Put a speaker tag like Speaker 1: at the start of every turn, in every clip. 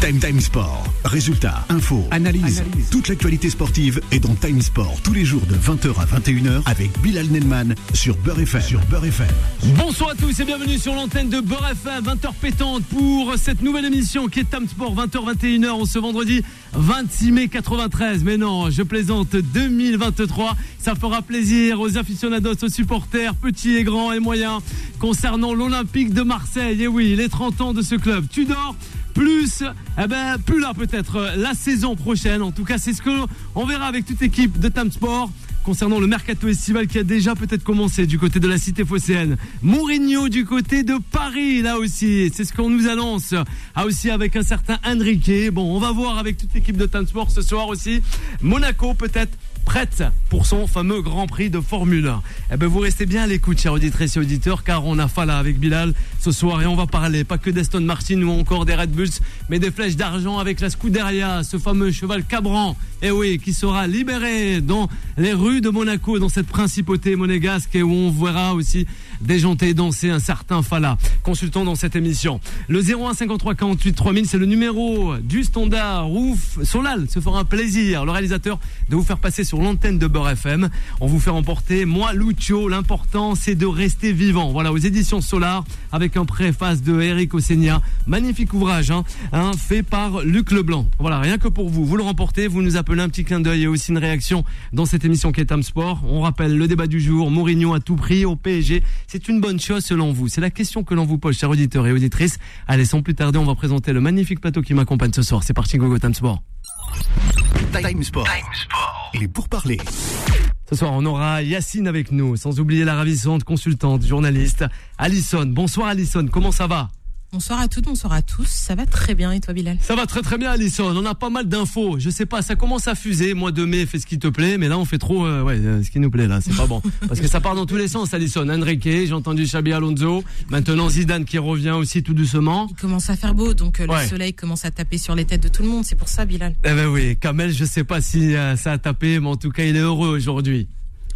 Speaker 1: Time Time Sport. Résultats, infos, analyse.
Speaker 2: Analyse.
Speaker 1: Toute l'actualité sportive est dans Time Sport tous les jours de 20h à 21h avec Bilal Nenman sur Beurre FM. Sur Beurre FM.
Speaker 3: Bonsoir à tous et bienvenue sur l'antenne de Beurre FM, 20h pétante pour cette nouvelle émission qui est Tam Sport 20h21h en ce vendredi 26 mai 93. Mais non, je plaisante 2023. Ça fera plaisir aux aficionados, aux supporters, petits et grands et moyens concernant l'Olympique de Marseille. Et oui, les 30 ans de ce club. Tudor plus, eh ben, plus là peut-être euh, la saison prochaine. En tout cas, c'est ce que on verra avec toute l'équipe de Tam Sport concernant le mercato estival qui a déjà peut-être commencé du côté de la cité phocéenne. Mourinho du côté de Paris, là aussi, c'est ce qu'on nous annonce. Ah aussi avec un certain Enrique. Bon, on va voir avec toute l'équipe de Tam Sport ce soir aussi. Monaco peut-être prête pour son fameux Grand Prix de Formule 1. Eh ben, vous restez bien à l'écoute, chers auditrices et auditeurs, car on a Fala avec Bilal ce soir et on va parler pas que d'Aston Martin ou encore des Red Bulls, mais des flèches d'argent avec la Scuderia, ce fameux cheval Cabran, eh oui, qui sera libéré dans les rues de Monaco, dans cette principauté monégasque et où on verra aussi déjanter danser un certain Fala, consultant dans cette émission. Le 01 53 48 3000, c'est le numéro du standard. Ouf, Solal se fera un plaisir, le réalisateur, de vous faire passer sur l'antenne de Beurre FM. On vous fait remporter, moi, Lucio, l'important, c'est de rester vivant. Voilà, aux éditions Solar, avec un préface de Eric Ossenia. Magnifique ouvrage, hein, hein, fait par Luc Leblanc. Voilà, rien que pour vous. Vous le remportez, vous nous appelez un petit clin d'œil et aussi une réaction dans cette émission qui est Am Sport. On rappelle le débat du jour, Mourinho à tout prix au PSG. C'est une bonne chose selon vous. C'est la question que l'on vous pose, chers auditeurs et auditrices. Allez, sans plus tarder, on va présenter le magnifique plateau qui m'accompagne ce soir. C'est parti, Gogo Tam Sport.
Speaker 1: Time Sport. Et pour parler.
Speaker 3: Ce soir, on aura Yacine avec nous, sans oublier la ravissante consultante, journaliste, Alison. Bonsoir Alison, comment ça va
Speaker 4: Bonsoir à toutes, bonsoir à tous. Ça va très bien et toi, Bilal
Speaker 3: Ça va très très bien Alison, on a pas mal d'infos. Je sais pas, ça commence à fuser, mois de mai, fais ce qui te plaît, mais là on fait trop euh, ouais, euh, ce qui nous plaît là, c'est pas bon. Parce que ça part dans tous les sens Alison. Enrique, j'ai entendu Xabi Alonso, maintenant Zidane qui revient aussi tout doucement.
Speaker 4: Il commence à faire beau, donc euh,
Speaker 3: Ouais.
Speaker 4: le soleil commence à taper sur les têtes de tout le monde. C'est pour ça, Bilal.
Speaker 3: Eh ben oui, Kamel, je sais pas si euh, ça a tapé, mais en tout cas il est heureux aujourd'hui.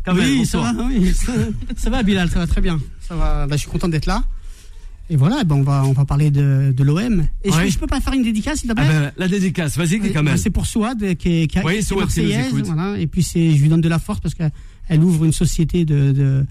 Speaker 3: Kamel,
Speaker 5: oui, ça
Speaker 3: bonsoir.
Speaker 5: va, oui, ça, ça va, Bilal, ça va très bien. Ça va, bah, je suis content d'être là. Et voilà, ben, on, va, on va parler de, de l'OM. Et je-
Speaker 3: Ouais.
Speaker 5: je, peux pas faire une dédicace, s'il te
Speaker 3: Ah
Speaker 5: plaît
Speaker 3: ben, la dédicace, vas-y
Speaker 5: Oui,
Speaker 3: Kamel.
Speaker 5: bah, C'est pour Souad, euh, qui est, qui a-
Speaker 3: Oui,
Speaker 5: qui est
Speaker 3: Souad qui nous
Speaker 5: marseillaise.
Speaker 3: écoute.
Speaker 5: voilà. Et puis, c'est- je lui donne de la force parce qu'elle ouvre une société de, de,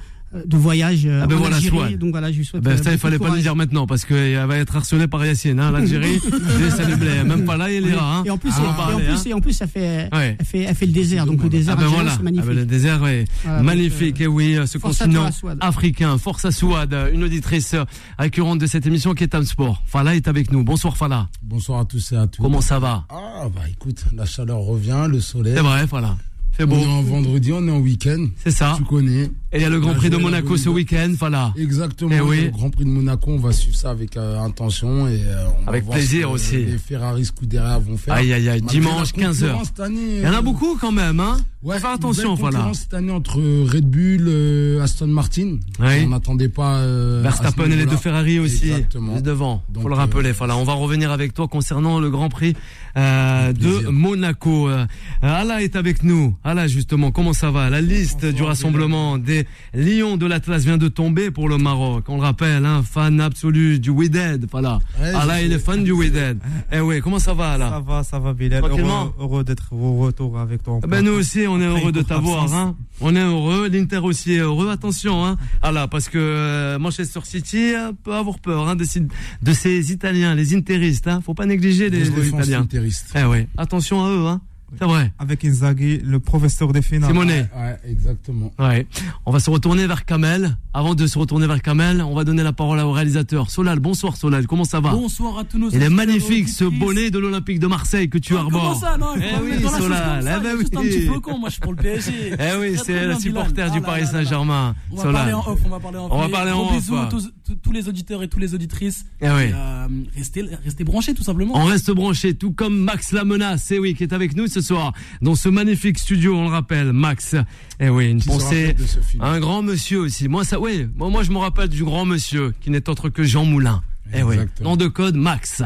Speaker 5: de voyage euh,
Speaker 3: Ah ben
Speaker 5: en
Speaker 3: voilà,
Speaker 5: Algérie.
Speaker 3: Souad.
Speaker 5: Donc voilà, je lui souhaite.
Speaker 3: Ben,
Speaker 5: euh,
Speaker 3: ça, il
Speaker 5: beaucoup de
Speaker 3: fallait pas le
Speaker 5: courage.
Speaker 3: dire maintenant parce qu'elle va être harcelée par Yacine, hein, l'Algérie. Et ça lui plaît. Même pas là, il ira. Hein.
Speaker 5: Et en plus,
Speaker 3: On va
Speaker 5: et en
Speaker 3: parler,
Speaker 5: plus-
Speaker 3: hein.
Speaker 5: et en plus, ça fait,
Speaker 3: Ouais.
Speaker 5: elle fait, elle fait le désert. Donc le désert,
Speaker 3: Ah ben
Speaker 5: algérien,
Speaker 3: voilà,
Speaker 5: c'est
Speaker 3: Ah
Speaker 5: magnifique.
Speaker 3: ben le désert est
Speaker 5: Voilà, donc,
Speaker 3: magnifique. Et oui, euh, ce
Speaker 5: force à
Speaker 3: continent
Speaker 5: toi, Souad.
Speaker 3: africain. Force à Souad, euh, une auditrice euh, récurrente de cette émission qui est Tam Sport. Fala est avec nous. Bonsoir Fala.
Speaker 6: Bonsoir à tous et à toutes.
Speaker 3: Comment ça va
Speaker 6: Ah bah écoute, la chaleur revient, le soleil.
Speaker 3: C'est vrai, Fala. C'est
Speaker 6: On
Speaker 3: beau. Ah.
Speaker 6: est en vendredi, on est en week-end.
Speaker 3: C'est ça.
Speaker 6: Tu connais.
Speaker 3: Et il y a le Grand
Speaker 6: On a
Speaker 3: Prix de
Speaker 6: joué la
Speaker 3: Monaco ce
Speaker 6: Bundesliga.
Speaker 3: week-end, Fala.
Speaker 6: Exactement.
Speaker 3: Eh oui.
Speaker 6: Le Grand Prix de Monaco, on va suivre ça avec euh, intention et euh, on va
Speaker 3: Avec
Speaker 6: voir ce
Speaker 3: plaisir
Speaker 6: que
Speaker 3: aussi.
Speaker 6: Les Ferrari Scuderia vont faire.
Speaker 3: Aïe, aïe, aïe.
Speaker 6: Malgré
Speaker 3: Dimanche,
Speaker 6: la concurrence
Speaker 3: 15h.
Speaker 6: cette année,
Speaker 3: Il y en a
Speaker 6: euh,
Speaker 3: beaucoup quand même, hein
Speaker 6: Ouais,
Speaker 3: Faut faire
Speaker 6: une
Speaker 3: attention,
Speaker 6: belle
Speaker 3: Fala.
Speaker 6: concurrence cette année entre Red Bull, euh, Aston Martin.
Speaker 3: Oui.
Speaker 6: On n'attendait pas. euh, à ce
Speaker 3: Verstappen et les
Speaker 6: niveau-là.
Speaker 3: deux Ferrari aussi
Speaker 6: Exactement.
Speaker 3: juste devant. Faut
Speaker 6: Donc,
Speaker 3: le
Speaker 6: euh,
Speaker 3: rappeler. Voilà, on va revenir avec toi concernant le Grand Prix euh, de
Speaker 6: plaisir.
Speaker 3: Monaco. Euh, Ala est avec nous. Ala justement, comment ça va La liste du rassemblement des Lions de l'Atlas vient de tomber pour le Maroc. On le rappelle, hein, fan absolu du We Dead. Voilà.
Speaker 6: Ouais,
Speaker 3: Ala,
Speaker 6: je
Speaker 3: il est fan du We Dead. Eh oui, comment ça va
Speaker 7: Ça
Speaker 3: Ala
Speaker 7: va, ça va, Bilal.
Speaker 3: Tranquillement.
Speaker 7: Heureux, heureux d'être au retour avec toi. en
Speaker 3: Eh Ben nous aussi, on est
Speaker 7: Après
Speaker 3: heureux
Speaker 7: une
Speaker 3: de
Speaker 7: courte
Speaker 3: t'avoir.
Speaker 7: absence.
Speaker 3: Hein. On est heureux, l'Inter aussi est heureux. Attention, hein. Ah là, parce que euh, Manchester City euh, peut avoir peur hein, de, ces- de ces Italiens, les Interistes. Hein. Faut pas négliger les,
Speaker 6: Grosse
Speaker 3: les
Speaker 6: défense
Speaker 3: Italiens.
Speaker 6: interiste.
Speaker 3: Eh oui, attention à eux. Hein. C'est vrai.
Speaker 7: Avec Inzaghi, le professeur des finales.
Speaker 3: Simonet.
Speaker 6: Ouais, exactement.
Speaker 3: Ouais. On va se retourner vers Kamel. Avant de se retourner vers Kamel, on va donner la parole au réalisateur Solal. Bonsoir Solal, comment ça va
Speaker 8: Bonsoir à tous nos
Speaker 3: Il est
Speaker 8: auditeurs,
Speaker 3: magnifique ce
Speaker 8: auditrices.
Speaker 3: bonnet de l'Olympique de Marseille que tu
Speaker 8: Ah,
Speaker 3: arbores.
Speaker 8: Comment ça, non je
Speaker 3: Eh
Speaker 8: peux pas me
Speaker 3: oui,
Speaker 8: mettre dans la sauce
Speaker 3: Solal,
Speaker 8: comme ça,
Speaker 3: eh ben
Speaker 8: je suis juste un
Speaker 3: oui.
Speaker 8: petit flocon, moi je suis pour le PSG.
Speaker 3: Eh
Speaker 8: Très,
Speaker 3: oui,
Speaker 8: très
Speaker 3: c'est
Speaker 8: bien,
Speaker 3: le
Speaker 8: Bilal.
Speaker 3: supporter
Speaker 8: Ah
Speaker 3: du
Speaker 8: là
Speaker 3: Paris
Speaker 8: là là là.
Speaker 3: Saint-Germain.
Speaker 8: On va
Speaker 3: Solal.
Speaker 8: parler en off, on va parler en
Speaker 3: On va
Speaker 8: privé.
Speaker 3: parler en
Speaker 8: Gros
Speaker 3: off,
Speaker 8: bisous
Speaker 3: ouais.
Speaker 8: à tous, tous- tous les auditeurs et toutes les auditrices.
Speaker 3: Eh oui.
Speaker 8: Et, euh, restez, restez branchés tout simplement.
Speaker 3: On reste branché, tout comme Max Lamena, c'est oui, qui est avec nous ce soir dans ce magnifique studio, on le rappelle, Max. Eh oui, une
Speaker 6: Qui se
Speaker 3: pensée
Speaker 6: rappelle de ce film.
Speaker 3: à un grand monsieur aussi. Moi, ça, oui, moi, moi, je me rappelle du grand monsieur qui n'est autre que Jean Moulin. Eh oui,
Speaker 6: Exactement.
Speaker 3: nom de code Max.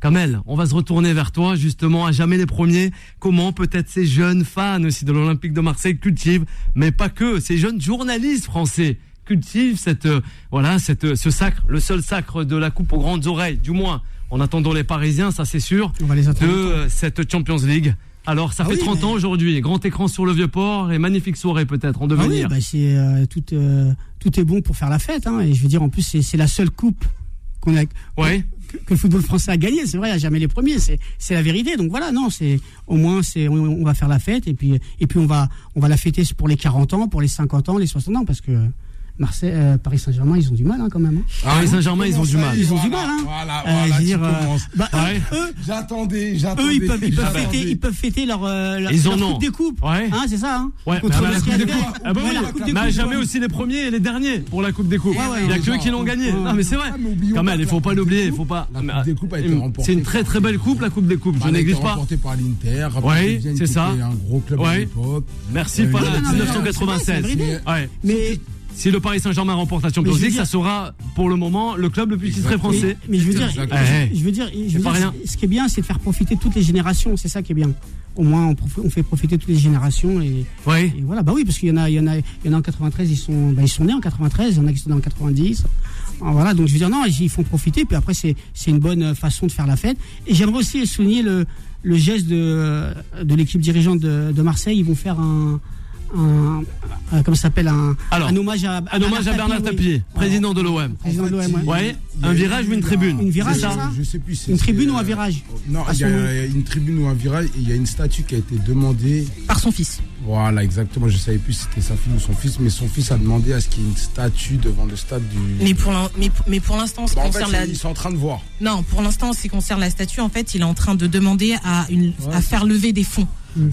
Speaker 3: Kamel, on va se retourner vers toi, justement, à jamais les premiers. Comment peut-être ces jeunes fans aussi de l'Olympique de Marseille cultivent, mais pas que, ces jeunes journalistes français cultivent cette, euh, voilà, cette, euh, ce sacre, le seul sacre de la coupe aux grandes oreilles, du moins. en attendant les Parisiens, ça c'est sûr,
Speaker 5: On va les
Speaker 3: de
Speaker 5: attendre.
Speaker 3: euh, cette Champions League. Alors, ça
Speaker 5: Ah
Speaker 3: fait
Speaker 5: oui,
Speaker 3: 30
Speaker 5: mais-
Speaker 3: ans aujourd'hui. Grand écran sur le Vieux-Port et magnifique soirée peut-être en devenir.
Speaker 5: Ah oui, bah, c'est, euh, tout, euh, tout est bon pour faire la fête. hein. Et je veux dire, en plus, c'est c'est la seule coupe qu'on a,
Speaker 3: Ouais.
Speaker 5: que, que le football français a gagnée. C'est vrai, il n'y a jamais les premiers. C'est c'est la vérité. Donc voilà, non, c'est au moins, c'est on, on va faire la fête et puis et puis on va on va la fêter pour les 40 ans, pour les 50 ans, les 60 ans, parce que Marseille, euh, Paris Saint-Germain, ils ont du mal hein, quand même. hein.
Speaker 6: Ah,
Speaker 3: Paris Saint-Germain, ils ont du mal.
Speaker 5: Ils ont du
Speaker 6: Voilà,
Speaker 5: mal. Hein.
Speaker 6: Voilà,
Speaker 5: Euh,
Speaker 6: voilà,
Speaker 5: je veux
Speaker 6: tu
Speaker 5: dire, euh,
Speaker 6: commences.
Speaker 5: bah, eux-
Speaker 3: Ouais.
Speaker 5: eux,
Speaker 6: J'attendais, j'attendais.
Speaker 5: eux, ils peuvent, ils peuvent
Speaker 6: j'attendais.
Speaker 5: fêter, ils peuvent fêter leur, euh, leur,
Speaker 3: Ils en
Speaker 5: leur
Speaker 3: ont.
Speaker 5: coupe des coupes.
Speaker 3: Ouais.
Speaker 5: Hein, c'est ça. Hein.
Speaker 3: Ouais,
Speaker 5: Contre
Speaker 3: mais à la
Speaker 5: le
Speaker 3: Coupe des
Speaker 5: Real.
Speaker 3: Coupes. Ah bah
Speaker 5: Ouais,
Speaker 3: oui,
Speaker 5: la Coupe des
Speaker 3: mais à
Speaker 5: Coupes. hein.
Speaker 3: jamais aussi les premiers et les derniers pour la Coupe des Coupes.
Speaker 5: Ouais, ouais,
Speaker 3: il n'y a
Speaker 5: ouais,
Speaker 3: que eux qui l'ont gagné. Non, mais c'est vrai.
Speaker 6: mais oublions
Speaker 3: Quand
Speaker 6: pas
Speaker 3: même,
Speaker 6: que
Speaker 3: il faut
Speaker 6: la
Speaker 3: pas
Speaker 6: Coupe
Speaker 3: l'oublier.
Speaker 6: des
Speaker 3: il faut
Speaker 6: Coupes-
Speaker 3: pas.
Speaker 6: la
Speaker 3: mais,
Speaker 6: Coupe des
Speaker 3: ah,
Speaker 6: Coupes a été remportée
Speaker 3: C'est une
Speaker 6: par-
Speaker 3: très très belle coupe, la Coupe des Coupes. Je
Speaker 6: Elle a été
Speaker 3: néglige pas.
Speaker 6: remportée par l'Inter.
Speaker 3: Ouais,
Speaker 6: Vienne,
Speaker 3: c'est
Speaker 6: qui
Speaker 3: ça.
Speaker 6: était Un gros club
Speaker 3: Ouais.
Speaker 6: à l'époque.
Speaker 3: Merci,
Speaker 6: Euh,
Speaker 3: Fana,
Speaker 6: non, non, non,
Speaker 5: c'est
Speaker 3: 1996.
Speaker 5: vrai, c'est
Speaker 3: Ouais.
Speaker 5: Mais
Speaker 3: Si le Paris Saint-Germain remporte la Champions
Speaker 5: Mais je veux
Speaker 3: League,
Speaker 5: dire-
Speaker 3: ça sera pour le moment le club le plus titré
Speaker 6: Exactement.
Speaker 3: français.
Speaker 5: Mais, mais je veux dire,
Speaker 6: Exactement.
Speaker 3: Ouais.
Speaker 5: je, je veux dire, je veux dire,
Speaker 3: pas rien.
Speaker 5: ce- ce qui est bien, c'est de faire profiter toutes les générations. C'est ça qui est bien. Au moins, on, profi- on fait profiter toutes les générations et,
Speaker 3: Oui.
Speaker 5: et voilà. Bah oui, parce qu'il y en a, il y en a, il y en a en 93. Ils sont, bah, ils sont nés en 93. Il y en a qui sont nés en 90. Ah, Voilà. Donc je veux dire, non, ils font profiter. Puis après, c'est, c'est une bonne façon de faire la fête. Et j'aimerais aussi souligner le, le geste de, de l'équipe dirigeante de, de Marseille. Ils vont faire un, un, un- comment ça s'appelle un,
Speaker 3: Alors,
Speaker 5: un hommage à,
Speaker 3: Un hommage à Bernard
Speaker 5: oui.
Speaker 3: Tapier, président de l'OM.
Speaker 5: Président de l'OM, ouais.
Speaker 3: Ouais,
Speaker 6: Il y a
Speaker 3: un
Speaker 6: eu
Speaker 3: virage ou une
Speaker 6: un-
Speaker 3: tribune
Speaker 5: Une virage,
Speaker 3: C'est
Speaker 5: c'est ça
Speaker 6: Je sais plus. c'est-
Speaker 5: Une tribune
Speaker 6: c'est,
Speaker 5: ou un
Speaker 6: euh,
Speaker 5: virage
Speaker 6: Non,
Speaker 5: À
Speaker 6: il y
Speaker 5: son nom.
Speaker 6: a une tribune ou un virage. et Il y a une statue qui a été demandée.
Speaker 4: Par son fils.
Speaker 6: Voilà, exactement. Je savais plus si c'était sa fille ou son fils, mais son fils a demandé à ce qu'il y ait une statue devant le stade du.
Speaker 4: Mais pour l'in- mais pour- mais pour l'instant, ce qui
Speaker 6: Bah, en fait,
Speaker 4: concerne
Speaker 6: c'est-
Speaker 4: la.
Speaker 6: ils sont en train de voir.
Speaker 4: Non, pour l'instant, en ce qui concerne la statue, en fait, il est en train de demander à, une, à faire lever des fonds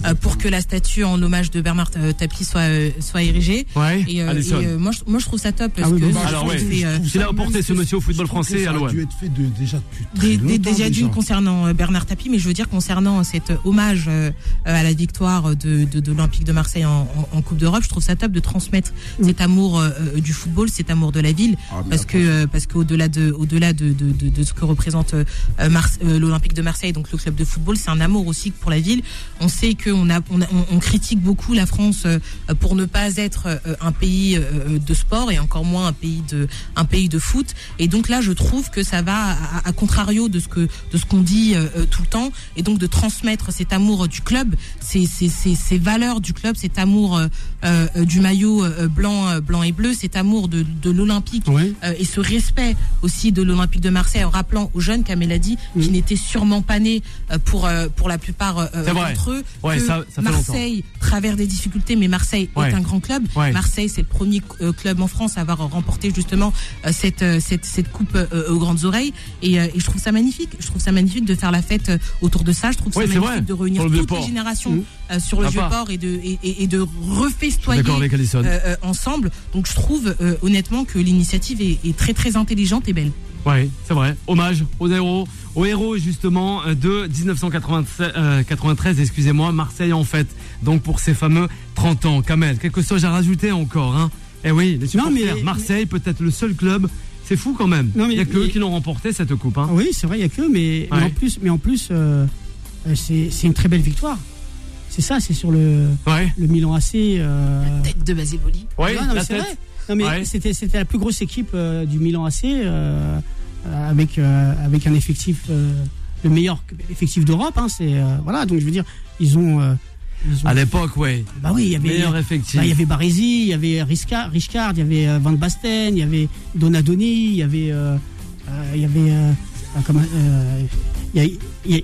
Speaker 4: euh, pour que la statue en hommage de Bernard euh, Tapie soit, euh, soit érigée.
Speaker 3: Ouais,
Speaker 4: Et, euh,
Speaker 3: Allison.
Speaker 4: et, euh, moi, je, moi, je trouve ça top parce
Speaker 5: Ah oui,
Speaker 4: que
Speaker 5: bon,
Speaker 4: je
Speaker 5: bah,
Speaker 4: trouve
Speaker 3: alors,
Speaker 4: que
Speaker 3: ouais.
Speaker 4: c'est, euh,
Speaker 3: Qu'il a apporté ce monsieur au football français à
Speaker 6: Ça a dû
Speaker 3: l'OM.
Speaker 6: être fait de, déjà depuis très
Speaker 4: des, des,
Speaker 6: longtemps,
Speaker 4: déjà d'une
Speaker 6: déjà.
Speaker 4: concernant euh, Bernard Tapie, mais je veux dire concernant cet euh, hommage euh, euh, à la victoire de, de, de l'Olympique de Marseille en, en- en Coupe d'Europe, je trouve ça top de transmettre cet amour euh, euh, du football, cet amour de la ville,
Speaker 6: Ah, mais
Speaker 4: parce que euh, parce qu'au-delà de au-delà de, de, de, de ce que représente euh, euh, Marse- euh, l'Olympique de Marseille, donc le club de football, c'est un amour aussi pour la ville. On sait qu'on a on, a- on- on critique beaucoup la France euh, pour ne pas être euh, un pays euh, de sport et encore moins un pays de un pays de foot. Et donc là, je trouve que ça va à, à contrario de ce que de ce qu'on dit euh, euh, tout le temps. Et donc de transmettre cet amour du club, ces ces ces, ces valeurs du club, cet amour euh, euh, du maillot euh, blanc euh, blanc et bleu, cet amour de de l'Olympique
Speaker 5: Ouais.
Speaker 4: euh, et ce respect aussi de l'Olympique de Marseille en rappelant aux jeunes, comme elle a dit, qui n'étaient sûrement pas nés euh, pour, euh, pour la plupart euh,
Speaker 3: C'est vrai.
Speaker 4: d'entre eux.
Speaker 3: Ouais,
Speaker 4: que
Speaker 3: ça- ça fait
Speaker 4: Marseille travers des difficultés, mais Marseille
Speaker 3: Ouais.
Speaker 4: est un grand club.
Speaker 3: Ouais.
Speaker 4: Marseille, c'est le premier euh, club en France à avoir remporté justement euh, cette, euh, cette, cette coupe euh, aux grandes oreilles. Et, euh, et je trouve ça magnifique. Je trouve ça magnifique de faire la fête euh, autour de ça. Je trouve
Speaker 3: Ouais, c'est
Speaker 4: ça magnifique
Speaker 3: vrai.
Speaker 4: de réunir
Speaker 3: Sur le Mmh.
Speaker 4: toutes
Speaker 3: Vieux-Port.
Speaker 4: les générations euh, sur le
Speaker 3: Sympa.
Speaker 4: vieux port et de, et, et- et de refestoyer
Speaker 3: D'accord avec Allison.
Speaker 4: euh, euh, ensemble. Donc je trouve euh, honnêtement que l'initiative est, est très très intelligente et belle.
Speaker 3: Oui, c'est vrai. Hommage aux héros, aux héros justement euh, de 1993, euh, 93, excusez-moi, Marseille en fête. Donc pour ces fameux 30 ans, Kamel, quelque chose à rajouter encore hein Eh oui, les
Speaker 5: Non,
Speaker 3: supporters,
Speaker 5: mais-
Speaker 3: Marseille peut-être le seul club, c'est fou quand même.
Speaker 5: Non, mais-
Speaker 3: il y a que eux
Speaker 5: mais-
Speaker 3: qui l'ont remporté cette coupe hein.
Speaker 5: Ah Oui, c'est vrai, il n'y a que, mais, mais
Speaker 3: Ouais.
Speaker 5: en plus, mais en plus euh, euh, c'est c'est une très belle victoire. C'est ça, c'est sur le,
Speaker 3: Ouais.
Speaker 5: le Milan AC. euh, Ah,
Speaker 4: Tête de Baseboli.
Speaker 3: Ouais,
Speaker 5: non, non, mais
Speaker 3: la
Speaker 5: c'est
Speaker 3: tête.
Speaker 5: vrai. Non, mais
Speaker 3: Ouais.
Speaker 5: c'était c'était la plus grosse équipe euh, du Milan AC euh, euh, avec, euh, avec un effectif, euh, le meilleur effectif d'Europe. hein, c'est, euh, voilà, donc je veux dire, ils ont. euh, ils ont-
Speaker 3: À l'époque, ouais.
Speaker 5: bah oui, il y avait.
Speaker 3: Ah, Meilleur effectif.
Speaker 5: bah, il y avait Baresi, il y avait Risca- Richcard, il y avait euh, Van Basten, il y avait Donadoni, il y avait. euh, euh, il y avait. euh, euh, comment, euh, il y a- il y a-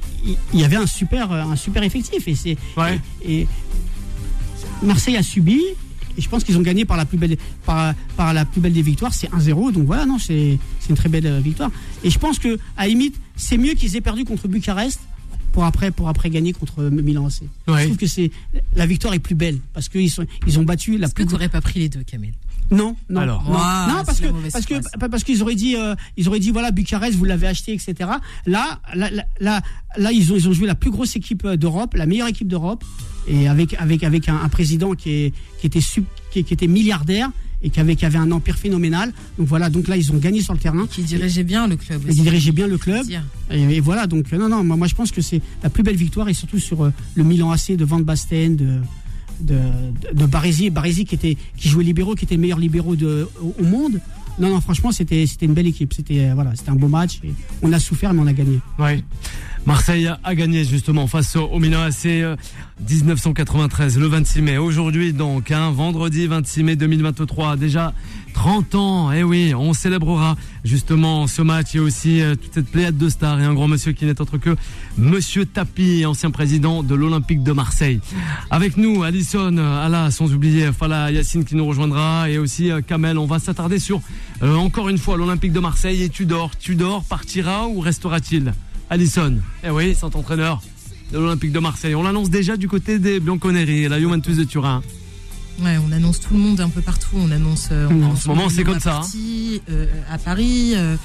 Speaker 5: il y avait un super, euh, un super effectif. Et, c'est,
Speaker 3: Ouais.
Speaker 5: et, et Marseille a subi. Et je pense qu'ils ont gagné par la plus belle, par, par la plus belle des victoires. C'est 1-0. Donc voilà, non, c'est, c'est une très belle euh, victoire. Et je pense que, à la limite, c'est mieux qu'ils aient perdu contre Bucarest pour après, pour après gagner contre euh, Milan AC.
Speaker 3: Ouais.
Speaker 5: Je trouve que c'est la victoire est plus belle parce qu'ils sont ils ont battu la
Speaker 4: Est-ce que
Speaker 5: plus
Speaker 4: tu n'aurais pas pris les deux, Kamel
Speaker 5: non non
Speaker 3: Alors.
Speaker 5: non,
Speaker 4: Ouah,
Speaker 5: Non,
Speaker 4: c'est
Speaker 5: parce
Speaker 4: la
Speaker 5: que
Speaker 4: mauvaise
Speaker 5: parce que
Speaker 4: phrase.
Speaker 5: pa- parce qu'ils auraient dit euh, ils auraient dit voilà Bucarest vous l'avez acheté etc là là là là, là, ils ont ils ont joué la plus grosse équipe euh, d'Europe la meilleure équipe d'Europe et avec avec avec un, un président qui est qui était sub, qui, qui était milliardaire et qui avait qui avait un empire phénoménal donc voilà donc là ils ont gagné sur le terrain
Speaker 4: Qui dirigeait bien le club
Speaker 5: et
Speaker 4: aussi.
Speaker 5: ils dirigeaient bien le club
Speaker 4: Dire.
Speaker 5: et, et voilà, donc euh, non, non, moi, moi, je pense que c'est la plus belle victoire et surtout sur euh, le Milan AC de Van Basten, de, de, de, de Baresi, Baresi qui, était, qui jouait libéraux, qui était le meilleur libéraux de, au, au monde. Non, non, franchement, c'était c'était une belle équipe. C'était euh, voilà, c'était un beau match. Et on a souffert, mais on a gagné.
Speaker 3: Oui. Marseille a gagné justement face au- au Milan AC euh, 1993 le 26 mai. Aujourd'hui donc, hein, vendredi 26 mai 2023, déjà 30 ans. Et oui, on célébrera justement ce match et aussi euh, toute cette pléiade de stars et un grand monsieur qui n'est autre que Monsieur Tapi, ancien président de l'Olympique de Marseille. Avec nous, Alison, euh, Ala, sans oublier Fala Yacine qui nous rejoindra et aussi euh, Kamel. On va s'attarder sur euh, encore une fois l'Olympique de Marseille et Tudor. Tudor partira ou restera-t-il Allison, eh oui, c'est entraîneur de l'Olympique de Marseille. On l'annonce déjà du côté des Bianconeri et la Juventus de Turin.
Speaker 4: Ouais, on annonce tout le monde un peu partout. On annonce. euh, on
Speaker 3: En
Speaker 4: annonce
Speaker 3: ce moment, c'est
Speaker 4: Mourinho
Speaker 3: comme
Speaker 4: à
Speaker 3: ça, hein.
Speaker 4: Paris, euh, à Paris, euh,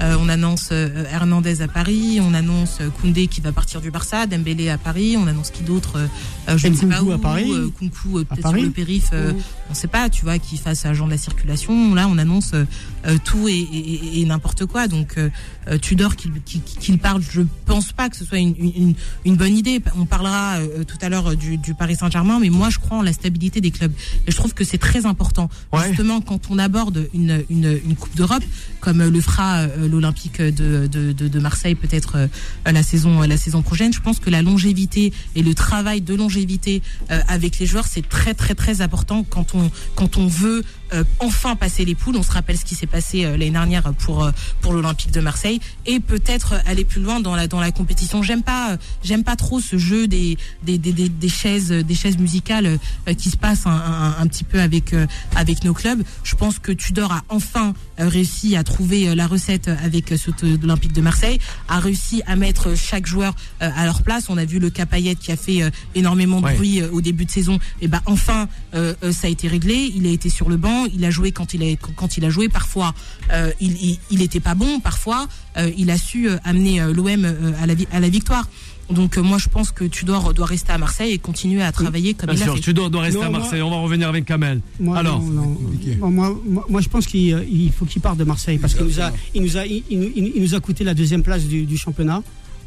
Speaker 4: euh, on annonce euh, Hernandez à Paris. On annonce euh, Koundé qui va partir du Barça, Dembélé à Paris. On annonce qui d'autre euh, euh, Je ne sais pas
Speaker 5: Nkunku
Speaker 4: où.
Speaker 5: à Paris.
Speaker 4: euh, Nkunku, euh, peut-être sur
Speaker 5: Paris.
Speaker 4: le périph. euh, On ne sait pas, tu vois, qui fasse agent de la circulation. Là, on annonce euh, euh, tout et, et- et- et n'importe quoi. Donc euh, euh, Tudor qu'il qu'il- qu'il parle, je pense pas que ce soit une, une- une- une bonne idée. On parlera euh, tout à l'heure euh, du, du Paris Saint-Germain, mais moi je crois en la stabilité des clubs. Et je trouve que c'est très important.
Speaker 3: Ouais.
Speaker 4: Justement, quand on aborde une, une, une Coupe d'Europe, comme euh, le fera euh, l'Olympique de, de, de, de Marseille peut-être euh, la, saison, la saison prochaine, je pense que la longévité et le travail de longévité euh, avec les joueurs, c'est très très très important quand on, quand on veut euh, enfin passer les poules. On se rappelle ce qui s'est passé euh, l'année dernière pour, euh, pour l'Olympique de Marseille et peut-être euh, aller plus loin dans la, dans la compétition. J'aime pas, euh, j'aime pas trop ce jeu des, des, des, des, des chaises, des chaises musicales euh, qui se passe un, un, un petit peu avec, euh, avec nos clubs. Je pense que Tudor a enfin euh, réussi à trouver euh, la recette euh, avec euh, ce t- de l'Olympique de Marseille, a réussi à mettre euh, chaque joueur euh, à leur place. On a vu le cas Payet qui a fait euh, énormément de
Speaker 3: Ouais.
Speaker 4: bruit euh, au début de saison. Et ben enfin, euh, euh, ça a été réglé. Il a été sur le banc, il a joué quand il a quand il a joué. Parfois, euh, il, il il était pas bon. Parfois, euh, il a su euh, amener euh, l'OM euh, à la vi- à la victoire. Donc euh, moi je pense que Tudor doit rester à Marseille et continuer à travailler comme
Speaker 3: Bien
Speaker 4: il a
Speaker 3: sûr,
Speaker 4: fait.
Speaker 3: Tudor doit rester
Speaker 5: Non,
Speaker 3: à
Speaker 5: moi-
Speaker 3: Marseille. On va revenir avec Kamel.
Speaker 5: Moi,
Speaker 3: Alors,
Speaker 5: non, non.
Speaker 6: compliqué.
Speaker 5: Moi, moi- moi, je pense qu'il euh, il faut qu'il parte de Marseille parce qu'il nous a, il nous a, il, il nous- il- il nous a coûté la deuxième place du, du championnat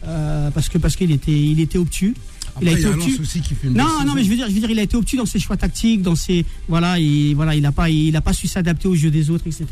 Speaker 5: euh, parce que parce qu'il était, il était obtus.
Speaker 6: Après, il
Speaker 5: été
Speaker 6: y a
Speaker 5: obtus.
Speaker 6: Lens aussi qui fait une
Speaker 5: Non,
Speaker 6: belle saison.
Speaker 5: non, mais je veux dire, je veux dire, il a été obtus dans ses choix tactiques, dans ses voilà, il voilà, il a pas, il a pas su s'adapter au jeu des autres, etc.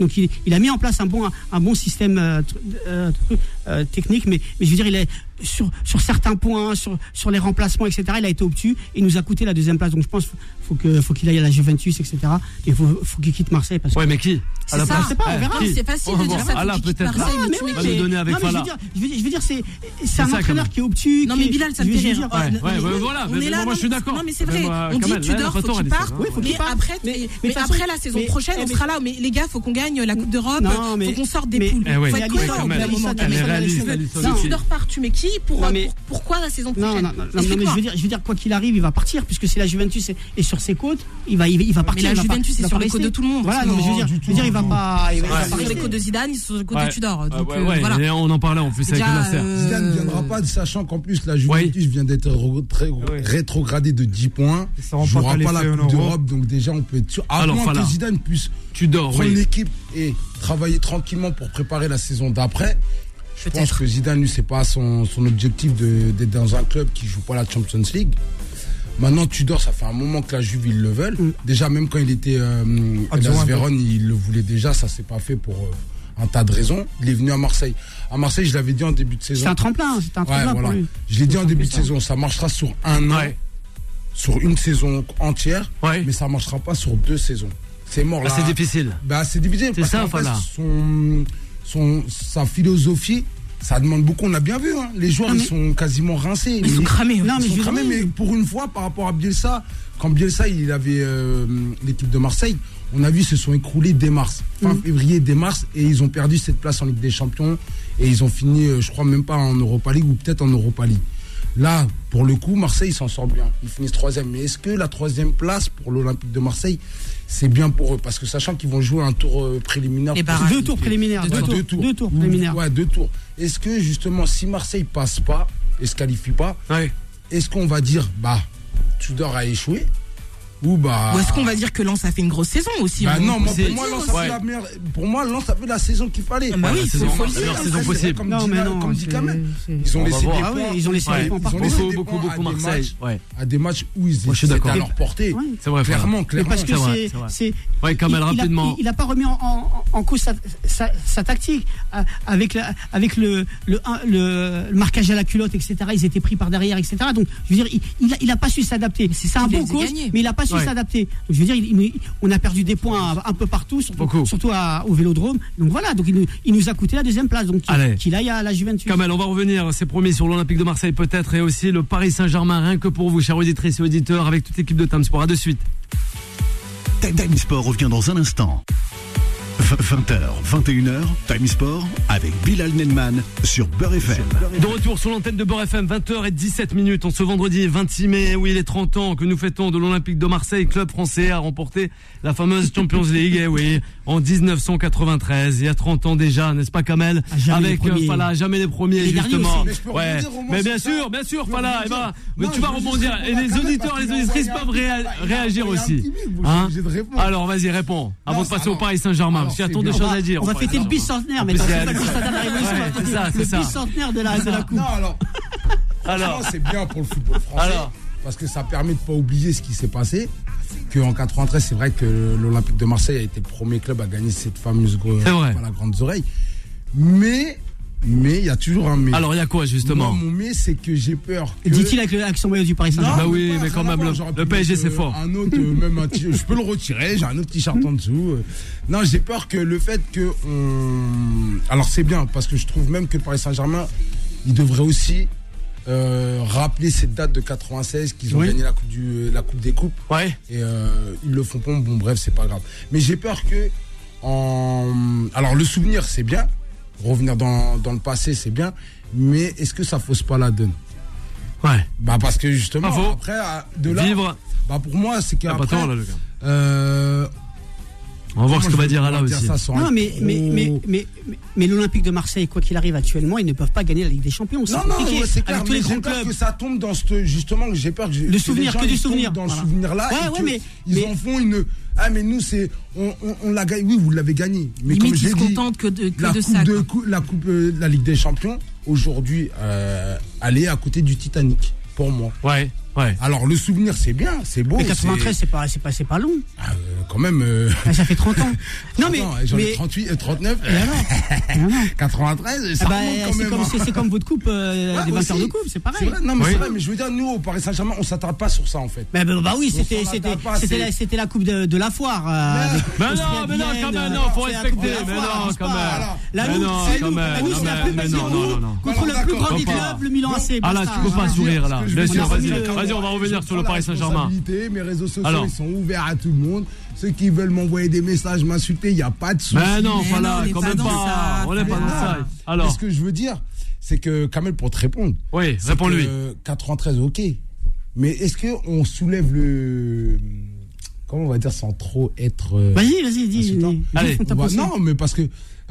Speaker 5: Donc il, il a mis en place un bon, un bon système euh, tr- euh, tr- euh, technique, mais, mais je veux dire, il est sur, sur certains points, sur, sur les remplacements, etc. Il a été obtus et nous a coûté la deuxième place. Donc je pense faut, faut que, faut qu'il aille à la Juventus, etc. Et faut, faut qu'il quitte Marseille parce que.
Speaker 3: Ouais, mais qui
Speaker 4: C'est
Speaker 3: À la
Speaker 4: ça.
Speaker 3: place
Speaker 5: Je sais pas, on
Speaker 3: Eh,
Speaker 5: verra.
Speaker 3: qui
Speaker 4: C'est facile
Speaker 3: On va
Speaker 4: de dire
Speaker 3: voir.
Speaker 4: ça, faut
Speaker 3: Allah,
Speaker 4: qu'il quitte
Speaker 3: peut-être.
Speaker 4: Marseille.
Speaker 5: Ah, mais oui,
Speaker 3: va nous
Speaker 5: mais-
Speaker 3: donner avec
Speaker 5: non, mais je
Speaker 3: Fala.
Speaker 5: veux dire, je veux dire, je veux dire, c'est, c'est
Speaker 3: ça,
Speaker 5: un
Speaker 3: quand
Speaker 5: entraîneur
Speaker 3: même.
Speaker 5: qui est obtus.
Speaker 4: Non
Speaker 5: qui
Speaker 4: mais
Speaker 5: est-
Speaker 4: Bilal, ça
Speaker 5: je
Speaker 4: me
Speaker 5: veux-
Speaker 4: fait
Speaker 5: je veux
Speaker 4: rire.
Speaker 5: dire,
Speaker 3: Ouais,
Speaker 4: Non,
Speaker 3: ouais,
Speaker 4: mais
Speaker 3: ouais,
Speaker 4: oui,
Speaker 3: voilà,
Speaker 4: on
Speaker 3: mais
Speaker 4: est là,
Speaker 3: moi,
Speaker 4: non,
Speaker 3: je suis
Speaker 4: mais-
Speaker 3: d'accord.
Speaker 4: Non mais c'est
Speaker 3: Mais
Speaker 4: vrai.
Speaker 3: moi,
Speaker 4: on
Speaker 3: Kamel,
Speaker 4: dit
Speaker 3: là,
Speaker 4: Tudor,
Speaker 3: faut
Speaker 4: faut
Speaker 3: qu'il
Speaker 4: qu'il
Speaker 3: parte,
Speaker 4: parte.
Speaker 3: hein,
Speaker 5: ouais, faut
Speaker 4: mais
Speaker 5: qu'il parte.
Speaker 4: après,
Speaker 5: Mais-
Speaker 4: mais,
Speaker 5: mais ça,
Speaker 4: après
Speaker 5: c'est-
Speaker 4: la saison
Speaker 5: mais-
Speaker 4: prochaine,
Speaker 5: eh,
Speaker 4: on
Speaker 5: mais-
Speaker 4: sera là. Mais les gars, faut qu'on gagne la Coupe d'Europe.
Speaker 5: Non, mais-
Speaker 4: Faut qu'on sorte des
Speaker 5: mais-
Speaker 4: poules.
Speaker 3: Eh oui.
Speaker 4: Faut
Speaker 5: Mais
Speaker 4: être cohérent. au
Speaker 5: Alisson,
Speaker 4: bout d'un
Speaker 5: Alisson,
Speaker 4: moment,
Speaker 5: Ah, mais
Speaker 4: Kamel.
Speaker 5: réalise,
Speaker 4: Si
Speaker 5: Alisson.
Speaker 4: Tudor part, tu mets qui pour,
Speaker 5: Non,
Speaker 4: euh,
Speaker 5: mais-
Speaker 4: pour- Pourquoi la saison
Speaker 5: Non,
Speaker 4: prochaine
Speaker 5: non, non, non, mais je veux dire, je veux dire quoi qu'il arrive, il va partir puisque si la Juventus est, est sur ses côtes, il va, il, va- il va partir.
Speaker 4: la
Speaker 5: il va pas-
Speaker 4: Juventus
Speaker 5: il
Speaker 4: est
Speaker 5: va
Speaker 4: sur
Speaker 5: pas
Speaker 4: les côtes de
Speaker 5: rester.
Speaker 4: tout le monde.
Speaker 5: Voilà, non, mais je veux dire, je veux dire, il va pas, il va, il va
Speaker 4: Ils
Speaker 5: pas
Speaker 4: sont sur les
Speaker 5: rester.
Speaker 4: côtes de Zidane, ils sont sur les côtes
Speaker 3: Ouais.
Speaker 4: de Tudor.
Speaker 3: Ah,
Speaker 4: Donc
Speaker 3: ouais,
Speaker 4: euh,
Speaker 3: ouais,
Speaker 4: voilà.
Speaker 3: et on en parlait en plus avec
Speaker 4: Déjà,
Speaker 3: Nasser.
Speaker 4: euh,
Speaker 6: Zidane ne viendra pas, sachant qu'en plus la Juventus vient d'être re- très- rétrogradée de 10 points.
Speaker 7: Ils
Speaker 6: On
Speaker 7: seront pas
Speaker 6: jouera pas
Speaker 7: qualifiés
Speaker 6: la
Speaker 7: en
Speaker 6: Coupe
Speaker 7: Europe.
Speaker 6: d'Europe, donc déjà on peut être sûr. À
Speaker 3: Alors,
Speaker 6: moins
Speaker 3: Fala.
Speaker 6: que Zidane puisse
Speaker 3: Tudor,
Speaker 6: prendre
Speaker 3: oui.
Speaker 6: l'équipe et travailler tranquillement pour préparer la saison d'après. Je pense
Speaker 4: Peut-être.
Speaker 6: que Zidane, lui, c'est pas son, son objectif de- d'être dans un club qui joue pas la Champions League. Maintenant, Tudor, ça fait un moment que la Juve, ils le veulent.
Speaker 5: Mm.
Speaker 6: Déjà, même quand il était euh,
Speaker 5: Ah,
Speaker 7: Adjoint.
Speaker 6: Hellas Vérone, il le voulait déjà. Ça s'est pas fait pour euh, un tas de raisons. Il est venu à Marseille. À Marseille, je l'avais dit en début de saison.
Speaker 5: C'est un tremplin, c'est un
Speaker 6: Ouais,
Speaker 5: tremplin pour
Speaker 6: voilà.
Speaker 5: lui.
Speaker 6: Je l'ai dit en
Speaker 5: C'est
Speaker 6: début de
Speaker 5: simple.
Speaker 6: saison, ça marchera sur un an,
Speaker 3: Ouais.
Speaker 6: sur une saison entière,
Speaker 3: Ouais.
Speaker 6: mais ça marchera pas sur deux saisons. C'est mort
Speaker 3: Là,
Speaker 6: là.
Speaker 3: c'est difficile.
Speaker 6: Bah, c'est difficile.
Speaker 3: C'est
Speaker 6: parce
Speaker 3: ça,
Speaker 6: qu'en fait,
Speaker 3: Fala.
Speaker 6: son, son, sa philosophie, ça demande beaucoup. On a bien vu, hein. les joueurs,
Speaker 5: Non,
Speaker 6: ils sont quasiment rincés.
Speaker 4: Ils sont cramés.
Speaker 5: Non,
Speaker 6: Ils
Speaker 5: mais
Speaker 6: sont
Speaker 5: je veux
Speaker 6: cramés,
Speaker 5: dire-
Speaker 6: mais pour une fois, par rapport à Bielsa, quand Bielsa, il avait euh, l'équipe de Marseille, on a vu, se sont écroulés dès mars. Fin
Speaker 5: Mm.
Speaker 6: février, dès mars, et ils ont perdu cette place en Ligue des Champions. Et ils ont fini, euh, je crois, même pas en Europa League ou peut-être en Europa League. Là, pour le coup, Marseille s'en sort bien. Ils finissent troisième. Mais est-ce que la troisième place pour l'Olympique de Marseille, c'est bien pour eux Parce que sachant qu'ils vont jouer un tour euh, préliminaire.
Speaker 4: Les
Speaker 6: pour
Speaker 4: barrages.
Speaker 6: se
Speaker 5: Deux tours
Speaker 6: qualifier.
Speaker 5: préliminaires.
Speaker 6: Ouais,
Speaker 5: Deux tours. Deux tours préliminaires.
Speaker 6: Ouais, deux tours. Est-ce que justement, si Marseille passe pas et se qualifie pas,
Speaker 3: Ouais.
Speaker 6: est-ce qu'on va dire, bah, Tudor a échoué Ou bah.
Speaker 4: Ou est-ce qu'on va dire que Lens a fait une grosse saison aussi
Speaker 6: Bah
Speaker 4: on-
Speaker 6: non,
Speaker 4: on
Speaker 6: moi,
Speaker 4: peut
Speaker 6: pour
Speaker 4: le
Speaker 6: moi,
Speaker 4: dire
Speaker 6: Lens
Speaker 4: aussi.
Speaker 6: a fait la meilleure- Pour moi, Lens a fait la saison qu'il fallait.
Speaker 4: Ah bah oui,
Speaker 3: la
Speaker 4: faut-
Speaker 3: saison-
Speaker 4: faut le
Speaker 3: la
Speaker 4: dire.
Speaker 3: meilleure saison possible.
Speaker 6: Comme
Speaker 5: Non,
Speaker 6: dit,
Speaker 5: mais non.
Speaker 6: comme dit
Speaker 5: c'est-
Speaker 6: Kamel,
Speaker 5: c'est-
Speaker 6: ils ont
Speaker 3: On va
Speaker 6: laissé
Speaker 3: voir.
Speaker 6: des
Speaker 5: Ah oui,
Speaker 6: points.
Speaker 5: ils ont laissé
Speaker 3: Ouais.
Speaker 5: des points
Speaker 6: Ils
Speaker 5: partout.
Speaker 6: ont laissé
Speaker 3: Beaucoup,
Speaker 6: des
Speaker 3: beaucoup,
Speaker 6: points à
Speaker 3: beaucoup
Speaker 6: des
Speaker 3: Marseille. Ouais,
Speaker 6: à des matchs où ils
Speaker 3: Moi, je suis
Speaker 6: étaient
Speaker 3: d'accord.
Speaker 6: à leur portée.
Speaker 5: Ouais.
Speaker 3: c'est vrai. Fred.
Speaker 6: Clairement,
Speaker 5: Mais
Speaker 6: clairement.
Speaker 5: parce que
Speaker 3: C'est vrai,
Speaker 5: c'est.
Speaker 3: c'est vrai.
Speaker 5: c'est-
Speaker 3: Ouais,
Speaker 5: il-
Speaker 3: Kamel,
Speaker 5: il a-
Speaker 3: rapidement.
Speaker 5: Il n'a pas remis en, en- en cause sa, sa- sa tactique. Euh, Avec, la- avec le, le, un- le- le marquage à la culotte, etc. Ils étaient pris par derrière, etc. Donc, je veux dire, il- il n'a il a pas su s'adapter. C'est un
Speaker 4: qui les
Speaker 5: bon
Speaker 4: a
Speaker 5: coach,
Speaker 4: gagnés.
Speaker 5: mais il n'a pas su
Speaker 3: Ouais.
Speaker 5: s'adapter. Donc, Je veux dire, il- il- on a perdu des points un, un peu partout,
Speaker 3: Beaucoup.
Speaker 5: surtout, surtout à- au vélodrome. Donc voilà, donc il, nous- il nous a coûté la deuxième place. Donc, qu'il-
Speaker 3: Allez.
Speaker 5: qu'il aille à la Juventus.
Speaker 3: Kamel, on va revenir, c'est promis, sur l'Olympique de Marseille peut-être et aussi le Paris Saint-Germain, rien que pour vous, chers auditrices et auditeurs, avec toute l'équipe de Time Sport. À de suite.
Speaker 1: Time Time Sport revient dans un instant. 20h, 21h, Time Sport avec Bilal Nenman sur Beurre FM.
Speaker 3: De retour sur l'antenne de Beurre FM, 20h17 minutes. En ce vendredi 26 mai, oui, les 30 ans que nous fêtons de l'Olympique de Marseille, club français a remporté la fameuse Champions League, eh oui, en 1993, il y a 30 ans déjà, n'est-ce pas, Kamel?
Speaker 5: Ah, jamais les
Speaker 3: Avec, euh,
Speaker 5: premiers.
Speaker 3: Fala, jamais les premiers,
Speaker 5: Les derniers
Speaker 3: justement.
Speaker 5: aussi.
Speaker 6: Mais je peux
Speaker 3: ouais.
Speaker 6: rebondir au moins
Speaker 3: mais
Speaker 6: sur
Speaker 3: bien
Speaker 6: ça.
Speaker 3: sûr, bien sûr,
Speaker 6: Je peux
Speaker 3: Fala, eh
Speaker 6: rebondir.
Speaker 3: ben, mais
Speaker 6: Non,
Speaker 3: tu vas
Speaker 6: je veux juste
Speaker 3: rebondir. Et
Speaker 6: répondre à
Speaker 3: les
Speaker 6: Kamel
Speaker 3: auditeurs et
Speaker 6: parce
Speaker 3: les
Speaker 6: qu'il a
Speaker 3: auditrices
Speaker 6: envoyé un
Speaker 3: peuvent
Speaker 6: petit-
Speaker 3: réa-
Speaker 6: il a envoyé
Speaker 3: réagir
Speaker 6: un
Speaker 3: aussi.
Speaker 6: petit bip, je suis
Speaker 3: Hein
Speaker 6: obligé de répondre.
Speaker 3: Alors, vas-y, réponds. Avant
Speaker 6: Non,
Speaker 3: de passer
Speaker 6: ça,
Speaker 3: au
Speaker 6: non.
Speaker 3: Paris Saint-Germain,
Speaker 6: Alors,
Speaker 3: parce qu'il y a
Speaker 6: c'est
Speaker 3: tant de
Speaker 6: bien.
Speaker 5: On
Speaker 3: choses
Speaker 5: va-
Speaker 3: à dire.
Speaker 5: On va
Speaker 3: Paris
Speaker 5: fêter le
Speaker 3: Saint-Germain.
Speaker 5: bicentenaire, mais
Speaker 3: plus,
Speaker 5: attends,
Speaker 3: il y a-
Speaker 5: c'est pas le bicentenaire de la Révolution,
Speaker 3: Ouais, c'est ça,
Speaker 5: le
Speaker 3: c'est ça.
Speaker 5: bicentenaire de la, de la Coupe.
Speaker 6: Non, alors,
Speaker 3: Alors,
Speaker 6: non, c'est bien pour le football français.
Speaker 3: Alors.
Speaker 6: Parce que ça permet de pas oublier ce qui s'est passé. Qu'en 93, c'est vrai que l'Olympique de Marseille a été le premier club à gagner cette fameuse gre-
Speaker 3: C'est vrai.
Speaker 6: coupe à la grande oreille. Mais, mais, il y a toujours un mais.
Speaker 3: alors, il y a quoi, justement?
Speaker 6: Mm. Moi, mon mais, c'est que j'ai peur. que-
Speaker 5: Dit-il avec le- avec son maillot du Paris
Speaker 6: Non,
Speaker 5: Saint-Germain.
Speaker 3: Bah oui,
Speaker 6: pas,
Speaker 3: mais quand
Speaker 6: ça va
Speaker 3: même,
Speaker 6: pas,
Speaker 3: le-
Speaker 6: j'aurais
Speaker 3: le
Speaker 6: pu
Speaker 3: PSG,
Speaker 6: mettre,
Speaker 3: c'est
Speaker 6: euh,
Speaker 3: fort.
Speaker 6: Un autre, euh, même un t- je peux le retirer, j'ai un autre t-shirt en dessous. euh. Non, j'ai peur que le fait que on- Alors c'est bien, parce que je trouve même que le Paris Saint-Germain, il devrait aussi euh, rappeler cette date de 96 qu'ils ont
Speaker 5: Oui.
Speaker 6: gagné la coupe, du, euh, la coupe des Coupes.
Speaker 3: Ouais.
Speaker 6: Et euh, ils le font pas, bon bref, c'est pas grave. Mais j'ai peur que... En... Alors le souvenir, c'est bien. Revenir dans, dans le passé, c'est bien. Mais est-ce que ça fausse pas la donne
Speaker 3: Ouais.
Speaker 6: bah parce que justement
Speaker 3: Bravo.
Speaker 6: après à- de là
Speaker 3: Vivre.
Speaker 6: bah pour moi c'est
Speaker 3: Ah, pas
Speaker 6: qu'après
Speaker 3: tant, là, le gars.
Speaker 6: euh,
Speaker 3: On va voir ce que
Speaker 6: comment
Speaker 3: va
Speaker 6: je
Speaker 3: dire
Speaker 6: vais
Speaker 3: Alain aussi.
Speaker 6: ça sans
Speaker 5: Non,
Speaker 6: être
Speaker 5: mais,
Speaker 6: trop-
Speaker 5: mais, mais, mais, mais, mais l'Olympique de Marseille, quoi qu'il arrive actuellement, ils ne peuvent pas gagner la Ligue des Champions.
Speaker 6: non non
Speaker 5: compliqué.
Speaker 6: ouais, c'est clair
Speaker 5: Avec tous
Speaker 6: mais
Speaker 5: les
Speaker 6: j'ai
Speaker 5: grands
Speaker 6: peur
Speaker 5: clubs.
Speaker 6: que ça tombe dans ce justement que j'ai peur que que les
Speaker 5: souvenir,
Speaker 6: gens,
Speaker 5: que du
Speaker 6: ils tombent
Speaker 5: souvenir,
Speaker 6: dans
Speaker 5: voilà.
Speaker 6: ce souvenir là
Speaker 5: Ouais, ouais, mais-
Speaker 6: ils
Speaker 5: mais-
Speaker 6: en font une ah mais nous c'est on, on, on l'a gagné oui vous l'avez gagné mais comme
Speaker 4: Limite,
Speaker 6: je
Speaker 4: ils se
Speaker 6: l'ai dit
Speaker 4: contentent que de, que
Speaker 6: la
Speaker 4: de
Speaker 6: coupe
Speaker 4: ça.
Speaker 6: de
Speaker 4: quoi.
Speaker 6: cou- la coupe euh, la Ligue des Champions aujourd'hui euh, elle est à côté du Titanic pour moi
Speaker 3: Ouais, ouais.
Speaker 6: alors le souvenir c'est bien c'est beau
Speaker 5: Mais
Speaker 6: c'est-
Speaker 5: 93, c'est pas, c'est pas, c'est pas long.
Speaker 6: Ah, euh, quand même euh,
Speaker 5: Ah, Ça fait 30 ans. Non, mais.
Speaker 6: Attends, j'en ai
Speaker 5: mais
Speaker 6: 38, euh, 39,
Speaker 5: Ah non. Ah non.
Speaker 6: 93, ça
Speaker 5: Ah bah,
Speaker 6: remonte quand
Speaker 5: c'est
Speaker 6: même.
Speaker 5: comme,
Speaker 6: hein.
Speaker 5: c'est- c'est comme votre coupe euh,
Speaker 6: Ouais,
Speaker 5: des vainqueurs
Speaker 6: aussi.
Speaker 5: de coupe, c'est pareil.
Speaker 6: vrai, non, mais
Speaker 3: Oui.
Speaker 6: c'est vrai, mais je veux dire, nous, au Paris Saint-Germain, on s'attarde pas sur ça, en fait.
Speaker 5: Bah, bah, bah oui,
Speaker 6: On
Speaker 5: c'était,
Speaker 6: s'en
Speaker 5: c'était,
Speaker 6: attarde pas,
Speaker 5: c'était,
Speaker 6: c'est-
Speaker 5: la, c'était la coupe de, de la foire. euh, avec
Speaker 3: Mais non,
Speaker 5: Austria
Speaker 3: mais non,
Speaker 5: Vienne,
Speaker 3: quand même,
Speaker 5: euh,
Speaker 3: non, faut
Speaker 5: c'est la
Speaker 3: respecter,
Speaker 5: coupe de la
Speaker 3: mais
Speaker 5: foire,
Speaker 3: non,
Speaker 5: avance
Speaker 3: quand
Speaker 5: pas.
Speaker 3: même.
Speaker 5: Alors, La
Speaker 3: Mais
Speaker 5: loupe,
Speaker 3: non,
Speaker 5: c'est
Speaker 3: quand
Speaker 5: nous,
Speaker 3: même,
Speaker 5: la loupe,
Speaker 3: non,
Speaker 5: c'est la
Speaker 3: mais-
Speaker 5: plus
Speaker 3: mais
Speaker 5: belle
Speaker 3: non, non,
Speaker 5: loupe
Speaker 3: non, non.
Speaker 5: contre le
Speaker 6: Alors,
Speaker 5: plus
Speaker 6: d'accord,
Speaker 5: grand
Speaker 3: on
Speaker 5: des
Speaker 3: peut
Speaker 5: clubs,
Speaker 3: pas.
Speaker 5: le Milan AC.
Speaker 3: Ah là,
Speaker 5: basta,
Speaker 3: tu peux pas
Speaker 5: hein.
Speaker 3: sourire
Speaker 6: Ce
Speaker 3: là.
Speaker 6: que je
Speaker 3: Bien
Speaker 6: veux
Speaker 3: sûr,
Speaker 6: dire,
Speaker 3: vas-y.
Speaker 6: c'est que
Speaker 3: Vas-y, on va
Speaker 6: moi,
Speaker 3: revenir
Speaker 6: je
Speaker 3: sur le
Speaker 6: prends la
Speaker 3: Paris Saint-Germain.
Speaker 6: responsabilité, Mes réseaux sociaux,
Speaker 3: Alors.
Speaker 6: ils sont ouverts à tout le monde. Ceux qui veulent m'envoyer des messages, m'insulter, il n'y a pas de souci.
Speaker 3: Mais non,
Speaker 4: Mais non,
Speaker 3: voilà,
Speaker 4: on est
Speaker 3: quand
Speaker 4: pas
Speaker 3: même
Speaker 4: dans
Speaker 3: pas.
Speaker 4: ça,
Speaker 3: On n'est pas
Speaker 4: Fala.
Speaker 3: dans ça.
Speaker 6: Mais
Speaker 3: Alors,
Speaker 6: ce que je veux dire, c'est que, Kamel, pour te répondre,
Speaker 3: oui,
Speaker 6: c'est
Speaker 3: réponds-lui.
Speaker 6: que 93, ok. Mais est-ce qu'on soulève le. Comment on va dire sans trop être. euh,
Speaker 5: Vas-y, vas-y, dis. dis-
Speaker 6: Insultant.
Speaker 5: dis-
Speaker 3: Allez,
Speaker 5: dis-
Speaker 6: On va-
Speaker 5: dis-
Speaker 6: non, mais parce que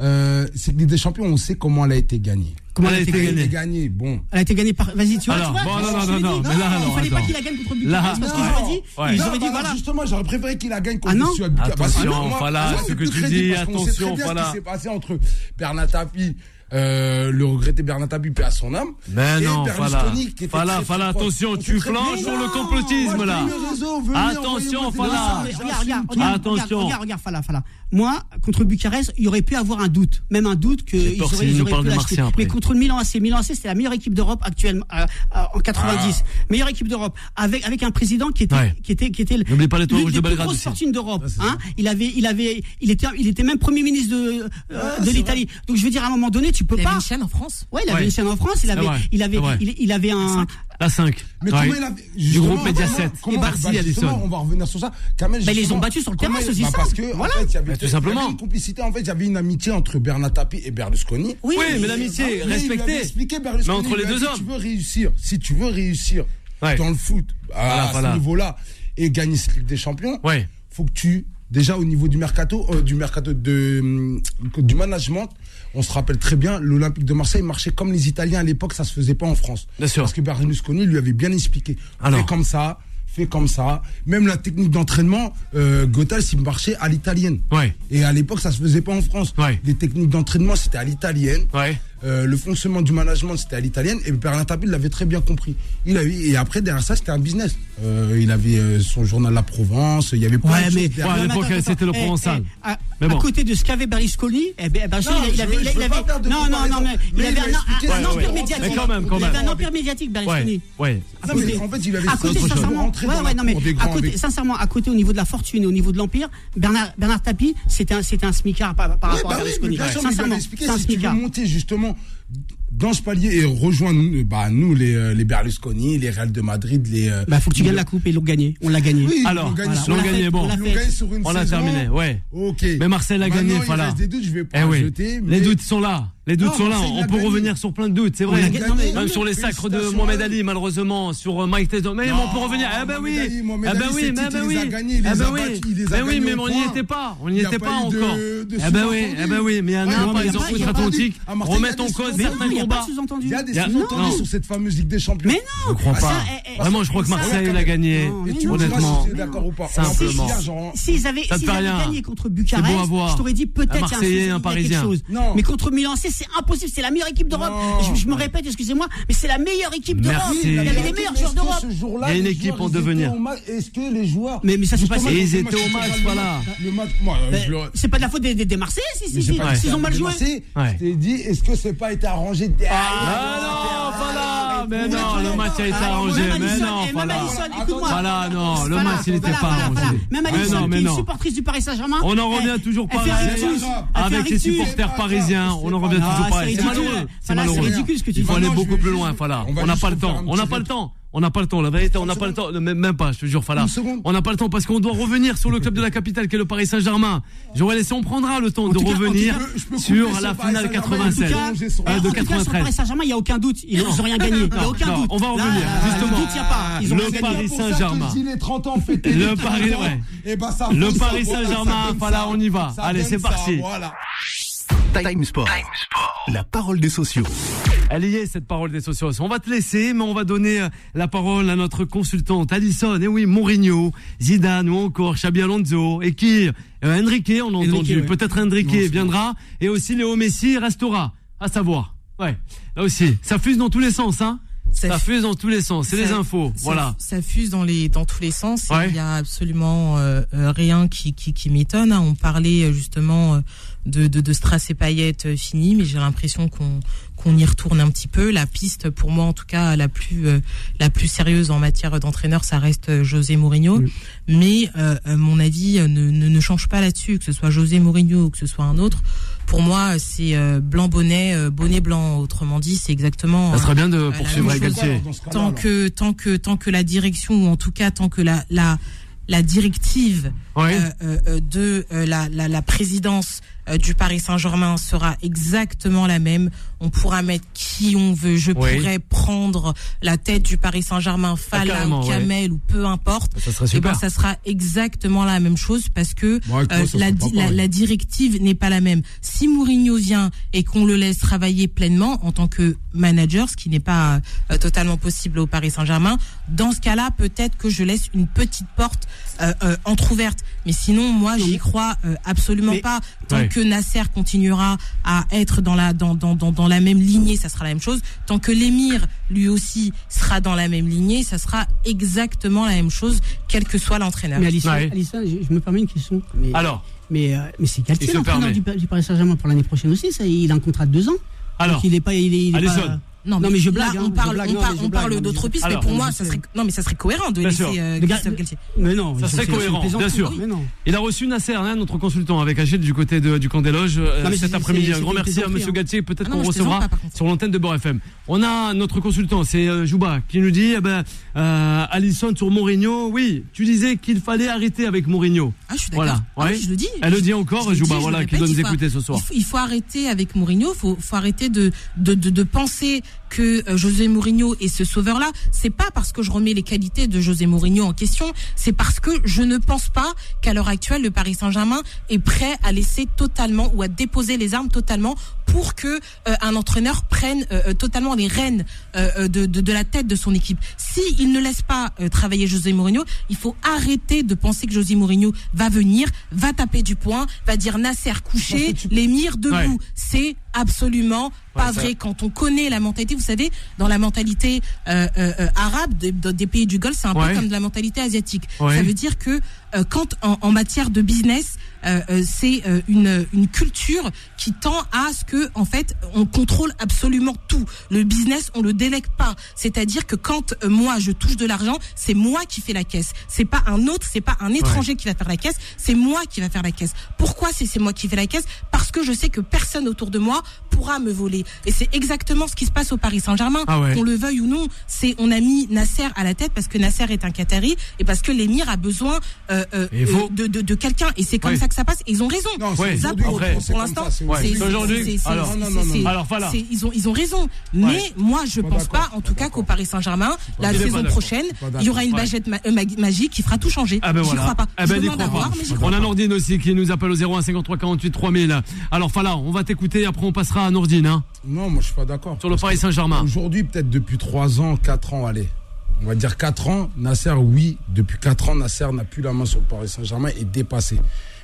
Speaker 6: euh, cette Ligue des Champions, on sait comment elle a été gagnée.
Speaker 5: Comment elle a été
Speaker 3: Allez,
Speaker 5: gagnée
Speaker 6: Elle a
Speaker 3: gagnée.
Speaker 6: été gagnée, bon.
Speaker 5: Elle a été gagnée par. Vas-y, tu vois.
Speaker 3: Alors,
Speaker 5: tu
Speaker 3: bon,
Speaker 5: vois,
Speaker 3: non,
Speaker 5: je
Speaker 3: non,
Speaker 5: l'ai
Speaker 3: non,
Speaker 5: dit.
Speaker 3: mais là, alors,
Speaker 5: il fallait pas
Speaker 3: attends.
Speaker 5: qu'il la gagne contre le
Speaker 3: Là,
Speaker 5: Bucarest parce qu'ils
Speaker 6: non.
Speaker 5: auraient dit.
Speaker 3: Ouais.
Speaker 5: Ils
Speaker 6: Non,
Speaker 5: auraient dit
Speaker 6: bah,
Speaker 5: voilà.
Speaker 6: Justement, j'aurais préféré qu'il la gagne contre
Speaker 5: Ah non
Speaker 6: Monsieur Abdelkader. Parce que
Speaker 3: Attention,
Speaker 6: moi,
Speaker 3: voilà,
Speaker 6: moi,
Speaker 3: ce
Speaker 6: c'est
Speaker 3: que
Speaker 6: plus
Speaker 3: tu
Speaker 6: crédible
Speaker 3: dis,
Speaker 6: parce qu'on sait très
Speaker 3: attention,
Speaker 6: bien
Speaker 3: voilà.
Speaker 6: ce qui s'est passé entre Bernat Tapie, euh, le regretté Bernat Tapie, paix à son âme.
Speaker 3: Mais Ben
Speaker 6: et
Speaker 3: non,
Speaker 6: Berlusconi,
Speaker 3: voilà.
Speaker 6: qui était
Speaker 3: Voilà,
Speaker 6: très, très
Speaker 3: voilà,
Speaker 6: proche.
Speaker 3: attention,
Speaker 6: On
Speaker 3: tu
Speaker 6: sait très bien-
Speaker 3: flanches
Speaker 6: Mais
Speaker 3: sur le
Speaker 6: non,
Speaker 3: complotisme,
Speaker 6: moi, je
Speaker 3: là.
Speaker 6: dis le réseau, venez,
Speaker 3: Attention,
Speaker 6: envoyez-moi des
Speaker 3: voilà.
Speaker 6: messages.
Speaker 5: Mais Regarde, regarde, regarde,
Speaker 3: Attention.
Speaker 5: regarde, regarde, regarde, Fala, Fala. Moi, contre Bucarest, il aurait pu avoir un doute, même un doute que
Speaker 3: J'ai
Speaker 5: ils
Speaker 3: peur
Speaker 5: auraient,
Speaker 3: s'il
Speaker 5: ils
Speaker 3: nous
Speaker 5: auraient
Speaker 3: parle
Speaker 5: pu
Speaker 3: de
Speaker 5: l'acheter.
Speaker 3: Martien après.
Speaker 5: Mais contre le Milan AC, Milan AC, c'était la meilleure équipe d'Europe actuellement euh, euh, en 90, meilleure équipe d'Europe avec avec un président qui était
Speaker 3: Ah. Ouais.
Speaker 5: qui était qui était le-
Speaker 3: N'oubliez pas les Tours
Speaker 5: l'une
Speaker 3: Rouges
Speaker 5: des
Speaker 3: de
Speaker 5: plus
Speaker 3: Belgrade
Speaker 5: grosses
Speaker 3: aussi.
Speaker 5: fortunes d'Europe. hein. Il avait il avait il était il était même premier ministre de euh, de l'Italie. Donc je veux dire à un moment donné, tu peux
Speaker 4: Il y avait
Speaker 5: pas.
Speaker 4: une chaîne en France.
Speaker 5: Ouais, il avait
Speaker 3: Ouais.
Speaker 5: une chaîne en France, il avait
Speaker 3: vrai,
Speaker 5: il avait
Speaker 3: c'est vrai.
Speaker 5: il, il avait un
Speaker 3: La 5.
Speaker 6: Mais comment il a
Speaker 3: Du
Speaker 6: justement,
Speaker 3: groupe Mediaset.
Speaker 6: comment- comment-
Speaker 3: Et Barcy,
Speaker 6: bah, justement,
Speaker 3: Alisson.
Speaker 6: On va revenir sur ça. Kamel,
Speaker 5: Bah, ils les
Speaker 6: justement,
Speaker 5: ont battus sur le
Speaker 6: comment
Speaker 5: terrain,
Speaker 6: il-
Speaker 5: c'est
Speaker 6: bah,
Speaker 5: simple.
Speaker 6: Parce que
Speaker 5: Voilà.
Speaker 6: en fait, il y avait
Speaker 3: Bah, tout
Speaker 6: il y
Speaker 3: simplement.
Speaker 6: avait une complicité. En fait, il y avait une amitié entre Bernat Tapie et Berlusconi.
Speaker 3: Oui, mais l'amitié,
Speaker 6: Ah, mais il lui avait
Speaker 3: respectée.
Speaker 6: expliqué, Berlusconi,
Speaker 3: Mais entre
Speaker 6: il lui
Speaker 3: les
Speaker 6: a
Speaker 3: deux
Speaker 6: dit,
Speaker 3: hommes.
Speaker 6: Tu veux réussir, si tu veux réussir
Speaker 3: Ouais.
Speaker 6: dans le foot
Speaker 3: Voilà,
Speaker 6: à
Speaker 3: voilà.
Speaker 6: ce niveau-là et gagner cette Ligue des Champions,
Speaker 3: Ouais.
Speaker 6: faut que tu déjà au niveau du mercato, euh, du mercato de hum, du management. On se rappelle très bien, l'Olympique de Marseille marchait comme les Italiens à l'époque, ça se faisait pas en France.
Speaker 3: Bien sûr.
Speaker 6: Parce que Berlusconi lui avait bien expliqué.
Speaker 3: Alors.
Speaker 6: Fais comme ça, fais comme ça. Même la technique d'entraînement, euh, Gothal, il marchait à l'italienne.
Speaker 3: Ouais.
Speaker 6: Et à l'époque, ça se faisait pas en France.
Speaker 3: Ouais.
Speaker 6: Les techniques d'entraînement, c'était à l'italienne.
Speaker 3: Ouais.
Speaker 6: Euh, le fonctionnement du management, c'était à l'italienne. Et Bernard Tapie l'avait très bien compris. Il avait, et après, derrière ça, c'était un business. Euh, il avait euh, son journal La Provence. Il y avait plein
Speaker 5: Ouais,
Speaker 6: de
Speaker 5: mais-
Speaker 6: choses
Speaker 3: Ouais,
Speaker 6: derrière.
Speaker 3: à
Speaker 5: Non, mais
Speaker 3: l'époque,
Speaker 5: attends, attends,
Speaker 3: c'était le
Speaker 5: eh,
Speaker 3: Provençal.
Speaker 5: eh, à,
Speaker 3: Mais
Speaker 5: à
Speaker 3: bon.
Speaker 5: côté de ce qu'avait Berlusconi, eh ben, Berlusconi,
Speaker 6: Non,
Speaker 5: il,
Speaker 6: je
Speaker 5: avait,
Speaker 6: veux-
Speaker 5: il
Speaker 6: je veux
Speaker 5: avait-
Speaker 6: pas faire de
Speaker 5: non, non, non,
Speaker 6: comparaison,
Speaker 5: mais il
Speaker 6: mais
Speaker 5: avait
Speaker 6: il
Speaker 5: un,
Speaker 6: va expliquer
Speaker 5: un
Speaker 6: ce
Speaker 5: empire
Speaker 6: qu'il
Speaker 5: médiatique.
Speaker 3: Mais quand même, quand
Speaker 5: il avait
Speaker 3: même.
Speaker 5: un empire médiatique, Berlusconi.
Speaker 3: Ouais. Ouais.
Speaker 6: Ah, mais en fait, il avait
Speaker 5: À côté,
Speaker 6: ça, ça,
Speaker 5: sincèrement,
Speaker 6: rentrer
Speaker 5: ouais,
Speaker 6: dans
Speaker 5: ouais,
Speaker 6: la
Speaker 5: non, mais
Speaker 6: cour des
Speaker 5: à
Speaker 6: grands
Speaker 5: côté-
Speaker 6: avec-
Speaker 5: sincèrement, à côté, au niveau de la fortune et au niveau de l'Empire, Bernard, Bernard Tapie, c'était un, c'était un smicard par, par
Speaker 6: Ouais,
Speaker 5: rapport
Speaker 6: bah
Speaker 5: à
Speaker 6: oui, mais
Speaker 5: Berlusconi.
Speaker 6: bien sûr, mais il va
Speaker 5: sincèrement,
Speaker 6: l'expliquer.
Speaker 5: c'est un
Speaker 6: si tu veux
Speaker 5: smicard.
Speaker 6: monter justement dans ce palier et rejoindre nous, bah, nous les, euh, les Berlusconi, les Real de Madrid, les. euh,
Speaker 5: Bah, faut que tu gagnes la coupe et l'ont gagné. On l'a gagné.
Speaker 6: Oui, ils
Speaker 3: Alors,
Speaker 6: l'ont gagné
Speaker 5: voilà,
Speaker 6: sur-
Speaker 5: on
Speaker 3: l'ont
Speaker 5: l'a
Speaker 3: gagné,
Speaker 5: fait,
Speaker 3: bon.
Speaker 5: on l'a
Speaker 6: ils l'ont gagné sur une
Speaker 3: On a
Speaker 6: saison.
Speaker 3: terminé, ouais.
Speaker 6: Ok.
Speaker 3: Mais Marseille a
Speaker 6: Maintenant,
Speaker 3: gagné,
Speaker 6: il
Speaker 3: voilà.
Speaker 6: reste des doutes, je vais pas
Speaker 3: Eh
Speaker 6: en
Speaker 3: oui.
Speaker 6: jeter, mais-
Speaker 3: Les doutes sont là. Les doutes
Speaker 6: Non,
Speaker 3: sont là.
Speaker 6: Marseille
Speaker 3: On
Speaker 6: l'a
Speaker 3: peut
Speaker 6: gagné.
Speaker 3: revenir sur plein de doutes, c'est vrai.
Speaker 5: l'a gagné. Non, mais-
Speaker 3: Même sur les sacres de
Speaker 6: Félicitations
Speaker 3: Mohamed
Speaker 6: à eux.
Speaker 3: Ali, malheureusement, sur euh, Mike Tyson. Mais
Speaker 6: Non,
Speaker 3: on peut revenir. Ah bah oui.
Speaker 6: Mohamed Ali, Mohamed
Speaker 3: Ah bah
Speaker 6: Ali,
Speaker 3: oui,
Speaker 6: ses
Speaker 3: mais ah bah
Speaker 6: titres, il
Speaker 3: oui.
Speaker 6: les a gagnés, il
Speaker 3: Ah
Speaker 6: les
Speaker 3: bah
Speaker 6: a
Speaker 3: oui.
Speaker 6: battus, il les a
Speaker 3: Mais oui,
Speaker 6: gagnés
Speaker 3: mais
Speaker 6: au
Speaker 3: on n'y
Speaker 6: point.
Speaker 3: était pas. On n'y
Speaker 6: Il y a
Speaker 3: était
Speaker 6: pas
Speaker 3: pas
Speaker 6: eu de-
Speaker 3: encore.
Speaker 6: de
Speaker 3: Ah bah oui,
Speaker 6: sous-entendu.
Speaker 3: ah bah oui. Mais il y en a
Speaker 6: Ouais,
Speaker 5: mais
Speaker 3: un, par
Speaker 5: il y a pas- il
Speaker 3: exemple,
Speaker 5: y a pas
Speaker 3: outre-Atlantique,
Speaker 6: de- à Marseille,
Speaker 3: remettent
Speaker 6: il y a
Speaker 3: en
Speaker 6: des
Speaker 3: cause
Speaker 5: Mais non, il
Speaker 3: certains
Speaker 5: n'y a pas
Speaker 3: combats.
Speaker 5: de
Speaker 6: Il
Speaker 5: sous-entendu.
Speaker 6: y a des
Speaker 3: Il y a-
Speaker 6: sous-entendus
Speaker 3: non.
Speaker 6: sur cette fameuse Ligue des Champions.
Speaker 5: Mais non!
Speaker 3: crois
Speaker 5: Ça,
Speaker 3: pas.
Speaker 5: eh, eh,
Speaker 3: Vraiment, je crois que
Speaker 5: ça-
Speaker 3: Marseille l'a gagné.
Speaker 5: Non,
Speaker 6: Et
Speaker 5: mais
Speaker 6: tu me diras
Speaker 3: Honnêtement.
Speaker 6: si tu es d'accord ou pas.
Speaker 3: Ça,
Speaker 6: En plus,
Speaker 3: simplement.
Speaker 6: hier, genre,
Speaker 5: S'ils avaient,
Speaker 3: Ça te
Speaker 5: s'ils
Speaker 3: fait
Speaker 5: avaient
Speaker 3: rien.
Speaker 5: gagné contre
Speaker 3: C'est beau à
Speaker 5: Bucarest,
Speaker 3: voir.
Speaker 5: je t'aurais dit peut-être il
Speaker 3: Un
Speaker 5: y a
Speaker 3: Marseillais,
Speaker 5: souci, il y a
Speaker 3: un Parisien.
Speaker 5: quelque chose.
Speaker 6: Non.
Speaker 5: Mais contre Milan AC, c'est impossible. C'est la meilleure équipe d'Europe.
Speaker 6: Non.
Speaker 5: Je, je me répète, excusez-moi, mais c'est la meilleure équipe d'Europe.
Speaker 3: Merci.
Speaker 5: Il y avait les
Speaker 6: Est-ce
Speaker 5: meilleurs
Speaker 6: que
Speaker 5: joueurs d'Europe.
Speaker 6: ce jour-là,
Speaker 3: Il y a une
Speaker 6: les
Speaker 3: équipe
Speaker 6: joueurs,
Speaker 3: en
Speaker 6: ils étaient
Speaker 3: devenir.
Speaker 6: au match Est-ce que les joueurs.
Speaker 5: Mais- mais ça, c'est pas-
Speaker 6: Justement,
Speaker 5: Et
Speaker 3: ils
Speaker 6: le
Speaker 3: étaient au
Speaker 6: match,
Speaker 3: match,
Speaker 6: le
Speaker 3: voilà.
Speaker 6: Le match, moi,
Speaker 5: Ben,
Speaker 6: je le-
Speaker 5: C'est pas de la faute des, des, des Marseillais, si, si, si.
Speaker 6: j'ai pas dit
Speaker 5: S'ils
Speaker 6: ça,
Speaker 5: ont mal
Speaker 6: mais
Speaker 5: joué.
Speaker 6: Marseille,
Speaker 3: Ouais.
Speaker 6: Je t'ai dit, est-ce que c'est pas été arrangé derrière
Speaker 3: Ah non, voilà. Mais non,
Speaker 6: Vous êtes
Speaker 3: le
Speaker 6: vraiment-
Speaker 3: match a été
Speaker 5: Ah,
Speaker 3: arrangé.
Speaker 5: même
Speaker 3: Mais
Speaker 5: Alisson,
Speaker 3: non,
Speaker 5: eh, même
Speaker 3: voilà.
Speaker 5: Alisson, écoute-moi.
Speaker 3: Voilà, non, le
Speaker 5: Voilà,
Speaker 3: match, il n'était
Speaker 5: voilà,
Speaker 3: pas
Speaker 5: voilà, voilà.
Speaker 3: arrangé.
Speaker 5: Même
Speaker 3: Mais
Speaker 5: Alisson,
Speaker 3: non, mais
Speaker 5: qui est une
Speaker 3: non.
Speaker 5: supportrice du Paris Saint-Germain.
Speaker 3: On en
Speaker 5: elle-
Speaker 3: revient toujours
Speaker 5: elle fait un
Speaker 3: pareil.
Speaker 5: rictus, elle fait un
Speaker 3: avec les
Speaker 5: rictus.
Speaker 3: supporters
Speaker 6: C'est
Speaker 3: parisiens.
Speaker 6: pas grave,
Speaker 3: On en revient
Speaker 6: c'est
Speaker 3: toujours
Speaker 5: pas
Speaker 3: pareil. C'est
Speaker 5: grave.
Speaker 3: malheureux. C'est
Speaker 5: Voilà, c'est
Speaker 3: malheureux.
Speaker 5: ridicule ce que tu
Speaker 3: Il faut
Speaker 5: dis.
Speaker 3: aller
Speaker 6: Maintenant, je
Speaker 3: beaucoup
Speaker 6: vais
Speaker 3: plus
Speaker 6: juste-
Speaker 3: loin. Voilà.
Speaker 6: on va
Speaker 3: On n'a
Speaker 6: juste
Speaker 3: pas le
Speaker 6: faire
Speaker 3: temps.
Speaker 6: un
Speaker 3: On n'a
Speaker 6: petit
Speaker 3: pas le
Speaker 6: récap.
Speaker 3: temps. On n'a pas le temps, la vérité, on n'a
Speaker 6: Une
Speaker 3: pas le temps,
Speaker 6: seconde.
Speaker 3: même même pas, je te jure, Fala.
Speaker 6: Une seconde.
Speaker 3: On n'a pas le temps parce qu'on doit revenir sur le club de la capitale qui est le Paris Saint-Germain. Joël, laissé, on prendra le temps de
Speaker 5: tout cas, en tout
Speaker 3: revenir
Speaker 6: cas, je peux couper
Speaker 3: sur
Speaker 6: sur
Speaker 3: la
Speaker 6: Paris
Speaker 3: finale
Speaker 6: Saint-Germain, en tout
Speaker 3: 87.
Speaker 6: cas,
Speaker 3: Euh,
Speaker 5: Alors,
Speaker 3: de
Speaker 5: en tout cas, sur le
Speaker 3: 93.
Speaker 5: Paris Saint-Germain, il n'y a aucun doute. Ils n'ont rien gagné. Il n'y a aucun
Speaker 3: Non,
Speaker 5: doute.
Speaker 3: on va
Speaker 5: Là,
Speaker 3: revenir,
Speaker 5: là, là,
Speaker 3: justement.
Speaker 5: Le doute, il n'y a pas. Ils ont
Speaker 3: Le
Speaker 5: rien gagné.
Speaker 3: Paris
Speaker 6: C'est pour ça que
Speaker 3: Saint-Germain.
Speaker 6: je dis les 30 ans, fêtez
Speaker 3: Le
Speaker 6: les 30
Speaker 3: Paris-
Speaker 6: ans.
Speaker 3: ouais.
Speaker 6: Eh ben, ça
Speaker 3: Le
Speaker 6: fait ça,
Speaker 3: Paris
Speaker 6: voilà, ça
Speaker 3: Saint-Germain,
Speaker 6: donne
Speaker 3: voilà,
Speaker 6: ça.
Speaker 3: on y va.
Speaker 6: Ça
Speaker 3: Allez,
Speaker 6: donne
Speaker 3: c'est
Speaker 6: ça,
Speaker 3: parti.
Speaker 6: Voilà.
Speaker 1: Time Sport. La parole des sociaux.
Speaker 3: Elle y est, cette parole des socios. On va te laisser, mais on va donner euh, la parole à notre consultante Alison. Et oui, Mourinho, Zidane ou encore Xabi Alonso, Ekir, euh, Enrique, on a
Speaker 5: Enrique,
Speaker 3: entendu.
Speaker 5: ouais.
Speaker 3: Peut-être Enrique viendra. Et aussi Léo Messi restera. À savoir. Ouais, là aussi. Ça fuse dans tous les sens, hein
Speaker 4: Ça
Speaker 3: Ça,
Speaker 4: fuse-
Speaker 3: fuse dans tous les sens. C'est
Speaker 4: Ça-
Speaker 3: les infos.
Speaker 4: ça-
Speaker 3: Voilà.
Speaker 4: Ça fuse dans les dans tous les sens. et
Speaker 3: Ouais.
Speaker 4: Il y a absolument euh, euh, rien qui qui, qui m'étonne. hein. On parlait euh, justement euh, de de, de Strass et Payet euh, fini, mais j'ai l'impression qu'on qu'on y retourne un petit peu. La piste, pour moi en tout cas, la plus euh, la plus sérieuse en matière d'entraîneur, ça reste euh, José Mourinho. Mais euh, euh, mon avis euh, ne, ne ne change pas là-dessus, que ce soit José Mourinho ou que ce soit un autre. Pour moi, euh, c'est euh, blanc bonnet, euh, bonnet blanc. Autrement dit, c'est exactement.
Speaker 3: Ça
Speaker 4: euh,
Speaker 3: serait bien de
Speaker 4: la
Speaker 3: poursuivre
Speaker 4: même
Speaker 3: avec
Speaker 4: chose.
Speaker 3: Galtier.
Speaker 6: Dans ce cas-là,
Speaker 4: tant
Speaker 3: hein.
Speaker 6: alors.
Speaker 4: que tant que tant que la direction ou en tout cas tant que la la la directive
Speaker 3: Ouais.
Speaker 4: euh, euh, euh, de euh, la, la, la présidence euh, du Paris Saint-Germain sera exactement la même. On pourra mettre qui on veut. Je
Speaker 3: Oui. Ah,
Speaker 4: pourrais prendre la tête du Paris Saint-Germain, Fala
Speaker 3: carrément,
Speaker 4: ou
Speaker 3: ouais.
Speaker 4: Kamel ou peu importe.
Speaker 3: Ça serait
Speaker 4: Et ben,
Speaker 3: super.
Speaker 4: ça sera exactement la même chose parce que euh,
Speaker 6: Ouais, toi, ça
Speaker 4: la,
Speaker 6: serait pas
Speaker 4: di- la-
Speaker 6: pareil.
Speaker 4: la directive n'est pas la même. Si Mourinho vient et qu'on le laisse travailler pleinement en tant que manager, ce qui n'est pas euh, totalement possible au Paris Saint-Germain, dans ce cas-là, peut-être que je laisse une petite porte euh, euh, entrouverte. Mais sinon, moi, j'y crois euh, absolument
Speaker 5: Mais-
Speaker 4: pas. Tant
Speaker 3: Ouais.
Speaker 4: que Nasser continuera à être dans la dans, dans, dans, dans la même lignée, ça sera la même chose. Tant que l'émir lui aussi sera dans la même lignée, ça sera exactement la même chose, quel que soit l'entraîneur.
Speaker 5: Mais Alisson,
Speaker 3: Ouais.
Speaker 5: Alisson, je, je me permets une question. Mais,
Speaker 3: Alors,
Speaker 5: mais, euh, mais c'est
Speaker 3: Il
Speaker 5: Galtier
Speaker 3: se
Speaker 5: l'entraîneur
Speaker 3: permet.
Speaker 5: du, Pa- du Paris Saint-Germain pour l'année prochaine aussi. Ça, il a un contrat de deux ans.
Speaker 3: alors.
Speaker 5: Donc il est pas. Il est, il est
Speaker 3: Alisson.
Speaker 5: pas- euh,
Speaker 4: Non,
Speaker 5: Non, mais je blague,
Speaker 4: là,
Speaker 5: hein,
Speaker 4: on
Speaker 5: je
Speaker 4: parle,
Speaker 5: blague,
Speaker 4: on
Speaker 5: non,
Speaker 4: par-
Speaker 5: mais je
Speaker 4: on
Speaker 5: blague,
Speaker 4: parle
Speaker 5: non, mais
Speaker 4: d'autres
Speaker 5: je-
Speaker 4: pistes, mais
Speaker 3: Alors,
Speaker 4: pour
Speaker 5: je
Speaker 4: moi, ça
Speaker 5: sais.
Speaker 4: serait, non, mais ça serait cohérent de
Speaker 3: Bien
Speaker 4: laisser
Speaker 3: sûr.
Speaker 4: euh,
Speaker 5: Le gars-
Speaker 4: Christophe Galtier.
Speaker 5: Mais non.
Speaker 3: Ça
Speaker 5: c'est-
Speaker 3: serait
Speaker 5: c'est- c'est
Speaker 3: cohérent,
Speaker 5: une plaisanterie.
Speaker 3: bien sûr.
Speaker 5: Mais non.
Speaker 3: Il a reçu Nasser, hein, notre consultant avec Achille du côté de- du camp des loges euh,
Speaker 5: Non, mais
Speaker 3: cet
Speaker 5: c'est-
Speaker 3: après-midi.
Speaker 5: c'est-
Speaker 3: Un
Speaker 5: c'est
Speaker 3: grand
Speaker 5: une
Speaker 3: merci à
Speaker 5: plaisanterie,
Speaker 3: Monsieur
Speaker 5: hein.
Speaker 3: Gatier, peut-être
Speaker 4: Ah non,
Speaker 3: qu'on
Speaker 4: moi, je plaisante
Speaker 3: recevra
Speaker 4: pas, par contre.
Speaker 3: sur l'antenne de Bord FM. On a notre consultant, c'est euh, Jouba, qui nous dit, eh ben, euh, Alisson sur Mourinho, oui, tu disais qu'il fallait arrêter avec Mourinho.
Speaker 4: Ah, je suis d'accord.
Speaker 3: Voilà,
Speaker 4: Ah
Speaker 3: ouais.
Speaker 4: oui, je le dis.
Speaker 3: Elle le dit
Speaker 4: Je
Speaker 3: encore,
Speaker 4: l'ai
Speaker 3: Jouba,
Speaker 4: dit, je
Speaker 3: voilà,
Speaker 4: le
Speaker 3: qui doit
Speaker 4: répète,
Speaker 3: nous
Speaker 4: il faut-
Speaker 3: écouter ce soir.
Speaker 4: Il faut, il faut arrêter avec Mourinho. Faut, faut arrêter de de, de de penser que euh, José Mourinho est ce sauveur-là. C'est pas parce que je remets les qualités de José Mourinho en question. C'est parce que je ne pense pas qu'à l'heure actuelle le Paris Saint-Germain est prêt à laisser totalement ou à déposer les armes totalement pour que euh, un entraîneur prenne euh, euh, totalement les rênes euh, euh, de, de, de la tête de son équipe. S'il ne laisse pas euh, travailler José Mourinho, il faut arrêter de penser que José Mourinho va venir, va taper du poing, va dire Nasser couché, l'émir debout.
Speaker 3: Ouais.
Speaker 4: C'est absolument pas
Speaker 3: ça-
Speaker 4: vrai. Quand on connaît la mentalité, vous savez, dans la mentalité euh, euh, euh, arabe des, dans des pays du Golfe, c'est un
Speaker 3: Ouais.
Speaker 4: peu comme de la mentalité asiatique.
Speaker 3: Ouais.
Speaker 4: Ça veut dire que euh, quand en, en matière de business, euh, euh, c'est euh, une, une culture qui tend à ce que en fait on contrôle absolument tout. Le business, on le délègue pas. C'est-à-dire que quand euh, moi je touche de l'argent, c'est moi qui fais la caisse. C'est pas un autre, c'est pas un étranger qui va faire la caisse. C'est moi qui va faire la caisse. Pourquoi c'est c'est moi qui fais la caisse Parce que je sais que personne autour de moi pourra me voler. Et c'est exactement ce qui se passe au Paris Saint-Germain.
Speaker 3: Ah ouais.
Speaker 4: Qu'on le veuille ou non, c'est on a mis Nasser à la tête parce que Nasser est un Qatari et parce que l'émir a besoin euh, euh,
Speaker 3: Et faut.
Speaker 4: euh, de, de, de quelqu'un. Et c'est comme
Speaker 3: Ouais.
Speaker 4: ça que ça passe. Et ils ont raison.
Speaker 6: Non,
Speaker 3: Ouais,
Speaker 6: c'est
Speaker 4: Ça,
Speaker 6: aujourd'hui,
Speaker 4: pour-
Speaker 3: après.
Speaker 4: pour
Speaker 6: c'est comme
Speaker 4: l'instant,
Speaker 6: ça, c'est-
Speaker 3: ouais.
Speaker 4: c'est-
Speaker 3: C'est aujourd'hui.
Speaker 4: c'est- c'est-
Speaker 3: Alors,
Speaker 4: c'est-
Speaker 6: non, non, non,
Speaker 4: c'est-
Speaker 6: non.
Speaker 3: Alors, voilà.
Speaker 4: c'est- Ils ont, ils ont raison. Mais
Speaker 3: Ouais.
Speaker 4: moi, je
Speaker 6: Pas
Speaker 4: pense
Speaker 6: d'accord,
Speaker 4: pas, en tout
Speaker 6: pas
Speaker 4: cas,
Speaker 6: d'accord.
Speaker 4: qu'au Paris Saint-Germain, la
Speaker 3: Il est pas
Speaker 4: saison
Speaker 3: d'accord.
Speaker 4: prochaine,
Speaker 6: Pas d'accord.
Speaker 4: il y aura une
Speaker 3: Ouais.
Speaker 4: baguette ma- euh, mag- magique qui fera tout changer.
Speaker 3: Ah ben
Speaker 4: J'y
Speaker 3: voilà.
Speaker 4: crois pas.
Speaker 3: Ah
Speaker 4: Je
Speaker 3: ben, n'y
Speaker 4: demande à
Speaker 3: crois
Speaker 4: voir,
Speaker 3: pas.
Speaker 4: mais j'y
Speaker 3: On
Speaker 4: crois
Speaker 3: a
Speaker 4: pas.
Speaker 3: Nordine aussi qui nous appelle au 01 53 48 3000. Alors Fala, on va t'écouter après on passera à Nordine hein,
Speaker 6: Non, moi je suis pas d'accord.
Speaker 3: sur le Paris Saint-Germain.
Speaker 6: Aujourd'hui, peut-être depuis 3 ans, 4 ans, allez. On va dire 4 ans, Nasser, oui, depuis 4 ans, Nasser n'a plus la main sur le Paris Saint-Germain et dépassé.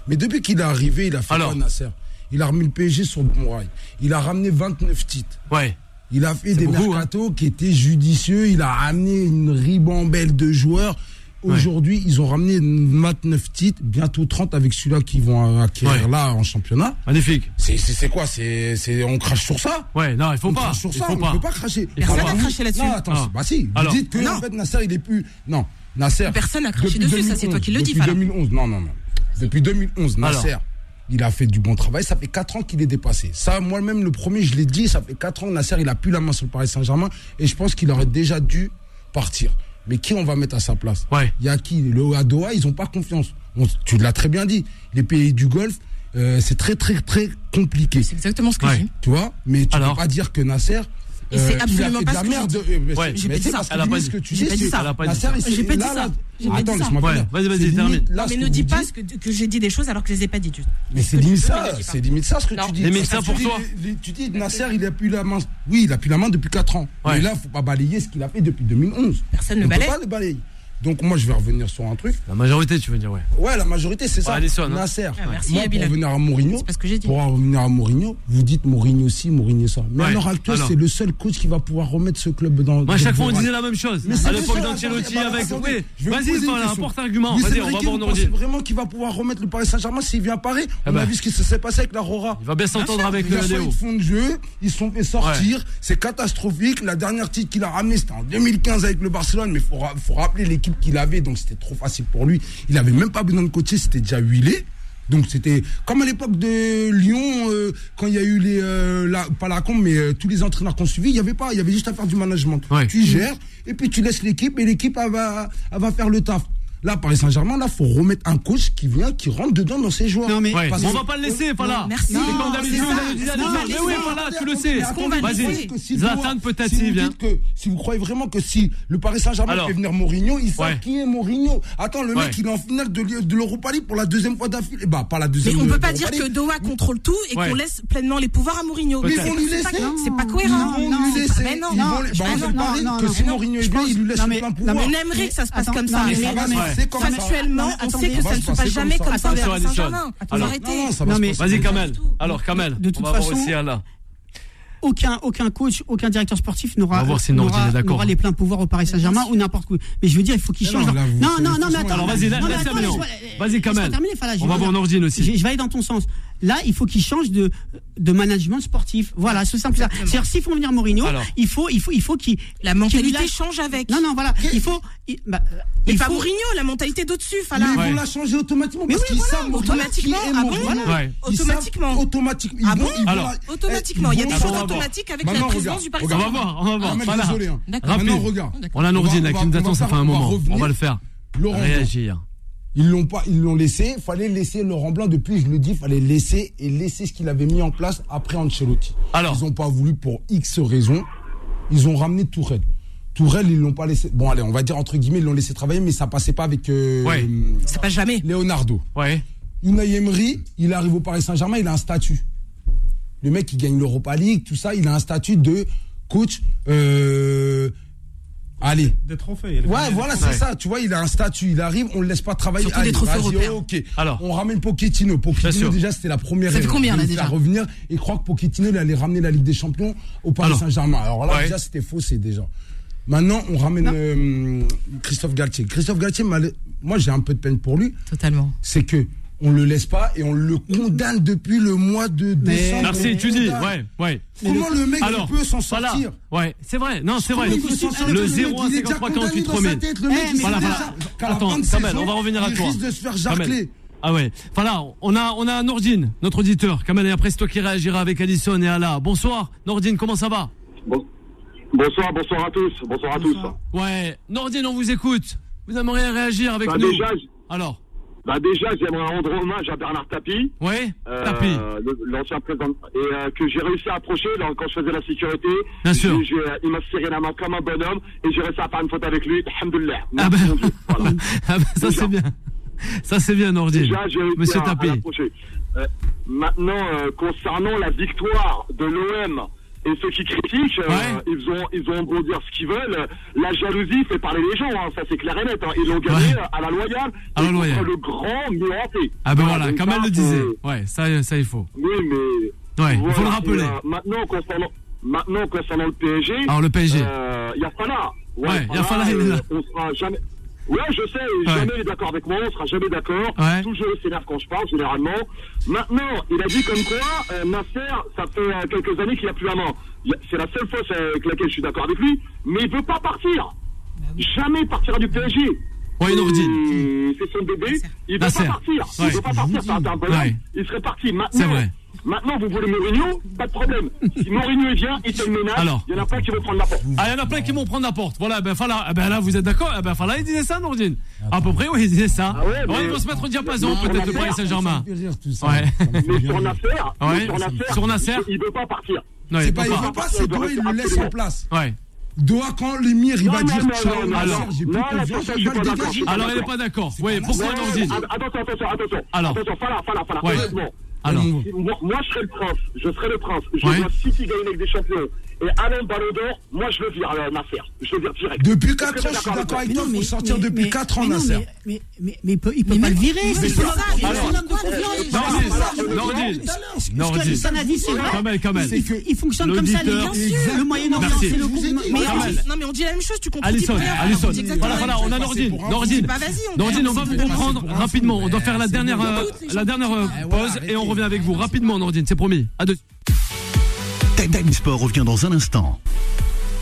Speaker 6: Mais depuis qu'il est arrivé, il a fait
Speaker 3: Alors.
Speaker 6: quoi, Nasser Il a remis le PSG sur le bon rail. Il a ramené 29 titres.
Speaker 3: Ouais.
Speaker 6: Il a fait des
Speaker 3: beaucoup, hein.
Speaker 6: mercatos qui étaient judicieux. Il a ramené une ribambelle de joueurs. Aujourd'hui, ils ont ramené 29 titres, bientôt 30 avec celui-là qu'ils vont acquérir
Speaker 3: Ouais.
Speaker 6: là en championnat.
Speaker 3: Magnifique.
Speaker 6: C'est- C'est c'est quoi C'est c'est- on crache sur ça
Speaker 3: Ouais, non, il faut
Speaker 6: on
Speaker 3: pas.
Speaker 6: crache sur
Speaker 3: il
Speaker 6: ça,
Speaker 3: faut
Speaker 6: on
Speaker 3: pas.
Speaker 6: peut pas cracher.
Speaker 3: Il faut
Speaker 4: Personne
Speaker 3: pas.
Speaker 4: n'a craché là-dessus.
Speaker 6: Non, attends,
Speaker 3: Ah.
Speaker 6: c'est- bah si. Vous
Speaker 3: Alors.
Speaker 6: dites que
Speaker 4: Non.
Speaker 6: en fait, Nasser, il est plus. Non, Nasser.
Speaker 4: Personne n'a craché
Speaker 6: depuis
Speaker 4: dessus, ça, c'est toi qui le dis,
Speaker 6: depuis
Speaker 4: Fala.
Speaker 6: 2011, non, non, non. Depuis 2011,
Speaker 3: Alors.
Speaker 6: Nasser, il a fait du bon travail. Ça fait 4 ans qu'il est dépassé. Ça, moi-même, le premier, je l'ai dit, ça fait 4 ans que Nasser, il a plus la main sur le Paris Saint-Germain. Et je pense qu'il aurait déjà dû partir. Mais qui on va mettre à sa place
Speaker 3: Ouais.
Speaker 6: Il y a qui Le à Doha, ils ont pas confiance. On- tu l'as très bien dit. Les pays du Golfe, euh, c'est très, très, très compliqué.
Speaker 4: C'est exactement ce que
Speaker 3: Ouais.
Speaker 4: je dis.
Speaker 6: Tu vois Mais tu ne
Speaker 3: Alors.
Speaker 6: peux pas dire que Nasser. euh,
Speaker 4: Et c'est
Speaker 6: il a
Speaker 4: absolument
Speaker 6: fait
Speaker 4: pas
Speaker 6: de la
Speaker 4: ce que
Speaker 6: merde.
Speaker 4: j'ai
Speaker 6: euh, mais
Speaker 3: Ouais.
Speaker 6: c'est-
Speaker 4: J'ai
Speaker 6: mais
Speaker 4: pas dit
Speaker 6: c'est
Speaker 4: ça.
Speaker 6: parce que
Speaker 3: Elle a
Speaker 6: limite
Speaker 3: pas dit-
Speaker 6: ce que tu
Speaker 4: j'ai
Speaker 6: dis,
Speaker 4: pas dit
Speaker 6: c'est-
Speaker 4: ça.
Speaker 3: Elle a pas dit
Speaker 6: Nasser,
Speaker 3: ça.
Speaker 6: c'est-
Speaker 4: J'ai pas dit
Speaker 6: là,
Speaker 4: ça.
Speaker 6: là-
Speaker 4: J'ai pas
Speaker 6: Attends,
Speaker 4: dit ça.
Speaker 6: laisse-moi
Speaker 3: Ouais,
Speaker 6: finir.
Speaker 3: vas-y, vas-y,
Speaker 6: C'est limite,
Speaker 3: termine.
Speaker 6: là,
Speaker 4: Non,
Speaker 6: ce
Speaker 4: mais
Speaker 6: que
Speaker 4: ne
Speaker 6: vous
Speaker 4: dis pas
Speaker 6: dites,
Speaker 4: ce que, que j'ai dit des choses alors que je les ai pas dites. du tout.
Speaker 6: Mais c'est
Speaker 4: que tu
Speaker 6: limite
Speaker 4: veux, mais
Speaker 6: ça,
Speaker 4: dis pas.
Speaker 6: c'est limite ça ce que
Speaker 4: Non.
Speaker 6: tu dis.
Speaker 3: Mais
Speaker 6: Parce
Speaker 3: ça,
Speaker 6: que
Speaker 3: pour
Speaker 6: tu
Speaker 3: toi.
Speaker 6: dis- Tu dis Nasser, il a plus la main. Oui, il a plus la main depuis 4 ans.
Speaker 3: Ouais.
Speaker 6: Mais là, faut pas balayer ce qu'il a fait depuis 2011.
Speaker 4: Personne ne
Speaker 6: On peut
Speaker 4: balaye.
Speaker 6: pas le balayer. Donc moi, je vais revenir sur un truc.
Speaker 3: La majorité, tu veux dire, ouais.
Speaker 6: Ouais, la majorité, c'est ça.
Speaker 3: Ouais, Alisson, hein.
Speaker 6: Nasser.
Speaker 4: Ah, merci,
Speaker 6: Moi, pour
Speaker 4: Abilal.
Speaker 6: revenir à Mourinho,
Speaker 4: C'est pas ce que j'ai dit.
Speaker 6: pour en revenir à Mourinho, vous dites Mourinho ci, Mourinho ça. Mais
Speaker 3: Ouais,
Speaker 6: alors, Altos,
Speaker 3: alors.
Speaker 6: c'est le seul coach qui va pouvoir remettre ce club dans.
Speaker 3: Moi, à
Speaker 6: dans
Speaker 3: chaque
Speaker 6: le
Speaker 3: fois, on
Speaker 6: moral.
Speaker 3: disait Ah, la même chose.
Speaker 6: Mais c'est
Speaker 3: à
Speaker 6: vrai,
Speaker 3: l'époque
Speaker 6: ça,
Speaker 3: d'Ancelotti
Speaker 6: attendez, attendez,
Speaker 3: avec.
Speaker 6: attendez,
Speaker 3: Oui.
Speaker 6: je vais vous
Speaker 3: Vas-y,
Speaker 6: poser une
Speaker 3: voilà,
Speaker 6: question.
Speaker 3: porte argument.
Speaker 6: Luis
Speaker 3: Vas-y, on va
Speaker 6: Enrique,
Speaker 3: voir
Speaker 6: vous pensez
Speaker 3: Nordine.
Speaker 6: vraiment qu'il va pouvoir remettre le Paris Saint-Germain s'il vient à Paris
Speaker 3: Ah
Speaker 6: On
Speaker 3: bah.
Speaker 6: a vu ce qui se- s'est passé avec la Rora.
Speaker 3: Il va bien s'entendre avec
Speaker 6: Il a
Speaker 3: euh,
Speaker 6: failli
Speaker 3: Léo.
Speaker 6: de fond de jeu, ils se sont fait sortir, c'est catastrophique. La dernière titre qu'il a ramené, c'était en 2015 avec le Barcelone, mais faut, ra- faut rappeler l'équipe qu'il avait, donc c'était trop facile pour lui. Il avait même pas besoin de coacher, c'était déjà huilé. Donc c'était comme à l'époque de Lyon, euh, quand il y a eu les, euh, la- pas la com, mais euh, tous les entraîneurs qu'on suivit, il y avait pas, il y avait juste à faire du management.
Speaker 3: Ouais.
Speaker 6: Tu gères et puis tu laisses l'équipe et l'équipe elle va, elle va faire le taf. Là, Paris Saint-Germain, là, faut remettre un coach qui vient, qui rentre dedans dans ses joueurs.
Speaker 5: Non, mais-
Speaker 3: Ouais.
Speaker 6: Parce
Speaker 3: On
Speaker 6: que-
Speaker 3: va pas le laisser, Fala.
Speaker 4: Merci.
Speaker 3: C'est comme
Speaker 4: Non,
Speaker 3: d'habitude,
Speaker 4: c'est
Speaker 3: on
Speaker 4: ça.
Speaker 3: nous dit à
Speaker 4: Non,
Speaker 3: des gens,
Speaker 4: mais
Speaker 3: Mais oui,
Speaker 4: non.
Speaker 3: Fala, tu le sais.
Speaker 4: Est-ce qu'on va
Speaker 3: Vas-y.
Speaker 4: laisser
Speaker 3: Zlatan, peut-être,
Speaker 6: si
Speaker 3: il
Speaker 6: vous
Speaker 3: vient.
Speaker 6: dites que- si vous croyez vraiment que si le Paris Saint-Germain
Speaker 3: Alors.
Speaker 6: fait venir Mourinho, ils savent
Speaker 3: Ouais.
Speaker 6: qui est Mourinho. Attends, le
Speaker 3: Ouais.
Speaker 6: mec, il est en finale de, l'E- de l'Europa League pour la deuxième fois d'affilée. Bah, pas la deuxième.
Speaker 4: Mais on
Speaker 6: de-
Speaker 4: peut pas
Speaker 6: de
Speaker 4: dire que
Speaker 6: l'Europa League.
Speaker 4: Doha contrôle tout et
Speaker 3: Ouais.
Speaker 4: qu'on laisse pleinement les pouvoirs à Mourinho.
Speaker 3: Mais
Speaker 4: C'est
Speaker 3: ils
Speaker 6: vont
Speaker 4: pas-
Speaker 6: lui
Speaker 4: c'est pas-
Speaker 6: laisser.
Speaker 4: C'est pas cohérent.
Speaker 6: Ils vont
Speaker 4: hein. Non,
Speaker 6: lui
Speaker 4: c'est
Speaker 6: laisser.
Speaker 4: pas- mais non.
Speaker 6: Ils vont les- bah,
Speaker 4: Ah
Speaker 6: on va
Speaker 4: non,
Speaker 6: parler
Speaker 5: non,
Speaker 6: que
Speaker 5: non,
Speaker 6: si
Speaker 5: non.
Speaker 6: Mourinho est
Speaker 5: Je
Speaker 6: bien,
Speaker 5: pense-
Speaker 6: il lui laisse
Speaker 5: non,
Speaker 6: le
Speaker 5: mais-
Speaker 6: plein
Speaker 5: non,
Speaker 6: pouvoir.
Speaker 4: On aimerait que ça se passe
Speaker 5: Attends,
Speaker 4: comme
Speaker 5: non,
Speaker 4: ça,
Speaker 5: mais
Speaker 4: mais
Speaker 5: ça va se
Speaker 6: passer
Speaker 4: ouais.
Speaker 6: comme ça.
Speaker 4: factuellement,
Speaker 5: Attendez,
Speaker 4: on sait que
Speaker 5: ça
Speaker 4: ça
Speaker 5: va
Speaker 4: ne
Speaker 6: se
Speaker 4: se passe
Speaker 6: passer
Speaker 4: jamais
Speaker 6: comme
Speaker 4: comme
Speaker 5: ça.
Speaker 4: ça au Paris
Speaker 3: Attention,
Speaker 4: Saint-Germain.
Speaker 3: Alisson.
Speaker 4: Faut
Speaker 3: Alors,
Speaker 4: arrêter.
Speaker 6: Non, non, ça va
Speaker 5: Non,
Speaker 6: se
Speaker 5: mais-
Speaker 6: passer.
Speaker 3: Vas-y, Kamel.
Speaker 4: du tout.
Speaker 3: Alors, Kamel,
Speaker 5: De toute
Speaker 3: on va voir
Speaker 5: façon,
Speaker 3: aussi là.
Speaker 5: aucun, aucun coach, aucun directeur sportif n'aura
Speaker 3: On va voir si Nordine
Speaker 5: n'aura-
Speaker 3: est d'accord.
Speaker 5: n'aura les pleins pouvoirs au Paris Saint-Germain ou n'importe où. Mais je veux dire, il faut qu'ils
Speaker 6: Mais
Speaker 5: changent.
Speaker 6: non,
Speaker 5: leur-
Speaker 6: là, vous-
Speaker 5: non, non, non, mais
Speaker 6: franchement,
Speaker 5: attends.
Speaker 3: Alors, vas-y,
Speaker 5: Non,
Speaker 3: laisse
Speaker 5: mais
Speaker 3: laisse
Speaker 5: attends,
Speaker 3: terminer.
Speaker 5: laisse-moi-
Speaker 3: Vas-y,
Speaker 5: laisse-moi
Speaker 3: Kamel.
Speaker 5: terminer, Fala, je
Speaker 3: On
Speaker 5: vais
Speaker 3: va voir
Speaker 5: dire.
Speaker 3: Nordine aussi.
Speaker 5: Je, je vais aller dans ton sens. Là, il faut qu'ils changent de, de management sportif. Voilà, c'est simple. que ça. C'est-à-dire, s'ils font venir Mourinho,
Speaker 3: Alors.
Speaker 5: il faut, il faut, il faut qu'il.
Speaker 4: La
Speaker 5: qu'il lui
Speaker 4: mentalité
Speaker 5: lâche-
Speaker 4: change avec.
Speaker 5: Non, non, voilà. Il faut. Il, bah,
Speaker 4: Mais
Speaker 5: il
Speaker 4: pas
Speaker 5: faut-
Speaker 4: Mourinho, la mentalité d'au-dessus,
Speaker 6: Mais
Speaker 4: Fala.
Speaker 6: ils
Speaker 3: Ouais.
Speaker 6: vont la changer automatiquement.
Speaker 5: Mais
Speaker 6: parce
Speaker 5: oui,
Speaker 6: qu'ils
Speaker 5: voilà,
Speaker 6: savent voilà qui est
Speaker 4: automatiquement, ah bon
Speaker 6: Mourinho.
Speaker 4: Voilà.
Speaker 3: Ouais.
Speaker 6: Ils savent
Speaker 4: Automatiquement.
Speaker 6: Automatiquement.
Speaker 4: Ah
Speaker 6: Ils
Speaker 4: bon
Speaker 6: vont- ils vont
Speaker 3: Alors.
Speaker 6: la-
Speaker 4: Automatiquement, il y a des
Speaker 6: Ils
Speaker 4: choses
Speaker 6: vont-
Speaker 3: va voir.
Speaker 4: automatiques avec la
Speaker 6: Maintenant,
Speaker 4: présidence
Speaker 6: regarde,
Speaker 4: du Paris
Speaker 3: On
Speaker 6: regarde.
Speaker 3: va
Speaker 4: Saint-Germain.
Speaker 3: voir, on va
Speaker 6: Ah,
Speaker 3: voir.
Speaker 6: mais
Speaker 3: Voilà.
Speaker 6: désolé, hein.
Speaker 4: D'accord.
Speaker 3: Rapide.
Speaker 6: Maintenant, regarde.
Speaker 3: On a
Speaker 6: On va-
Speaker 3: Nourdine là,
Speaker 6: on
Speaker 3: qui nous
Speaker 6: va-
Speaker 3: attend,
Speaker 6: on va
Speaker 3: ça fait un
Speaker 6: faire- on va
Speaker 3: moment. On va
Speaker 6: revenir.
Speaker 3: le faire.
Speaker 6: Laurent Blanc.
Speaker 3: Réagir.
Speaker 6: Ils l'ont pas, ils l'ont laissé. Fallait laisser Laurent Blanc. Depuis, je le dis, fallait laisser et laisser ce qu'il avait mis en place après Ancelotti.
Speaker 3: Alors.
Speaker 6: ils n'ont pas voulu pour X raisons. Ils ont ramené Tourelle. Tourelle, ils l'ont pas laissé. Bon, allez, on va dire entre guillemets, ils l'ont laissé travailler, mais ça passait pas avec euh,
Speaker 3: Ouais.
Speaker 6: euh,
Speaker 4: C'est pas jamais.
Speaker 6: Leonardo.
Speaker 3: Ouais.
Speaker 6: Unai Emery, il arrive au Paris Saint-Germain, il a un statut. Le mec, il gagne l'Europa League, tout ça. Il a un statut de coach. euh, Allez,
Speaker 7: Des trophées. il
Speaker 6: Ouais,
Speaker 7: gagne.
Speaker 6: voilà, c'est
Speaker 3: Ouais.
Speaker 6: ça. Tu vois, il a un statut, il arrive, on le laisse pas travailler.
Speaker 4: Surtout des trophées
Speaker 6: vas-y,
Speaker 4: européens.
Speaker 6: ok.
Speaker 3: Alors.
Speaker 6: on ramène Pochettino.
Speaker 3: Bien sûr.
Speaker 6: Pochettino, déjà, c'était la première.
Speaker 4: Ça fait
Speaker 6: erreur.
Speaker 4: combien, là,
Speaker 6: Il
Speaker 4: déjà
Speaker 6: va revenir et croire que Pochettino il allait ramener la Ligue des Champions au Paris
Speaker 3: Alors.
Speaker 6: Saint-Germain. Alors là,
Speaker 3: Ouais.
Speaker 6: déjà, c'était faussé déjà. Maintenant, on ramène euh, Christophe Galtier. Christophe Galtier, mal- moi, j'ai un peu de peine pour lui.
Speaker 4: Totalement.
Speaker 6: C'est que on le laisse pas et on le condamne depuis le mois de
Speaker 5: Mais-
Speaker 6: décembre.
Speaker 3: Merci,
Speaker 6: On
Speaker 3: tu dis.
Speaker 6: condamne.
Speaker 3: Ouais, ouais.
Speaker 6: Comment le mec il
Speaker 3: Alors,
Speaker 6: peut s'en
Speaker 3: voilà.
Speaker 6: sortir
Speaker 3: Ouais, c'est vrai. Non, c'est vrai.
Speaker 6: Comment il peut s'en sortir
Speaker 3: Le
Speaker 6: mec,
Speaker 3: 0 à
Speaker 6: il est déjà
Speaker 3: 53 48
Speaker 6: condamné dans sa
Speaker 3: 3000.
Speaker 6: tête, le mec, il sait
Speaker 3: Eh, Voilà,
Speaker 6: déjà
Speaker 3: voilà.
Speaker 6: qu'à la
Speaker 3: Attends,
Speaker 6: fin de
Speaker 3: Kamel,
Speaker 6: saison,
Speaker 3: on va revenir à
Speaker 6: il
Speaker 3: toi.
Speaker 6: risque de se faire
Speaker 3: Kamel.
Speaker 6: jarcler.
Speaker 3: Ah ouais. Enfin là, on a, on a Nordine, notre auditeur. Kamel, et après c'est toi qui réagira avec Alison et Ala. Bonsoir, Nordine, comment ça va
Speaker 2: Bon- Bonsoir, bonsoir à tous. Bonsoir à
Speaker 5: Bonsoir.
Speaker 3: Ouais, Nordine, on vous écoute. Vous aimeriez réagir avec
Speaker 2: Bah,
Speaker 3: nous
Speaker 2: déjà, j-
Speaker 3: Alors,
Speaker 2: tous. Bah déjà, j'aimerais rendre hommage à Bernard Tapie,
Speaker 3: ouais,
Speaker 2: euh,
Speaker 3: tapis.
Speaker 2: le- l'ancien président, et euh, que j'ai réussi à approcher lors- quand je faisais la sécurité.
Speaker 3: Bien sûr.
Speaker 2: J'ai- j'ai, euh, il m'a serré la main comme un bonhomme et j'ai réussi à faire une faute avec lui. Alhamdoulilah.
Speaker 3: Ah ben,
Speaker 2: Merci, mon Dieu. Voilà.
Speaker 3: Ah ben, ça
Speaker 2: Déjà.
Speaker 3: c'est bien. Ça c'est bien, Nordine.
Speaker 2: Déjà, j'ai réussi
Speaker 3: Monsieur
Speaker 2: à- à
Speaker 3: Tapie.
Speaker 2: l'approcher. Euh, maintenant, euh, concernant la victoire de l'OM et ceux qui critiquent, euh,
Speaker 3: Ouais.
Speaker 2: ils ont ils ont beau dire ce qu'ils veulent. La jalousie fait parler les gens, hein, ça c'est clair et net. hein. Ils l'ont gagné
Speaker 3: Ouais.
Speaker 2: euh, à la loyale.
Speaker 3: À la
Speaker 2: et
Speaker 3: loyale.
Speaker 2: contre Le grand Murante.
Speaker 3: Ah ben voilà,
Speaker 2: donc
Speaker 3: Kamel
Speaker 2: ça,
Speaker 3: le disait.
Speaker 2: euh,
Speaker 3: Ouais, ça, ça il faut.
Speaker 2: Oui, mais.
Speaker 3: Ouais, il faut le
Speaker 2: Et,
Speaker 3: rappeler.
Speaker 2: euh, maintenant, concernant, maintenant, concernant le PSG.
Speaker 3: Alors le PSG.
Speaker 2: Euh, y a Fana.
Speaker 3: Ouais, y a Fana, il est là.
Speaker 2: euh, On sera jamais. Ouais, je sais, jamais il est d'accord avec moi, on sera jamais d'accord.
Speaker 3: Ouais.
Speaker 2: Toujours il s'énerve quand je parle, généralement. Maintenant, il a dit comme quoi, euh, Nasser, ça fait euh, quelques années qu'il a plus la main. Y a- C'est la seule fois euh, avec laquelle je suis d'accord avec lui, mais il veut pas partir.
Speaker 3: Ah
Speaker 2: Jamais il partira du PSG.
Speaker 3: Ouais, Nordine.
Speaker 2: Et C'est son bébé, il veut pas
Speaker 3: Nasser.
Speaker 2: partir.
Speaker 3: Ouais.
Speaker 2: Il veut pas partir, c'est un bonhomme.
Speaker 3: Ouais.
Speaker 2: Il serait parti maintenant.
Speaker 3: C'est vrai.
Speaker 2: Maintenant, vous voulez Mourinho, pas de problème. Si Mourinho il vient, il fait le ménage.
Speaker 3: Alors.
Speaker 2: Il y en a plein qui vont prendre la porte.
Speaker 3: Ah, il y en a plein qui vont prendre la porte. Voilà, ben Fala, ah, ben là vous êtes d'accord Ah ben Fala il disait ça, Nordine. À peu près, oui, il disait ça.
Speaker 2: Ah ouais,
Speaker 3: Ouais,
Speaker 2: mais-
Speaker 3: ils vont se mettre au
Speaker 2: Mais
Speaker 3: diapason,
Speaker 2: sur
Speaker 3: peut-être
Speaker 2: la
Speaker 3: le Paris
Speaker 2: terre,
Speaker 3: Saint-Germain.
Speaker 6: Ça me fait rire, tout ça.
Speaker 3: Eh, Ouais.
Speaker 6: Ça me fait
Speaker 2: Mais
Speaker 6: bien
Speaker 2: sur
Speaker 6: rire.
Speaker 2: Nasser, mais
Speaker 3: Ouais.
Speaker 2: sur Nasser,
Speaker 3: Sur Nasser.
Speaker 2: il veut pas partir.
Speaker 3: Non, il
Speaker 6: C'est
Speaker 3: peut
Speaker 6: pas, il
Speaker 3: pas.
Speaker 6: veut pas, c'est Doha, il le laisse en place.
Speaker 3: Ouais.
Speaker 6: Doha, quand l'émir, il
Speaker 2: Non,
Speaker 6: va
Speaker 2: non,
Speaker 6: dire
Speaker 2: non,
Speaker 6: ciao,
Speaker 2: non, non,
Speaker 6: Nasser,
Speaker 3: non.
Speaker 6: j'ai plus
Speaker 2: Non, là,
Speaker 6: confiance,
Speaker 2: sur ça, je
Speaker 6: il
Speaker 2: suis
Speaker 6: va le
Speaker 2: pas d'accord,
Speaker 6: dégager.
Speaker 2: je suis pas
Speaker 3: Alors il est pas d'accord. Oui, pourquoi
Speaker 2: Ouais,
Speaker 3: Nordine
Speaker 2: att- Attention, attention, attention.
Speaker 3: Alors.
Speaker 2: Attention, Fala, Fala, Fala.
Speaker 3: Ouais.
Speaker 2: Honnêtement,
Speaker 3: Alors,
Speaker 6: Ouais.
Speaker 2: moi, moi, je serai le prince. Je serai le prince. Je
Speaker 3: Ouais.
Speaker 2: vois City gagner avec des champions. Et Alain Ballon d'Or, moi, je le vire, alors, Nasser. Je le vire direct.
Speaker 6: Depuis
Speaker 2: Est-ce
Speaker 6: 4
Speaker 2: que
Speaker 6: ans, je suis
Speaker 2: t'es
Speaker 6: d'accord avec
Speaker 5: Mais
Speaker 6: toi,
Speaker 5: non,
Speaker 6: il faut
Speaker 5: mais-
Speaker 6: sortir
Speaker 5: mais-
Speaker 6: depuis
Speaker 5: mais-
Speaker 6: 4 ans,
Speaker 5: mais non,
Speaker 6: Nasser.
Speaker 5: mais- Mais, mais, mais il peut, il peut
Speaker 4: Mais
Speaker 5: pas
Speaker 4: même-
Speaker 5: le virer,
Speaker 4: mais
Speaker 5: c'est
Speaker 4: c'est
Speaker 5: ça.
Speaker 4: ça,
Speaker 5: Il
Speaker 4: mais
Speaker 5: faut
Speaker 4: alors-
Speaker 5: même pas le virer.
Speaker 3: Nordine,
Speaker 6: Nordine,
Speaker 3: Nordine,
Speaker 5: Ce que
Speaker 3: Nordine.
Speaker 5: Alison a dit, c'est vrai.
Speaker 3: Kamel, Kamel.
Speaker 5: C'est que Il fonctionne comme ça, les
Speaker 3: L'auditeur-
Speaker 5: gars. Le Moyen-Orient,
Speaker 3: Merci.
Speaker 5: c'est le
Speaker 6: Je vous ai
Speaker 5: groupe.
Speaker 6: dit.
Speaker 4: Mais
Speaker 3: Kamel.
Speaker 4: Alison- non, mais on dit la même chose, tu comprends
Speaker 3: Alison,
Speaker 4: rien.
Speaker 3: Alison.
Speaker 4: On dit exactement
Speaker 3: Voilà,
Speaker 4: la
Speaker 3: voilà,
Speaker 4: même
Speaker 3: on a
Speaker 4: chose.
Speaker 3: Nordine.
Speaker 6: pour un
Speaker 3: Nordine.
Speaker 4: Bah, vas-y, on
Speaker 3: Nordine, on
Speaker 4: va-
Speaker 3: va vous
Speaker 4: on va-
Speaker 3: comprendre
Speaker 6: pour un
Speaker 3: rapidement.
Speaker 6: fou,
Speaker 3: On doit
Speaker 6: mais
Speaker 3: faire la
Speaker 6: c'est
Speaker 3: dernière,
Speaker 6: pour
Speaker 3: euh,
Speaker 4: doute, les
Speaker 3: la
Speaker 4: gens
Speaker 3: dernière
Speaker 4: qui
Speaker 3: euh,
Speaker 4: parlent.
Speaker 3: pause et on revient avec vous rapidement, Nordine. C'est promis. À deux.
Speaker 1: Time, Time Sport revient dans un instant.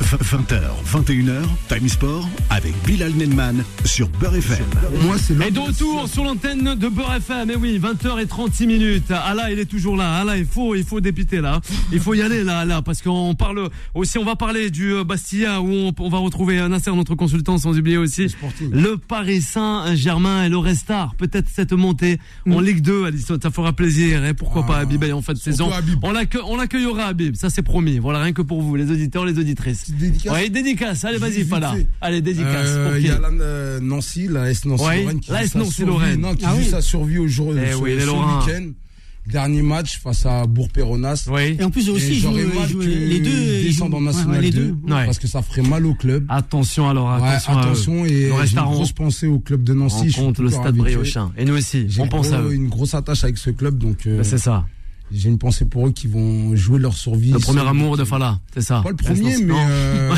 Speaker 1: 20h, 21h, Time Sport avec Bilal Nenman sur Beurre FM.
Speaker 6: Moi, c'est
Speaker 3: Et de retour sur l'antenne de Beurre FM, mais oui, 20h36 minutes. Ala, il est toujours là. Ala, il faut, il faut dépiter là. Il faut y aller là, Ala, parce qu'on parle aussi, on va parler du euh, Bastilla où on, on va retrouver euh, Nasser, notre consultant, sans oublier aussi
Speaker 6: Sporting.
Speaker 3: le Paris Saint-Germain et le Restar. Peut-être cette montée en Ligue 2, Alisson, ça fera plaisir. Et pourquoi
Speaker 6: Mm. Ah,
Speaker 3: pas Habib Beye en fin de
Speaker 6: surtout
Speaker 3: saison
Speaker 6: Habib.
Speaker 3: On l'accueille- on l'accueillera Habib, ça c'est promis. Voilà, rien que pour vous, les auditeurs, les auditrices.
Speaker 6: Petite dédicace.
Speaker 3: Ouais, dédicace. Allez,
Speaker 6: Je
Speaker 3: Eh, vas-y,
Speaker 6: vais
Speaker 3: Fala.
Speaker 6: vite fait.
Speaker 3: Allez, dédicace.
Speaker 6: Euh,
Speaker 3: pour
Speaker 6: Il
Speaker 3: qui
Speaker 6: y a la euh, Nancy, la S Nancy
Speaker 3: Ouais,
Speaker 6: Lorraine qui
Speaker 3: la
Speaker 6: joue
Speaker 3: S
Speaker 6: sa
Speaker 3: Nancy
Speaker 6: survie,
Speaker 3: Lorraine.
Speaker 6: non, qui
Speaker 5: Ah
Speaker 6: joue
Speaker 5: oui.
Speaker 6: sa survie au jour
Speaker 3: Eh
Speaker 6: ce,
Speaker 3: oui, les
Speaker 6: ce
Speaker 3: Lorrains.
Speaker 6: week-end. Dernier match face à Bourg-Péronas.
Speaker 3: Oui.
Speaker 5: Et en plus, eux aussi,
Speaker 6: Et
Speaker 5: ils jouent,
Speaker 6: j'aurais mal
Speaker 5: ils jouent-
Speaker 6: que
Speaker 5: les deux.
Speaker 6: ils
Speaker 5: ils jouent-
Speaker 6: descendent en
Speaker 5: ouais,
Speaker 6: National
Speaker 5: ouais, les
Speaker 6: 2
Speaker 5: deux.
Speaker 3: Ouais.
Speaker 6: parce que ça ferait mal au club.
Speaker 3: Attention alors,
Speaker 6: Ouais,
Speaker 3: attention. à eux.
Speaker 6: attention et
Speaker 3: le
Speaker 6: j'ai une
Speaker 3: restaurant
Speaker 6: grosse pensée au club de Nancy. je suis
Speaker 3: rencontre le
Speaker 6: toujours
Speaker 3: stade
Speaker 6: avec eux.
Speaker 3: Briochin. Et nous aussi,
Speaker 6: J'ai
Speaker 3: on pense à
Speaker 6: gros-
Speaker 3: eux.
Speaker 6: une grosse attache avec ce club, donc euh,
Speaker 3: Ben, c'est ça,
Speaker 6: j'ai une pensée pour eux qui vont jouer leur survie.
Speaker 3: le premier amour de Fala, c'est ça.
Speaker 6: Pas le premier,
Speaker 3: Restons-
Speaker 6: mais
Speaker 3: Non.
Speaker 6: euh,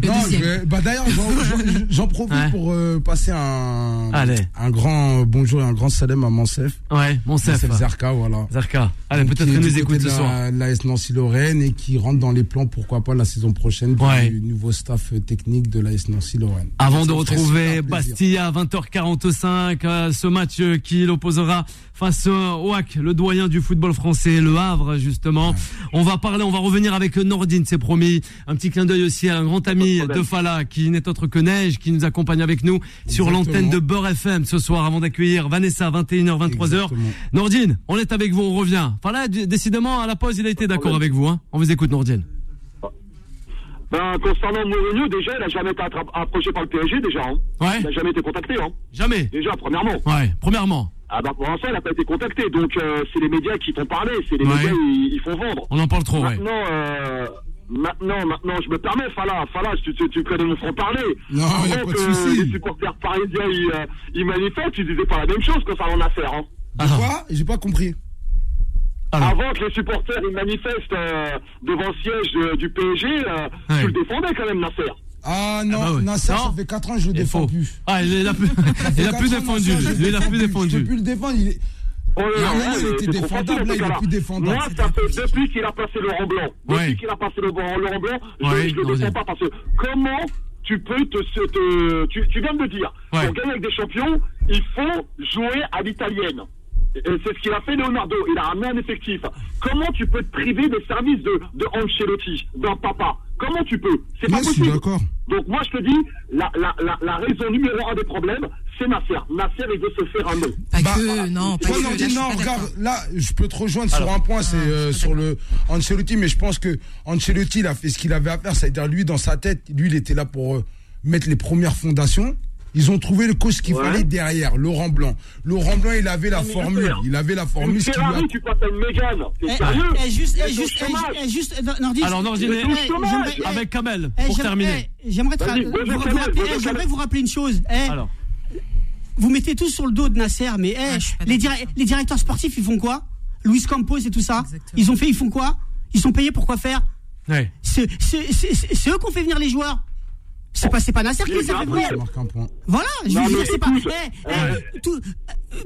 Speaker 4: Le
Speaker 6: non,
Speaker 4: deuxième.
Speaker 6: je vais- bah d'ailleurs, j'en- j'en- j'en profite
Speaker 3: Ouais.
Speaker 6: pour euh, passer un
Speaker 3: Allez.
Speaker 6: un grand euh, bonjour et un grand salem à Mansef.
Speaker 3: Ouais, mon chef.
Speaker 6: Mansef Zarka, voilà.
Speaker 3: Zarka. Allez,
Speaker 6: Qui
Speaker 3: peut-être
Speaker 6: est
Speaker 3: qu'elle
Speaker 6: du
Speaker 3: nous
Speaker 6: côté
Speaker 3: écoute
Speaker 6: de
Speaker 3: ce
Speaker 6: la-
Speaker 3: soir.
Speaker 6: de La S Nancy Lorraine et qui rentre dans les plans, pourquoi pas, la saison prochaine du
Speaker 3: Ouais.
Speaker 6: nouveau staff euh, technique de la S Nancy Lorraine.
Speaker 3: Avant
Speaker 6: Ça
Speaker 3: de
Speaker 6: me ferait
Speaker 3: retrouver
Speaker 6: super plaisir.
Speaker 3: Bastilla à 20h45, euh, ce match euh, qui l'opposera face euh, au HAC, le doyen du football français, le Havre justement. On va parler, on va revenir avec Nordine, c'est promis. Un petit clin d'œil aussi à un grand ami de,
Speaker 2: problème.
Speaker 3: Fala qui n'est autre que Neige, qui nous accompagne avec nous sur
Speaker 6: Exactement.
Speaker 3: l'antenne de Beurre FM ce soir avant d'accueillir Vanessa 21h, 23h.
Speaker 6: Exactement.
Speaker 3: Nordine, on est avec vous, on revient. Fala, d- décidément, à la pause, il a été d'accord
Speaker 2: problème.
Speaker 3: avec vous. Hein. On vous écoute, Nordine.
Speaker 2: Ben, concernant Mourinho, déjà, il a jamais été attra- approché par le PSG, déjà. hein.
Speaker 3: Ouais.
Speaker 6: Bah,
Speaker 2: Il a jamais été contacté, hein.
Speaker 3: Jamais.
Speaker 2: Déjà, premièrement.
Speaker 3: Ouais, premièrement.
Speaker 2: Ah bah pour l'instant, il n'a pas été contacté. Donc euh, c'est les médias qui font parler, c'est les
Speaker 3: Ouais.
Speaker 2: médias ils, ils font vendre.
Speaker 3: On en parle trop, ouais.
Speaker 2: Maintenant, euh, maintenant, maintenant, je me permets, Fala, Fala, tu, tu, tu connais mon franc-parler.
Speaker 6: Non,
Speaker 2: Avant
Speaker 6: y a pas de
Speaker 2: que
Speaker 6: souci.
Speaker 2: Les supporters parisiens, ils, euh, ils manifestent, ils disaient pas la même chose concernant l'affaire. Hein.
Speaker 3: Ah.
Speaker 6: Quoi J'ai pas compris.
Speaker 3: Ah.
Speaker 2: Avant que les supporters ils manifestent euh, devant le siège euh, du PSG, euh,
Speaker 3: Ouais.
Speaker 2: tu le défendais quand même, Nasser.
Speaker 6: Ah non,
Speaker 3: bah oui.
Speaker 6: Nasser,
Speaker 3: Non.
Speaker 6: ça fait 4 ans que je le
Speaker 3: Il est
Speaker 6: défends
Speaker 3: faux.
Speaker 6: plus.
Speaker 3: Ah, il l'a plus, il a
Speaker 6: Quatre
Speaker 3: plus
Speaker 6: ans,
Speaker 3: défendu.
Speaker 6: Nasser, je le
Speaker 3: Il l'a
Speaker 6: défends
Speaker 3: plus
Speaker 6: Je peux
Speaker 3: défendu.
Speaker 6: plus le défendre. Il est...
Speaker 2: Oh là là,
Speaker 6: Ah
Speaker 2: ouais,
Speaker 6: ouais, il
Speaker 2: mais
Speaker 6: était
Speaker 2: c'est trop
Speaker 6: défendable,
Speaker 2: facile,
Speaker 6: là, il est
Speaker 2: ce
Speaker 6: plus
Speaker 2: gars-là.
Speaker 6: défendable.
Speaker 2: Moi,
Speaker 6: C'est
Speaker 2: ça fait depuis qu'il a passé Laurent Blanc. Depuis
Speaker 3: Ouais.
Speaker 2: qu'il a passé le Laurent Blanc,
Speaker 3: Ouais,
Speaker 2: je, je le
Speaker 3: non,
Speaker 2: défends
Speaker 3: c'est-
Speaker 2: pas parce que comment tu peux te, se- te- tu, tu viens de me dire,
Speaker 3: Ouais.
Speaker 2: pour gagner avec des champions, il faut jouer à l'italienne. Et C'est ce qu'il a fait Leonardo, il a ramené un effectif. Comment tu peux te priver des services de, de Ancelotti, d'un papa Comment tu peux C'est pas
Speaker 6: Moi, je suis
Speaker 2: possible.
Speaker 6: d'accord.
Speaker 2: Donc moi je te dis, la, la, la, la raison numéro un des problèmes, c'est Nasser. Nasser, il veut se faire un nom.
Speaker 4: Pas
Speaker 6: Bah,
Speaker 4: que, non, pas
Speaker 6: Toi,
Speaker 4: que.
Speaker 6: non,
Speaker 4: là, je suis
Speaker 6: non,
Speaker 4: pas d'accord. Ah,
Speaker 6: regarde, là, je peux te rejoindre sur un point, c'est euh, sur le Ancelotti, mais je pense que Ancelotti, il a fait ce qu'il avait à faire, c'est-à-dire lui, dans sa tête, lui, il était là pour euh, mettre les premières fondations. Ils ont trouvé le coach qu'il
Speaker 2: Ouais.
Speaker 6: fallait derrière, Laurent Blanc. Laurent Blanc, il avait la
Speaker 2: Mais je
Speaker 6: formule,
Speaker 2: perds.
Speaker 6: il avait la formule.
Speaker 2: Une
Speaker 6: ce qu'il lui a-
Speaker 2: hein. Ferrari, tu passes à une Mégane.
Speaker 5: Eh,
Speaker 2: C'est sérieux
Speaker 5: eh, juste, eh,
Speaker 2: Ils sont
Speaker 5: juste,
Speaker 2: au
Speaker 5: eh,
Speaker 2: chômage.
Speaker 5: eh, juste, eh, Nordis.
Speaker 3: Alors, Nordis,
Speaker 5: eh,
Speaker 3: mais-
Speaker 5: eh, j'aimerais- eh,
Speaker 3: Avec Kamel,
Speaker 5: eh,
Speaker 3: pour
Speaker 5: j'aimerais-
Speaker 3: terminer.
Speaker 5: eh, J'aimerais te ra-
Speaker 2: Vas-y,
Speaker 5: vous-
Speaker 2: vas-y,
Speaker 5: vous
Speaker 2: Kamel,
Speaker 5: rappeler- eh,
Speaker 2: vas-y,
Speaker 5: j'aimerais
Speaker 2: Kamel.
Speaker 5: vous rappeler une chose. eh,
Speaker 3: Alors,
Speaker 5: vous mettez tout sur le dos de Nasser, mais eh,
Speaker 4: Ah, je suis pas
Speaker 5: les,
Speaker 4: d'accord.
Speaker 5: dir- les directeurs sportifs, ils font quoi Luis Campos et tout ça
Speaker 4: Exactement.
Speaker 5: Ils ont fait, ils font quoi Ils sont payés pour quoi faire
Speaker 3: ouais.
Speaker 5: C'est c'est- c'est- c'est- c'est eux qui ont fait venir les joueurs. C'est pas, c'est pas Nasser qui
Speaker 2: Les
Speaker 5: les a fait
Speaker 2: gars,
Speaker 5: venir.
Speaker 6: Je marque un point.
Speaker 5: Voilà, je
Speaker 2: Non,
Speaker 5: veux dire,
Speaker 2: mais
Speaker 5: c'est pas.
Speaker 2: écoute,
Speaker 5: eh,
Speaker 2: euh,
Speaker 5: eh, tout- euh, tous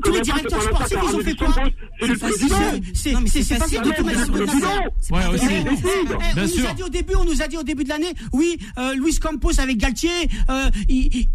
Speaker 2: comment
Speaker 5: les
Speaker 2: ça,
Speaker 5: directeurs
Speaker 2: c'est pas
Speaker 5: sportifs,
Speaker 2: Nasser
Speaker 5: ils ont fait
Speaker 2: qui a
Speaker 5: quoi
Speaker 2: ramené le
Speaker 5: C'est
Speaker 2: football, c'est
Speaker 5: facile,
Speaker 2: le
Speaker 5: c'est- c'est-
Speaker 4: Non, mais
Speaker 5: c'est
Speaker 4: c'est
Speaker 5: facile de
Speaker 4: facile
Speaker 5: tout mettre sur le
Speaker 2: président.
Speaker 5: Nasser.
Speaker 4: C'est
Speaker 3: Ouais,
Speaker 4: pas
Speaker 3: aussi.
Speaker 4: possible.
Speaker 5: Eh, eh, on
Speaker 3: Bien
Speaker 5: nous
Speaker 3: sûr.
Speaker 5: a dit au début, on nous a dit au début de l'année, oui, euh, Luis Campos avec Galtier, euh, ils,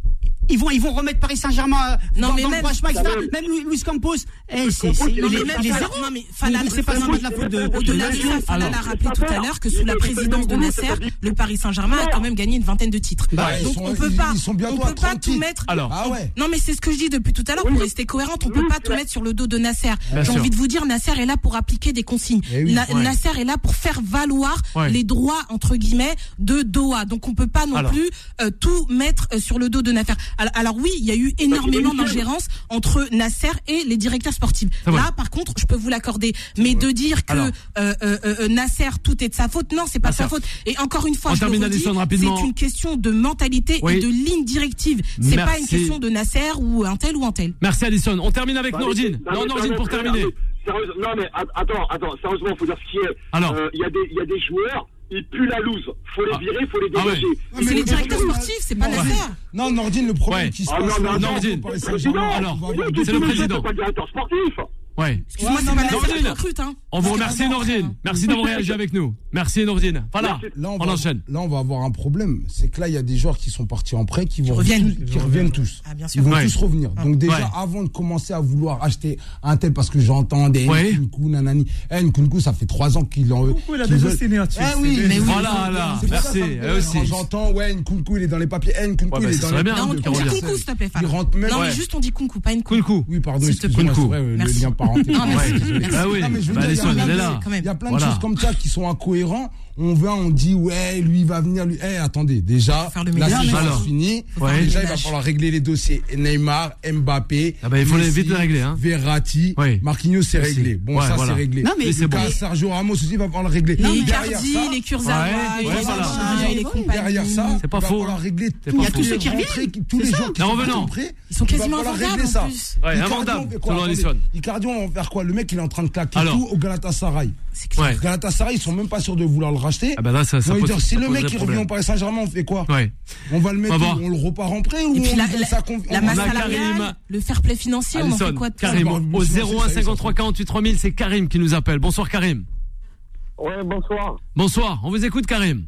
Speaker 5: ils vont, ils vont remettre Paris Saint-Germain euh,
Speaker 4: Non,
Speaker 5: dans,
Speaker 4: mais
Speaker 5: dans
Speaker 4: même-
Speaker 5: le chemin, etc.
Speaker 2: Samuel.
Speaker 5: Même Luis, Luis Campos, eh, c'est
Speaker 2: Campos,
Speaker 5: c'est-
Speaker 2: il est
Speaker 5: les,
Speaker 2: le
Speaker 5: les
Speaker 2: patron.
Speaker 5: zéros.
Speaker 4: Non, mais Fala,
Speaker 5: Donc, c'est pas
Speaker 4: vraiment
Speaker 5: seulement de la faute de.
Speaker 4: Au-delà de ça, Fala l'a rappelé tout à l'heure que sous la présidence de Nasser, le Paris Saint-Germain a quand même gagné une vingtaine de titres.
Speaker 6: Bah, ils
Speaker 4: Donc
Speaker 6: sont-
Speaker 4: on peut
Speaker 6: ils-
Speaker 4: pas,
Speaker 6: ils sont bientôt
Speaker 4: on
Speaker 6: à
Speaker 4: peut pas
Speaker 6: 30
Speaker 4: tout
Speaker 6: titres.
Speaker 4: mettre.
Speaker 3: Alors.
Speaker 6: Ah ouais.
Speaker 4: Non mais c'est ce que je dis depuis tout à l'heure pour rester cohérente, on peut pas tout mettre sur le dos de Nasser.
Speaker 3: Bien
Speaker 4: J'ai
Speaker 3: sûr.
Speaker 4: envie de vous dire Nasser est là pour appliquer des consignes.
Speaker 6: Eh oui,
Speaker 4: Na-
Speaker 3: ouais.
Speaker 4: Nasser est là pour faire valoir
Speaker 3: Ouais.
Speaker 4: les droits entre guillemets de Doha. Donc on peut pas non
Speaker 3: Alors.
Speaker 4: plus euh, tout mettre euh, sur le dos de Nasser. Al- Alors, oui, il y a eu énormément d'ingérence entre Nasser et les directeurs sportifs.
Speaker 3: C'est vrai.
Speaker 4: Là par contre, je peux vous l'accorder, mais de dire que
Speaker 3: Alors.
Speaker 4: euh, euh, euh, Nasser tout est de sa faute, non, c'est pas de sa
Speaker 3: Nasser.
Speaker 4: faute. Et encore une fois,
Speaker 3: On
Speaker 4: je le
Speaker 3: termine,
Speaker 4: redis,
Speaker 3: Alison, rapidement.
Speaker 4: c'est une question de mentalité
Speaker 3: Oui.
Speaker 4: et de ligne directive. C'est pas une
Speaker 3: Merci.
Speaker 4: question de Nasser ou un tel ou un tel.
Speaker 3: Merci Alison. On termine avec Nordine.
Speaker 2: Non, mais
Speaker 3: Non, Nordine
Speaker 2: sérieusement,
Speaker 3: pour terminer.
Speaker 2: sérieusement, Non, mais a- attends, attends, sérieusement, faut dire ce qui est.
Speaker 3: Alors.
Speaker 2: Euh, Il y, a des- il y a des joueurs, ils puent la loose. Faut
Speaker 3: Ah.
Speaker 2: les virer, faut les
Speaker 3: Ah ouais.
Speaker 2: dégager.
Speaker 6: Ouais,
Speaker 4: C'est
Speaker 6: mais
Speaker 4: les
Speaker 6: le
Speaker 4: directeurs
Speaker 6: problème-
Speaker 4: sportifs, c'est pas
Speaker 6: Non,
Speaker 4: Nasser.
Speaker 6: Non, Nordine, le problème
Speaker 3: Ouais.
Speaker 6: qui se
Speaker 2: Ah, non,
Speaker 6: passe.
Speaker 2: non,
Speaker 6: aujourd'hui,
Speaker 3: Nordine.
Speaker 6: au Paris
Speaker 2: C'est
Speaker 6: Saint-Germain, on va
Speaker 3: alors,
Speaker 6: avoir
Speaker 2: le
Speaker 6: des-
Speaker 3: c'est le
Speaker 2: président.
Speaker 3: président.
Speaker 2: C'est pas le directeur sportif.
Speaker 3: Ouais.
Speaker 4: Excuse-moi, c'est pas Nasser qui
Speaker 3: Nordine.
Speaker 4: recrute. Hein.
Speaker 3: On
Speaker 4: Parce
Speaker 3: vous
Speaker 4: que
Speaker 3: remercie
Speaker 4: vraiment,
Speaker 3: Nordine.
Speaker 4: euh,
Speaker 3: Merci d'avoir réagi avec nous. Merci Nordine. Voilà.
Speaker 6: Là, on,
Speaker 3: On
Speaker 6: va,
Speaker 3: enchaîne.
Speaker 6: là, on va avoir un problème. C'est que là, il y a des joueurs qui sont partis en prêt, qui, vont
Speaker 4: reviennent.
Speaker 6: tous, qui reviennent tous.
Speaker 4: Ah, bien sûr.
Speaker 6: Ils vont
Speaker 3: Ouais.
Speaker 6: tous revenir. Donc déjà,
Speaker 3: Ouais.
Speaker 6: avant de commencer à vouloir acheter un tel, parce que j'entends des
Speaker 3: Ouais.
Speaker 6: Nkunku, nanani. Eh, Nkunku, ça fait trois ans qu'il en
Speaker 7: Nkunku, il a
Speaker 6: qu'il
Speaker 7: déjà
Speaker 6: veut-
Speaker 7: signé
Speaker 4: hein,
Speaker 7: là-dessus.
Speaker 6: Eh oui,
Speaker 7: C'est- Mais
Speaker 4: oui.
Speaker 3: Voilà, Oh là.
Speaker 6: C'est pour ça que
Speaker 3: Merci.
Speaker 6: ça me
Speaker 3: Eux
Speaker 6: dérange.
Speaker 3: aussi.
Speaker 6: J'entends, ouais, Nkunku, il est dans les papiers. Eh, Nkunku,
Speaker 3: Ouais, bah,
Speaker 6: il
Speaker 3: ce
Speaker 6: est dans
Speaker 3: serait
Speaker 6: les
Speaker 3: bien,
Speaker 6: papiers.
Speaker 4: Non, on,
Speaker 3: de
Speaker 4: on dit
Speaker 3: Carole.
Speaker 4: coucou, s'il te plaît,
Speaker 6: Il
Speaker 4: Fala.
Speaker 6: rentre même.
Speaker 4: Non,
Speaker 3: Ouais.
Speaker 4: mais juste, on dit coucou, pas une coucou.
Speaker 3: Kunku.
Speaker 6: Oui, pardon,
Speaker 4: S'il te plaît.
Speaker 6: excusez-moi, c'est
Speaker 3: Nkunku.
Speaker 6: vrai, le
Speaker 4: Merci.
Speaker 6: lien parenté.
Speaker 4: Non, merci.
Speaker 3: Ouais.
Speaker 4: Merci.
Speaker 3: Ah oui.
Speaker 6: Non, mais je veux
Speaker 3: Bah,
Speaker 6: dire,
Speaker 3: Alison,
Speaker 6: il y a
Speaker 3: elle est
Speaker 6: plein
Speaker 3: là.
Speaker 6: de-
Speaker 4: quand même.
Speaker 6: Il y a plein de
Speaker 3: Voilà.
Speaker 6: choses comme ça qui sont incohérents. On vient, on dit, ouais, lui, il va venir, lui. Eh, attendez, déjà,
Speaker 4: Faire le
Speaker 6: la
Speaker 4: ménage.
Speaker 6: saison
Speaker 3: Alors.
Speaker 6: est finie.
Speaker 3: Ouais. faire le
Speaker 6: Déjà, il va
Speaker 4: ménage.
Speaker 6: falloir régler les dossiers. Neymar, Mbappé.
Speaker 3: Ah bah, il faut les- vite les régler, hein.
Speaker 6: Verratti.
Speaker 3: Ouais.
Speaker 6: Marquinhos, c'est
Speaker 3: Merci.
Speaker 6: réglé. Bon,
Speaker 3: Ouais,
Speaker 6: ça,
Speaker 3: voilà.
Speaker 6: c'est réglé.
Speaker 5: Non, mais- Mais
Speaker 3: c'est bon.
Speaker 6: Lucas, Sergio Ramos aussi, il va falloir le régler.
Speaker 4: Les
Speaker 6: Derrière
Speaker 4: Icardi,
Speaker 6: ça-
Speaker 4: les Kurzawa,
Speaker 3: Ouais,
Speaker 4: les
Speaker 3: ouais,
Speaker 4: Machin,
Speaker 3: voilà.
Speaker 4: les compagnies.
Speaker 6: Derrière ça,
Speaker 3: C'est pas
Speaker 6: il va
Speaker 3: faux.
Speaker 6: falloir régler
Speaker 3: C'est
Speaker 6: tous
Speaker 3: pas faux.
Speaker 6: les
Speaker 3: Il y a
Speaker 5: tous ceux qui
Speaker 6: rentrés,
Speaker 5: reviennent.
Speaker 6: tous les
Speaker 5: C'est
Speaker 6: gens qui
Speaker 3: ça.
Speaker 6: sont
Speaker 3: Non, revenons.
Speaker 6: rentrés.
Speaker 4: Ils sont
Speaker 6: Il va
Speaker 4: quasiment
Speaker 6: falloir
Speaker 4: invendables,
Speaker 6: régler
Speaker 4: en
Speaker 6: ça.
Speaker 4: plus.
Speaker 3: Ouais,
Speaker 6: Icardi, on
Speaker 3: invendables,
Speaker 6: fait quoi
Speaker 3: selon
Speaker 6: Attendez,
Speaker 3: Alisson.
Speaker 6: Icardi, on va faire quoi Le mec, il est en train de claquer
Speaker 3: Alors.
Speaker 6: tout au Galatasaray.
Speaker 4: C'est clair.
Speaker 3: Ouais.
Speaker 6: Galatasaray, ils sont même pas sûrs de vouloir le racheter.
Speaker 3: Ah bah là, ça- ça
Speaker 6: On va lui
Speaker 3: pose-
Speaker 6: dire, si
Speaker 3: ça
Speaker 6: le
Speaker 3: pose
Speaker 6: mec
Speaker 3: des
Speaker 6: il revient
Speaker 3: problèmes.
Speaker 6: au Paris Saint-Germain, on fait quoi
Speaker 3: Ouais.
Speaker 6: On va le mettre,
Speaker 3: On va
Speaker 6: où
Speaker 3: voir.
Speaker 6: on le repart en prêt ou
Speaker 4: Et puis
Speaker 6: on
Speaker 4: la,
Speaker 6: donne
Speaker 4: la-
Speaker 6: sa confi-
Speaker 4: la
Speaker 6: on-
Speaker 4: masse
Speaker 3: On a
Speaker 4: salariale,
Speaker 3: Karim.
Speaker 4: le fair play financier, on en fait
Speaker 3: Alison,
Speaker 4: quoi de ça
Speaker 3: Karim,
Speaker 6: Bah,
Speaker 3: au
Speaker 6: je sais,
Speaker 3: 01 53 48 3000, c'est Karim qui nous appelle. Bonsoir Karim.
Speaker 9: Ouais, bonsoir.
Speaker 3: Bonsoir, on vous écoute Karim.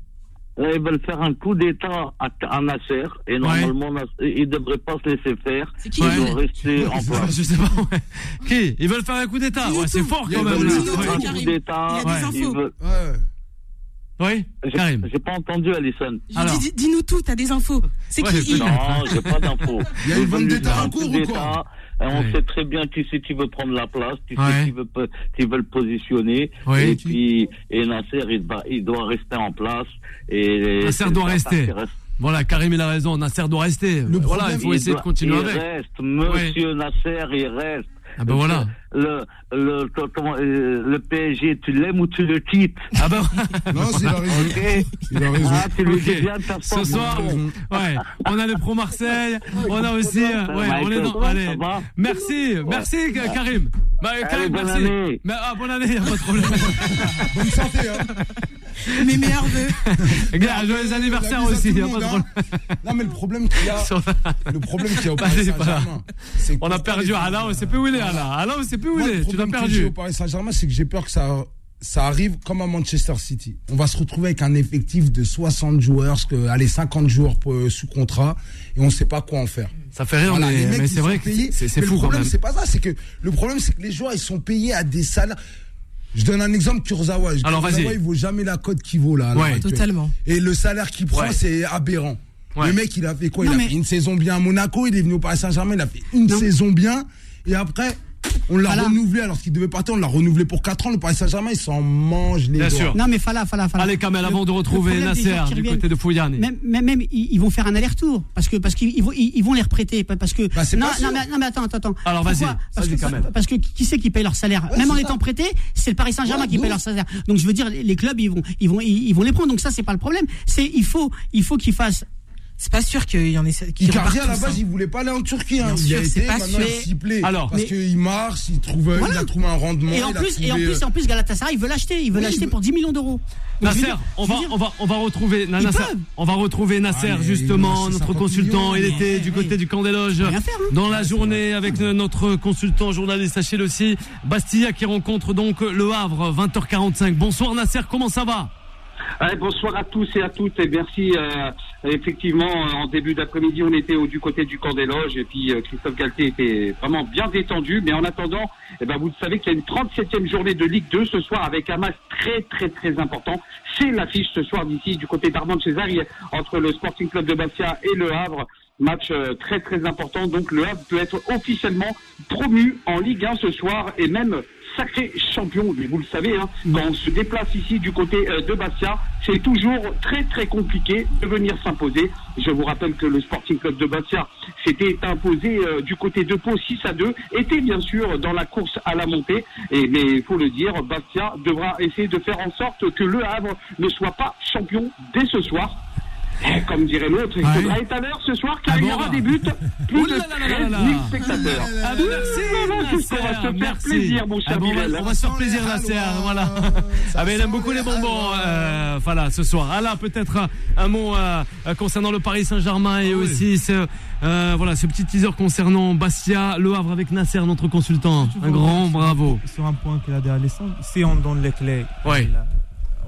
Speaker 9: Là, ils veulent faire un coup d'État à, à Nasser et normalement, Nas- ils ne devraient pas se laisser faire.
Speaker 4: C'est qui
Speaker 9: ils
Speaker 3: Ouais.
Speaker 9: doivent rester en place.
Speaker 3: Je sais pas. ouais. Qui Ils veulent faire un coup d'État. Ouais, c'est fort quand
Speaker 9: Ils
Speaker 3: même.
Speaker 9: veulent
Speaker 3: là.
Speaker 4: Dis-nous tout,
Speaker 9: faire un
Speaker 3: Ouais.
Speaker 4: Karim.
Speaker 9: coup d'État.
Speaker 4: Il y a des
Speaker 9: ils
Speaker 4: infos.
Speaker 9: veulent-
Speaker 6: Ouais.
Speaker 3: Oui,
Speaker 9: J'ai
Speaker 3: Karim.
Speaker 9: j'ai pas entendu, Alison.
Speaker 4: Je
Speaker 3: Alors.
Speaker 4: dis- dis- Dis-nous tout, t'as des infos. C'est
Speaker 3: Ouais,
Speaker 4: qui
Speaker 3: c'est
Speaker 4: il
Speaker 3: ça.
Speaker 9: Non, j'ai pas d'infos.
Speaker 6: Il y a une
Speaker 9: Ils veulent
Speaker 6: vendetta
Speaker 9: faire un
Speaker 6: en cours
Speaker 9: coup
Speaker 6: ou quoi
Speaker 9: d'État. Et on
Speaker 3: Ouais.
Speaker 9: sait très bien qui c'est qui veut prendre la place, qui
Speaker 3: Ouais.
Speaker 9: c'est qui veut, pe- qui veut le positionner.
Speaker 3: Ouais.
Speaker 9: Et puis, et Nasser, il, va- il doit rester en place. Et
Speaker 3: Nasser doit
Speaker 9: ça,
Speaker 3: rester.
Speaker 9: ça reste-
Speaker 3: Voilà, Karim il a raison, Nasser doit rester.
Speaker 6: Le
Speaker 3: voilà,
Speaker 6: problème,
Speaker 3: il faut essayer
Speaker 9: doit-
Speaker 3: de continuer
Speaker 9: il
Speaker 3: avec.
Speaker 9: reste, monsieur Nasser, il reste.
Speaker 3: Ah ben voilà.
Speaker 9: Le, le, ton- ton- euh, le PSG, tu l'aimes ou tu le quittes
Speaker 3: Ah bah,
Speaker 6: Non, c'est la raison.
Speaker 9: ok
Speaker 6: Il a raison.
Speaker 9: Ah, tu lui
Speaker 3: Ok.
Speaker 9: dis bien de faire
Speaker 3: Ce
Speaker 9: porte-
Speaker 3: soir, ouais, on a le Pro Marseille, on a aussi, euh,
Speaker 9: Ça
Speaker 3: ouais,
Speaker 9: va,
Speaker 3: on est dans,
Speaker 9: Michael, ça
Speaker 3: allez.
Speaker 9: va
Speaker 3: Merci, merci Karim. Bah, Karim,
Speaker 9: bonne
Speaker 3: merci.
Speaker 9: année.
Speaker 3: Mais, ah, bonne année, y a pas de problème.
Speaker 6: Bonne santé, hein.
Speaker 4: Mes meilleurs vœux.
Speaker 3: Gars, joyeux anniversaire
Speaker 6: La bise à
Speaker 3: aussi,
Speaker 6: tout
Speaker 3: y
Speaker 6: le
Speaker 3: a pas
Speaker 6: monde,
Speaker 3: de
Speaker 6: hein.
Speaker 3: problème.
Speaker 6: Non, mais le problème qu'il y a,
Speaker 3: Sur-
Speaker 6: le problème qu'il y a au
Speaker 3: Bah,
Speaker 6: Paris
Speaker 3: c'est pas-
Speaker 6: Saint-Germain, c'est que
Speaker 3: On a perdu Alain, on sait plus où il est Alain. Alain, on sait plus où
Speaker 6: Moi,
Speaker 3: il
Speaker 6: le
Speaker 3: est, tu l'as
Speaker 6: problème que j'ai au
Speaker 3: perdu.
Speaker 6: Paris Saint-Germain, c'est que j'ai peur que ça, ça arrive comme à Manchester City. On va se retrouver avec un effectif de 60 joueurs, parce que, allez, 50 joueurs euh, sous contrat, et on ne sait pas quoi en faire.
Speaker 3: Ça fait rire,
Speaker 6: Voilà, les
Speaker 3: mais,
Speaker 6: mecs,
Speaker 3: mais
Speaker 6: ils
Speaker 3: c'est
Speaker 6: sont
Speaker 3: vrai que
Speaker 6: payés,
Speaker 3: c'est c'est
Speaker 6: mais
Speaker 3: fou
Speaker 6: Le
Speaker 3: quand
Speaker 6: problème,
Speaker 3: même.
Speaker 6: c'est pas ça, c'est que le problème, c'est que les joueurs, ils sont payés à des salaires. Je donne un exemple, Kurzawa.
Speaker 3: Alors, vas-y.
Speaker 6: Kurzawa, il vaut jamais la cote qu'il vaut là. à l'heure
Speaker 3: Ouais.
Speaker 6: actuelle.
Speaker 4: Totalement.
Speaker 6: Et le salaire qu'il prend,
Speaker 3: Ouais.
Speaker 6: c'est aberrant.
Speaker 3: Ouais.
Speaker 6: Le mec, il a fait quoi
Speaker 5: Non,
Speaker 6: Il a
Speaker 5: mais-
Speaker 6: fait une saison bien à Monaco, il est venu au Paris Saint-Germain, il a fait une saison bien, et après, on l'a
Speaker 5: Voilà.
Speaker 6: renouvelé alors qu'il devait partir, on l'a renouvelé pour 4 ans. Le Paris Saint-Germain, il s'en mange les
Speaker 3: Bien
Speaker 6: doigts.
Speaker 3: sûr.
Speaker 5: Non, mais Fala, Fala, Fala.
Speaker 3: Allez Kamel,
Speaker 5: Le-
Speaker 3: avant de
Speaker 5: le
Speaker 3: retrouver
Speaker 5: problème des
Speaker 3: Nasser
Speaker 5: gens qui
Speaker 3: du
Speaker 5: reviennent-
Speaker 3: côté de Fouillani.
Speaker 5: Même, même, même, ils ils vont faire un aller-retour parce que parce qu'ils ils vont, ils ils vont les reprêter pas- parce que
Speaker 6: Bah, c'est
Speaker 5: non,
Speaker 6: pas sûr.
Speaker 5: non, mais, non mais attends attends attends.
Speaker 3: Alors, vas-y,
Speaker 5: Pourquoi parce,
Speaker 3: vas-y,
Speaker 5: que-
Speaker 3: quand même.
Speaker 5: parce que qui c'est qui paye leur salaire même
Speaker 6: c'est
Speaker 5: en
Speaker 6: ça.
Speaker 5: étant prêté c'est le Paris Saint-Germain
Speaker 6: Ouais,
Speaker 5: qui
Speaker 6: donc.
Speaker 5: paye leur salaire donc je veux dire les les clubs ils vont ils vont ils, ils vont les prendre donc ça c'est pas le problème c'est il faut il faut qu'ils fassent
Speaker 4: C'est pas sûr qu'il y en ait qui
Speaker 6: Icardi, à la
Speaker 4: tous,
Speaker 6: base,
Speaker 4: hein.
Speaker 6: il voulait pas aller en Turquie.
Speaker 4: Bien
Speaker 6: Hein. Il
Speaker 4: sûr,
Speaker 6: a
Speaker 4: c'est
Speaker 6: été,
Speaker 4: pas
Speaker 6: maintenant,
Speaker 4: sûr.
Speaker 6: il s'y plaît.
Speaker 3: Alors,
Speaker 6: parce
Speaker 5: mais-
Speaker 6: qu'il marche, il trouve, il
Speaker 5: Voilà.
Speaker 6: a trouvé un rendement.
Speaker 5: et en
Speaker 6: il a
Speaker 5: plus et en
Speaker 6: trouvé,
Speaker 5: plus
Speaker 6: euh,
Speaker 5: en plus Galatasaray ils veulent l'acheter ils veulent
Speaker 6: Oui,
Speaker 5: l'acheter
Speaker 6: mais-
Speaker 5: pour 10 millions d'euros Donc, je veux
Speaker 3: Nasser,
Speaker 5: dire-
Speaker 3: on
Speaker 5: je
Speaker 3: va,
Speaker 5: veux dire-
Speaker 3: on va, on va retrouver na-
Speaker 5: Ils
Speaker 3: Nasser.
Speaker 5: peuvent.
Speaker 3: On va retrouver Nasser
Speaker 6: mais
Speaker 3: justement,
Speaker 6: c'est
Speaker 3: notre
Speaker 6: 50
Speaker 3: consultant.
Speaker 6: millions,
Speaker 3: il
Speaker 6: mais-
Speaker 3: était
Speaker 5: ouais,
Speaker 3: du côté
Speaker 5: ouais.
Speaker 3: du camp des loges
Speaker 5: rien faire, hein.
Speaker 3: dans la journée avec euh, notre consultant journaliste. Sachez-le aussi, Bastilla qui rencontre donc Le Havre 20h45. Bonsoir Nasser, comment ça va
Speaker 10: Allez, bonsoir à tous et à toutes et merci. euh, effectivement, euh, en début d'après-midi, on était au- du côté du camp des loges et puis euh, Christophe Galtier était vraiment bien détendu. Mais en attendant, eh ben, vous le savez qu'il y a une 37e journée de Ligue 2 ce soir avec un match très très très important. C'est l'affiche ce soir d'ici du côté d'Armand César il y a- entre le Sporting Club de Bastia et Le Havre. Match euh, très très important. Donc Le Havre peut être officiellement promu en Ligue 1 ce soir et même sacré champion. Mais vous le savez, hein, quand on se déplace ici du côté euh, de Bastia, c'est toujours très très compliqué de venir s'imposer. Je vous rappelle que le Sporting Club de Bastia s'était imposé euh, du côté de Pau 6 à 2, était bien sûr dans la course à la montée. Et, mais il faut le dire, Bastia devra essayer de faire en sorte que Le Havre ne soit pas champion dès ce soir. Eh, Comme dirait l'autre, il
Speaker 3: Ouais.
Speaker 10: faudra être à l'heure ce soir car
Speaker 3: Ah
Speaker 10: il y
Speaker 3: bon
Speaker 10: aura des buts, plus
Speaker 3: Ouh
Speaker 10: de
Speaker 3: là là là là
Speaker 10: 13
Speaker 3: là.
Speaker 10: 000 spectateurs.
Speaker 3: Ah, ben, merci,
Speaker 6: bah,
Speaker 10: qu'est-ce qu'on va se faire
Speaker 3: merci.
Speaker 10: plaisir, mon cher
Speaker 3: Ah, bon, on va-
Speaker 10: Bilal.
Speaker 3: On va se faire
Speaker 6: sent
Speaker 3: plaisir,
Speaker 6: les
Speaker 3: Nasser.
Speaker 6: halwas.
Speaker 3: Voilà.
Speaker 6: hein. Ça
Speaker 3: Ah, ben, il aime
Speaker 6: sent
Speaker 3: beaucoup
Speaker 6: les
Speaker 3: les bonbons.
Speaker 6: halwas.
Speaker 3: euh, voilà, ce soir. Ah là, peut-être un, un mot euh, euh, concernant le Paris Saint-Germain
Speaker 6: Ah
Speaker 3: et aussi ce, euh, voilà, ce petit teaser concernant Bastia, Le Havre avec Nasser, notre consultant. Un grand bravo.
Speaker 7: Sur un point qu'il a dit Alessandre, si on donne les clés,
Speaker 3: Ouais.
Speaker 7: la,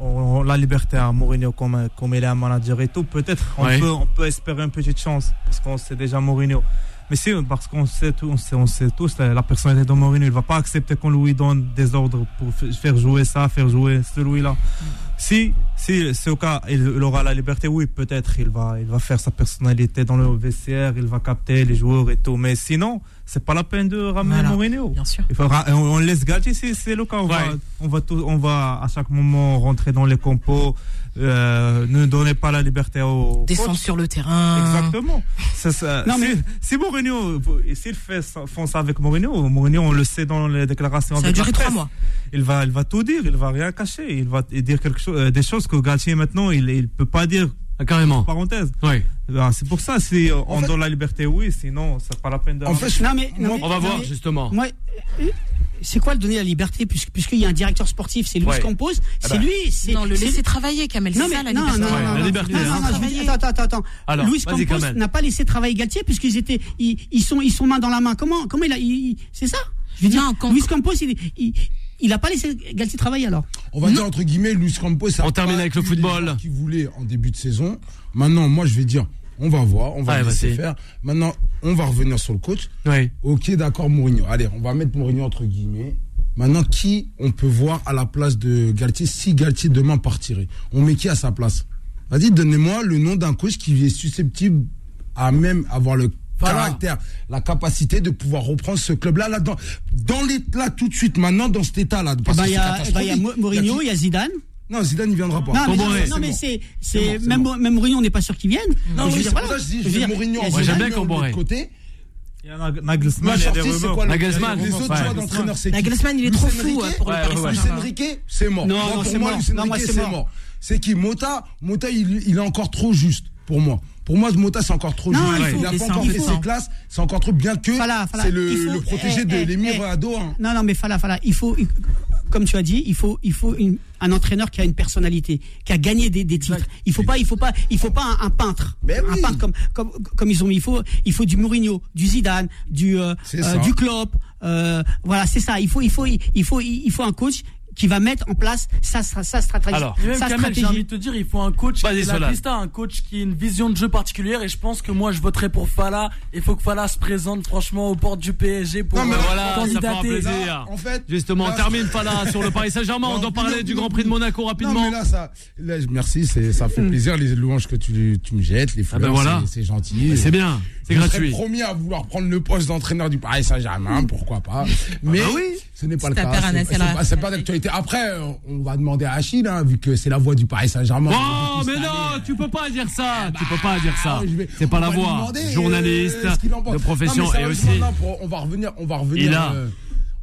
Speaker 7: on- on- la liberté à Mourinho comme, comme il est un manager et tout, peut-être on,
Speaker 3: Ouais.
Speaker 7: peut, on peut espérer une petite chance parce qu'on sait déjà Mourinho. Mais si, parce qu'on sait, tout- on sait, on sait tous la, la personnalité de Mourinho, il ne va pas accepter qu'on lui donne des ordres pour f- faire jouer ça, faire jouer celui-là. Si, si c'est au cas, il, il aura la liberté, oui, peut-être, il va, il va faire sa personnalité dans le vestiaire, il va capter les joueurs et tout. Mais sinon, c'est pas la peine de ramener
Speaker 4: Voilà.
Speaker 7: Mourinho.
Speaker 4: Bien sûr.
Speaker 7: Il faudra- on, on laisse Galtier, c'est, c'est le cas. On, va,
Speaker 3: Ouais.
Speaker 7: on, va tout- on va à chaque moment rentrer dans les compos. euh, ne donnez pas la liberté au.
Speaker 4: Descendre
Speaker 7: coach.
Speaker 4: sur le terrain.
Speaker 7: Exactement. C'est ça.
Speaker 5: Non,
Speaker 7: si,
Speaker 5: mais-
Speaker 7: si Mourinho, s'il fait, ça- font ça avec Mourinho, Mourinho, on le sait dans les déclarations.
Speaker 4: Ça a
Speaker 7: avec la
Speaker 4: duré trois
Speaker 7: presse,
Speaker 4: mois.
Speaker 7: Il va, il va tout dire, il va rien cacher. Il va dire quelque chose, euh, des choses que Galtier maintenant, il ne peut pas dire.
Speaker 3: Ah, carrément.
Speaker 7: Parenthèse.
Speaker 3: Ouais.
Speaker 7: Ben, c'est pour ça, si euh, on
Speaker 6: fait-
Speaker 7: donne la liberté, oui, sinon, c'est pas la peine de.
Speaker 6: En fait, je-
Speaker 5: Non, mais- non,
Speaker 6: moi,
Speaker 5: mais-
Speaker 3: On va
Speaker 5: non,
Speaker 3: voir,
Speaker 5: mais-
Speaker 3: justement.
Speaker 5: Moi, euh, c'est quoi le donner la liberté puisque- Puisqu'il y a un directeur sportif, c'est lui
Speaker 3: Ouais.
Speaker 5: qui compose, c'est
Speaker 3: bah.
Speaker 5: lui. c'est-
Speaker 4: Non, le
Speaker 5: c'est-
Speaker 4: laisser travailler, Kamel.
Speaker 5: Non,
Speaker 4: C'est
Speaker 5: mais
Speaker 4: ça la
Speaker 5: non, non,
Speaker 4: liberté.
Speaker 5: non,
Speaker 3: Ouais,
Speaker 5: non,
Speaker 3: la
Speaker 5: non,
Speaker 3: liberté,
Speaker 5: non,
Speaker 3: hein.
Speaker 5: non, non, je vais dire- attends, attends, attends.
Speaker 3: Alors,
Speaker 5: Luis
Speaker 3: vas-y,
Speaker 5: Campos
Speaker 3: Kamel.
Speaker 5: n'a pas laissé travailler Galtier puisqu'ils étaient, ils, ils sont, ils sont main dans la main. Comment, comment il a, il- il- c'est ça Je veux dire,
Speaker 4: Non, quand-
Speaker 5: Luis Campos, il, il, il a pas laissé Galtier travailler alors.
Speaker 6: on va dire entre guillemets, Luis Campos. ça
Speaker 3: On
Speaker 6: a
Speaker 3: termine
Speaker 6: pas
Speaker 3: avec le
Speaker 6: eu les
Speaker 3: football.
Speaker 6: gens Qui voulait en début de saison. Maintenant, moi, je vais dire, on va voir, on va
Speaker 3: Ouais,
Speaker 6: le laisser
Speaker 3: vas-y.
Speaker 6: faire. Maintenant, on va revenir sur le coach.
Speaker 3: Ouais.
Speaker 6: Ok, d'accord, Mourinho. Allez, on va mettre Mourinho entre guillemets. Maintenant, qui on peut voir à la place de Galtier si Galtier demain partirait On met qui à sa place Vas-y, donnez-moi le nom d'un coach qui est susceptible à même avoir le caractère, la capacité de pouvoir reprendre ce club-là, là, dans, dans les, là, tout de suite, maintenant, dans cet état-là.
Speaker 5: Eh
Speaker 6: parce
Speaker 5: ben,
Speaker 6: que
Speaker 5: il y
Speaker 6: Ah,
Speaker 5: a,
Speaker 6: c'est
Speaker 5: eh ben, il y a Mo-
Speaker 6: catastrophique.
Speaker 5: Mourinho,
Speaker 6: qui-
Speaker 5: il y a Zidane.
Speaker 6: Non, Zidane, il viendra pas.
Speaker 5: Non, mais,
Speaker 3: Bon,
Speaker 5: non,
Speaker 3: bon,
Speaker 5: mais-
Speaker 3: c'est
Speaker 5: non, mais
Speaker 6: bon.
Speaker 5: c'est,
Speaker 6: bon,
Speaker 5: c'est,
Speaker 6: c'est
Speaker 5: même,
Speaker 6: bon.
Speaker 5: même Mourinho, on n'est pas sûr qu'il vienne.
Speaker 6: Non,
Speaker 5: Donc, je veux
Speaker 6: oui, c'est
Speaker 5: dire, voilà.
Speaker 6: pour ça que je dis,
Speaker 5: Je veux
Speaker 6: je mets
Speaker 5: dire,
Speaker 6: Mourinho.
Speaker 5: il y a
Speaker 6: entre
Speaker 3: j'aime bien
Speaker 6: guillemets, on le met
Speaker 3: Camboré.
Speaker 6: de côté.
Speaker 7: Il y a Nag- Nagelsmann, il y a des
Speaker 6: Nagelsmann, c'est
Speaker 7: rumeurs.
Speaker 6: quoi le-
Speaker 3: Nagelsmann.
Speaker 6: Les autres
Speaker 7: Ouais.
Speaker 6: choix d'entraîneur, c'est qui
Speaker 4: Nagelsmann, il est trop
Speaker 6: Luis
Speaker 4: fou
Speaker 6: Enrique
Speaker 4: euh, pour
Speaker 3: Ouais,
Speaker 4: le Paris
Speaker 3: ouais, ouais.
Speaker 6: Luis
Speaker 4: Saint-Germain.
Speaker 6: Enrique, c'est mort.
Speaker 5: Non,
Speaker 6: Moi,
Speaker 5: non,
Speaker 6: pour
Speaker 5: c'est
Speaker 6: moi,
Speaker 5: mort.
Speaker 6: Luis
Speaker 5: Non, moi,
Speaker 6: Enrique,
Speaker 5: c'est
Speaker 6: c'est
Speaker 5: mort.
Speaker 6: mort. C'est qui Mota, Mota, il, il est encore trop juste pour moi. Pour moi, Mota, c'est encore trop
Speaker 4: Non,
Speaker 6: juste.
Speaker 4: il faut
Speaker 6: il n'a
Speaker 4: laisser
Speaker 6: pas
Speaker 4: un
Speaker 6: encore
Speaker 4: peu
Speaker 6: fait
Speaker 4: de temps.
Speaker 6: ses classes. C'est encore trop bien que
Speaker 5: Voilà, voilà.
Speaker 6: c'est le,
Speaker 5: Il faut-
Speaker 6: le protégé
Speaker 5: eh,
Speaker 6: de
Speaker 5: eh,
Speaker 6: l'émir hein.
Speaker 5: eh.
Speaker 6: à Doha.
Speaker 5: Non, non, mais Fala, Fala, il faut, il- comme tu as dit, il faut, il faut une- un entraîneur qui a une personnalité, qui a gagné des, des titres. Il faut pas, il faut pas, il faut pas un, un peintre,
Speaker 6: Mais
Speaker 5: un
Speaker 6: Ben oui.
Speaker 5: peintre comme, comme, comme ils ont mis. Il faut, il faut du Mourinho, du Zidane, du, euh,
Speaker 6: C'est
Speaker 5: euh,
Speaker 6: ça.
Speaker 5: du Klopp. euh, voilà, c'est ça. Il faut, il faut, il faut, il faut un coach qui va mettre en place sa, sa, sa stratégie.
Speaker 3: Alors.
Speaker 5: sa
Speaker 8: Et même Kamel, j'ai envie de te dire, il faut un coach qui ait
Speaker 3: Vas-y,
Speaker 8: la
Speaker 3: Solal.
Speaker 6: hein,
Speaker 8: vista, un coach qui ait une vision de jeu particulière. Et je pense que moi, je voterai pour Fala. Il faut que Fala se présente franchement aux portes du PSG pour
Speaker 6: Non, mais
Speaker 8: euh,
Speaker 3: voilà, ça fera
Speaker 8: candidater.
Speaker 3: plaisir.
Speaker 6: Là, en fait,
Speaker 3: Justement, on
Speaker 6: là,
Speaker 3: termine Fala sur le Paris Saint-Germain. On
Speaker 6: Non,
Speaker 3: doit parler
Speaker 6: non,
Speaker 3: du
Speaker 6: non,
Speaker 3: Grand Prix de
Speaker 6: non.
Speaker 3: Monaco
Speaker 6: Non,
Speaker 3: rapidement. Hmm.
Speaker 6: mais là, ça, là, je- merci, c'est- ça fait plaisir les louanges que tu, tu me jettes, les fleurs,
Speaker 3: ben voilà.
Speaker 6: c'est c'est gentil.
Speaker 3: C'est bien, c'est
Speaker 6: Je serais
Speaker 3: gratuit. Hmm.
Speaker 6: le premier à vouloir prendre le poste d'entraîneur du Paris Saint-Germain, pourquoi
Speaker 3: Ah bah
Speaker 6: pas. Mais ce n'est pas le
Speaker 4: C'est
Speaker 6: cas.
Speaker 4: à faire un
Speaker 6: c'est-
Speaker 4: essai
Speaker 6: C'est
Speaker 4: là.
Speaker 6: pas, c'est pas d'actualité. Après, euh, on va demander à Achille, hein, vu que c'est la voix du Paris Saint-Germain.
Speaker 3: Oh,
Speaker 6: On va
Speaker 3: mais
Speaker 6: tous
Speaker 3: non,
Speaker 6: aller,
Speaker 3: tu peux pas dire ça. Tu peux pas dire ça.
Speaker 6: euh, je vais-
Speaker 3: Ah, C'est
Speaker 6: on
Speaker 3: pas la
Speaker 6: va lui
Speaker 3: voix.
Speaker 6: demander, euh,
Speaker 3: Journaliste,
Speaker 6: ce qu'il en pense.
Speaker 3: de
Speaker 6: Non,
Speaker 3: profession
Speaker 6: mais
Speaker 3: et
Speaker 6: sérieusement,
Speaker 3: aussi.
Speaker 6: là, pour- on va revenir, on va revenir.
Speaker 3: Il a-
Speaker 6: euh,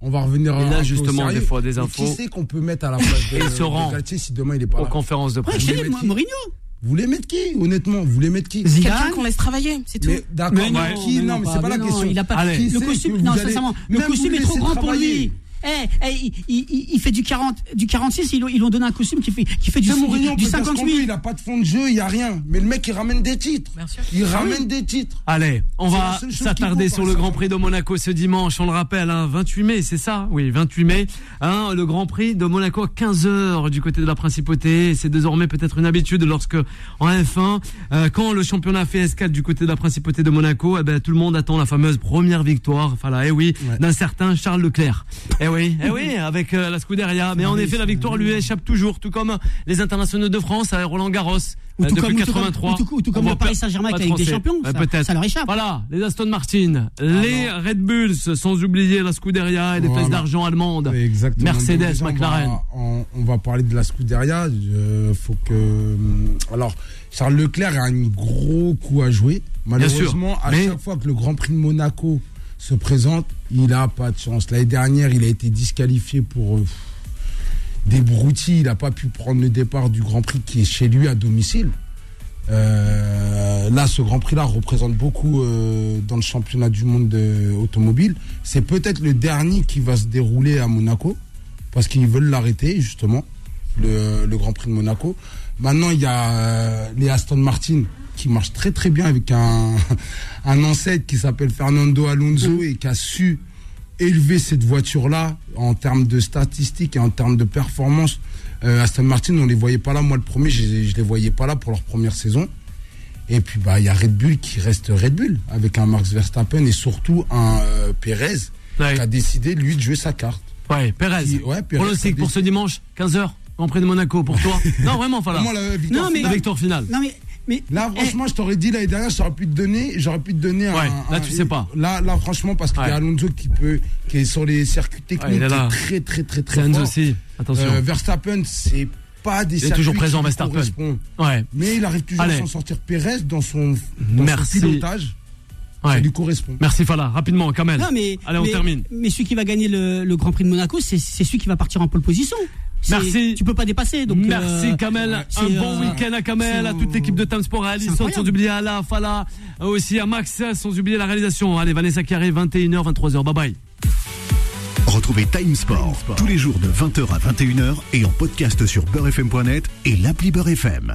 Speaker 6: on va revenir.
Speaker 3: il
Speaker 6: euh,
Speaker 3: a
Speaker 6: un peu au
Speaker 3: justement des
Speaker 6: sérieux.
Speaker 3: fois des
Speaker 6: Mais
Speaker 3: infos.
Speaker 6: Qui c'est qu'on peut mettre à la place de,
Speaker 3: Et se
Speaker 6: de
Speaker 3: rend
Speaker 6: Galtier si demain il est pas
Speaker 3: aux
Speaker 6: là
Speaker 3: conférences de
Speaker 5: Ouais,
Speaker 3: presse.
Speaker 5: je te
Speaker 6: Vous
Speaker 5: dis,
Speaker 6: voulez
Speaker 5: moi,
Speaker 6: mettre
Speaker 5: Mourinho.
Speaker 6: Vous voulez mettre qui, honnêtement Vous voulez mettre qui
Speaker 5: Zidane.
Speaker 4: Quelqu'un qu'on laisse travailler, c'est tout.
Speaker 6: Mais d'accord,
Speaker 5: Mais non,
Speaker 6: mais qui
Speaker 5: mais
Speaker 6: Non, mais c'est pas
Speaker 5: mais
Speaker 6: la
Speaker 5: non,
Speaker 6: question.
Speaker 5: Il a pas
Speaker 3: Allez.
Speaker 5: le
Speaker 6: C'est que
Speaker 5: costume.
Speaker 6: vous
Speaker 5: Non,
Speaker 6: allez-
Speaker 5: sincèrement,
Speaker 6: même
Speaker 5: le
Speaker 6: vous
Speaker 5: costume
Speaker 6: le
Speaker 5: est trop
Speaker 6: laissez
Speaker 5: grand pour
Speaker 6: travailler.
Speaker 5: lui. Eh, eh, il, il- il fait du 40, du 46. Ils lui ils lui ont donné un costume qui fait, qui fait du,
Speaker 6: Tu sais, Mourinho,
Speaker 5: du
Speaker 6: peut dire ce qu'on veut,
Speaker 5: 58.
Speaker 6: il a pas de fond de jeu, il y a rien. Mais le mec, il ramène des titres.
Speaker 4: Bien sûr. Ah
Speaker 6: Il ramène des titres.
Speaker 3: Allez, on
Speaker 6: C'est
Speaker 3: va
Speaker 6: la seule chose
Speaker 3: s'attarder
Speaker 6: qui compte,
Speaker 3: sur le
Speaker 6: hein,
Speaker 3: Grand
Speaker 6: ça.
Speaker 3: Prix de Monaco ce dimanche. On le rappelle, hein, 28 mai, c'est ça Oui, 28 mai. Hein, le Grand Prix de Monaco à 15h du côté de la Principauté. C'est désormais peut-être une habitude lorsque, en F1, euh, quand le championnat fait S4 du côté de la Principauté de Monaco, eh ben, tout le monde attend la fameuse première victoire, enfin là, eh oui, d'un certain Charles Leclerc. Eh oui, eh oui, avec euh, la Scuderia.
Speaker 6: Ah
Speaker 3: Mais en effet, la victoire lui échappe toujours, tout comme les internationaux de France à Roland Garros.
Speaker 5: Ou
Speaker 3: euh,
Speaker 5: tout
Speaker 3: depuis
Speaker 5: comme- ou tout comme-
Speaker 3: 83.
Speaker 5: ou tout- ou tout comme le
Speaker 3: On voit
Speaker 5: Paris
Speaker 3: pas-
Speaker 5: Saint-Germain
Speaker 3: pas
Speaker 5: avec
Speaker 3: de
Speaker 5: la Ligue des
Speaker 3: Français.
Speaker 5: Champions,
Speaker 3: Bah,
Speaker 5: ça-
Speaker 3: peut-être.
Speaker 5: ça leur échappe.
Speaker 3: Voilà, les Aston Martin,
Speaker 5: Ah
Speaker 3: les Red Bulls, sans oublier la Scuderia et les
Speaker 6: Voilà.
Speaker 3: places d'argent allemandes.
Speaker 6: Exactement. Donc,
Speaker 3: Mercedes,
Speaker 6: déjà, on
Speaker 3: McLaren.
Speaker 6: va- On, on va parler de la Scuderia. Il faut que. hum, Alors, Charles Leclerc a un gros coup à jouer. Malheureusement,
Speaker 3: sûr,
Speaker 6: à
Speaker 3: mais-
Speaker 6: chaque fois que le Grand Prix de Monaco se présente, il a pas de chance. L'année dernière, il a été disqualifié pour. euh, pff, des broutilles, il n'a pas pu prendre le départ du Grand Prix qui est chez lui à domicile. Euh, là, ce Grand Prix-là représente beaucoup euh, dans le championnat du monde euh, automobile. C'est peut-être le dernier qui va se dérouler à Monaco, parce qu'ils veulent l'arrêter, justement, le, le Grand Prix de Monaco. Maintenant, il y a euh, les Aston Martin qui marchent très très bien avec un, un ancêtre qui s'appelle Fernando Alonso et qui a su élever cette voiture-là en termes de statistiques et en termes de performance. Euh, Aston Martin, on les voyait pas là. Moi, le premier, je, je les voyais pas là pour leur première saison. Et puis, bah, il y a Red Bull qui reste Red Bull avec un Max Verstappen et surtout un euh, Perez
Speaker 3: Ouais.
Speaker 6: qui a décidé, lui, de jouer sa carte.
Speaker 3: Ouais, Perez.
Speaker 6: Qui- ouais, Perez,
Speaker 3: Pronostic
Speaker 6: ça
Speaker 3: pour ce dimanche, 15h, Grand Prix de Monaco, pour toi. non, vraiment, voilà.
Speaker 6: Comment la victoire
Speaker 5: Non, mais-
Speaker 3: La
Speaker 6: finale
Speaker 3: victoire finale.
Speaker 5: Non, mais, mais
Speaker 6: Là,
Speaker 5: eh,
Speaker 6: franchement, je t'aurais dit l'année dernière, j'aurais pu te donner, j'aurais pu te donner
Speaker 3: Ouais,
Speaker 6: un.
Speaker 3: là,
Speaker 6: un-
Speaker 3: tu sais pas.
Speaker 6: Là, là, franchement, parce qu'il y
Speaker 3: Ouais.
Speaker 6: a Alonso qui peut, qui est sur les circuits
Speaker 3: Ouais, il
Speaker 6: techniques,
Speaker 3: est là.
Speaker 6: qui est très, très, très, très
Speaker 3: Sainz
Speaker 6: fort.
Speaker 3: aussi, attention.
Speaker 6: Euh, Verstappen, c'est pas des circuits
Speaker 3: toujours
Speaker 6: qui
Speaker 3: présent,
Speaker 6: lui
Speaker 3: Verstappen.
Speaker 6: correspondent.
Speaker 3: ouais,
Speaker 6: Mais il arrive toujours
Speaker 3: Allez.
Speaker 6: à s'en sortir Pérez dans son, dans son
Speaker 3: Merci.
Speaker 6: pilotage. Ça
Speaker 3: ouais.
Speaker 6: lui correspond.
Speaker 3: Merci Fala, rapidement, Kamel.
Speaker 5: non, mais,
Speaker 3: Allez, on
Speaker 5: mais-
Speaker 3: termine.
Speaker 5: Mais celui qui va gagner le, le Grand Prix de Monaco, c'est c'est celui qui va partir en pole position. C'est-
Speaker 3: Merci.
Speaker 5: Tu peux pas dépasser. Donc,
Speaker 3: Merci
Speaker 5: euh,
Speaker 3: Kamel,
Speaker 5: c'est,
Speaker 3: un bon
Speaker 5: euh,
Speaker 3: week-end à Kamel,
Speaker 5: c'est
Speaker 3: à
Speaker 5: un-
Speaker 3: toute l'équipe de Time Sport, à Alison,
Speaker 5: incroyable.
Speaker 3: sans oublier à la Fala, euh, aussi à Max, sans oublier la réalisation. Allez, Vanessa qui arrive, 21h, 23h, bye bye.
Speaker 1: Retrouvez Time Sport tous les jours de 20h à 21h et en podcast sur beurrefm.net et l'appli Beurre FM.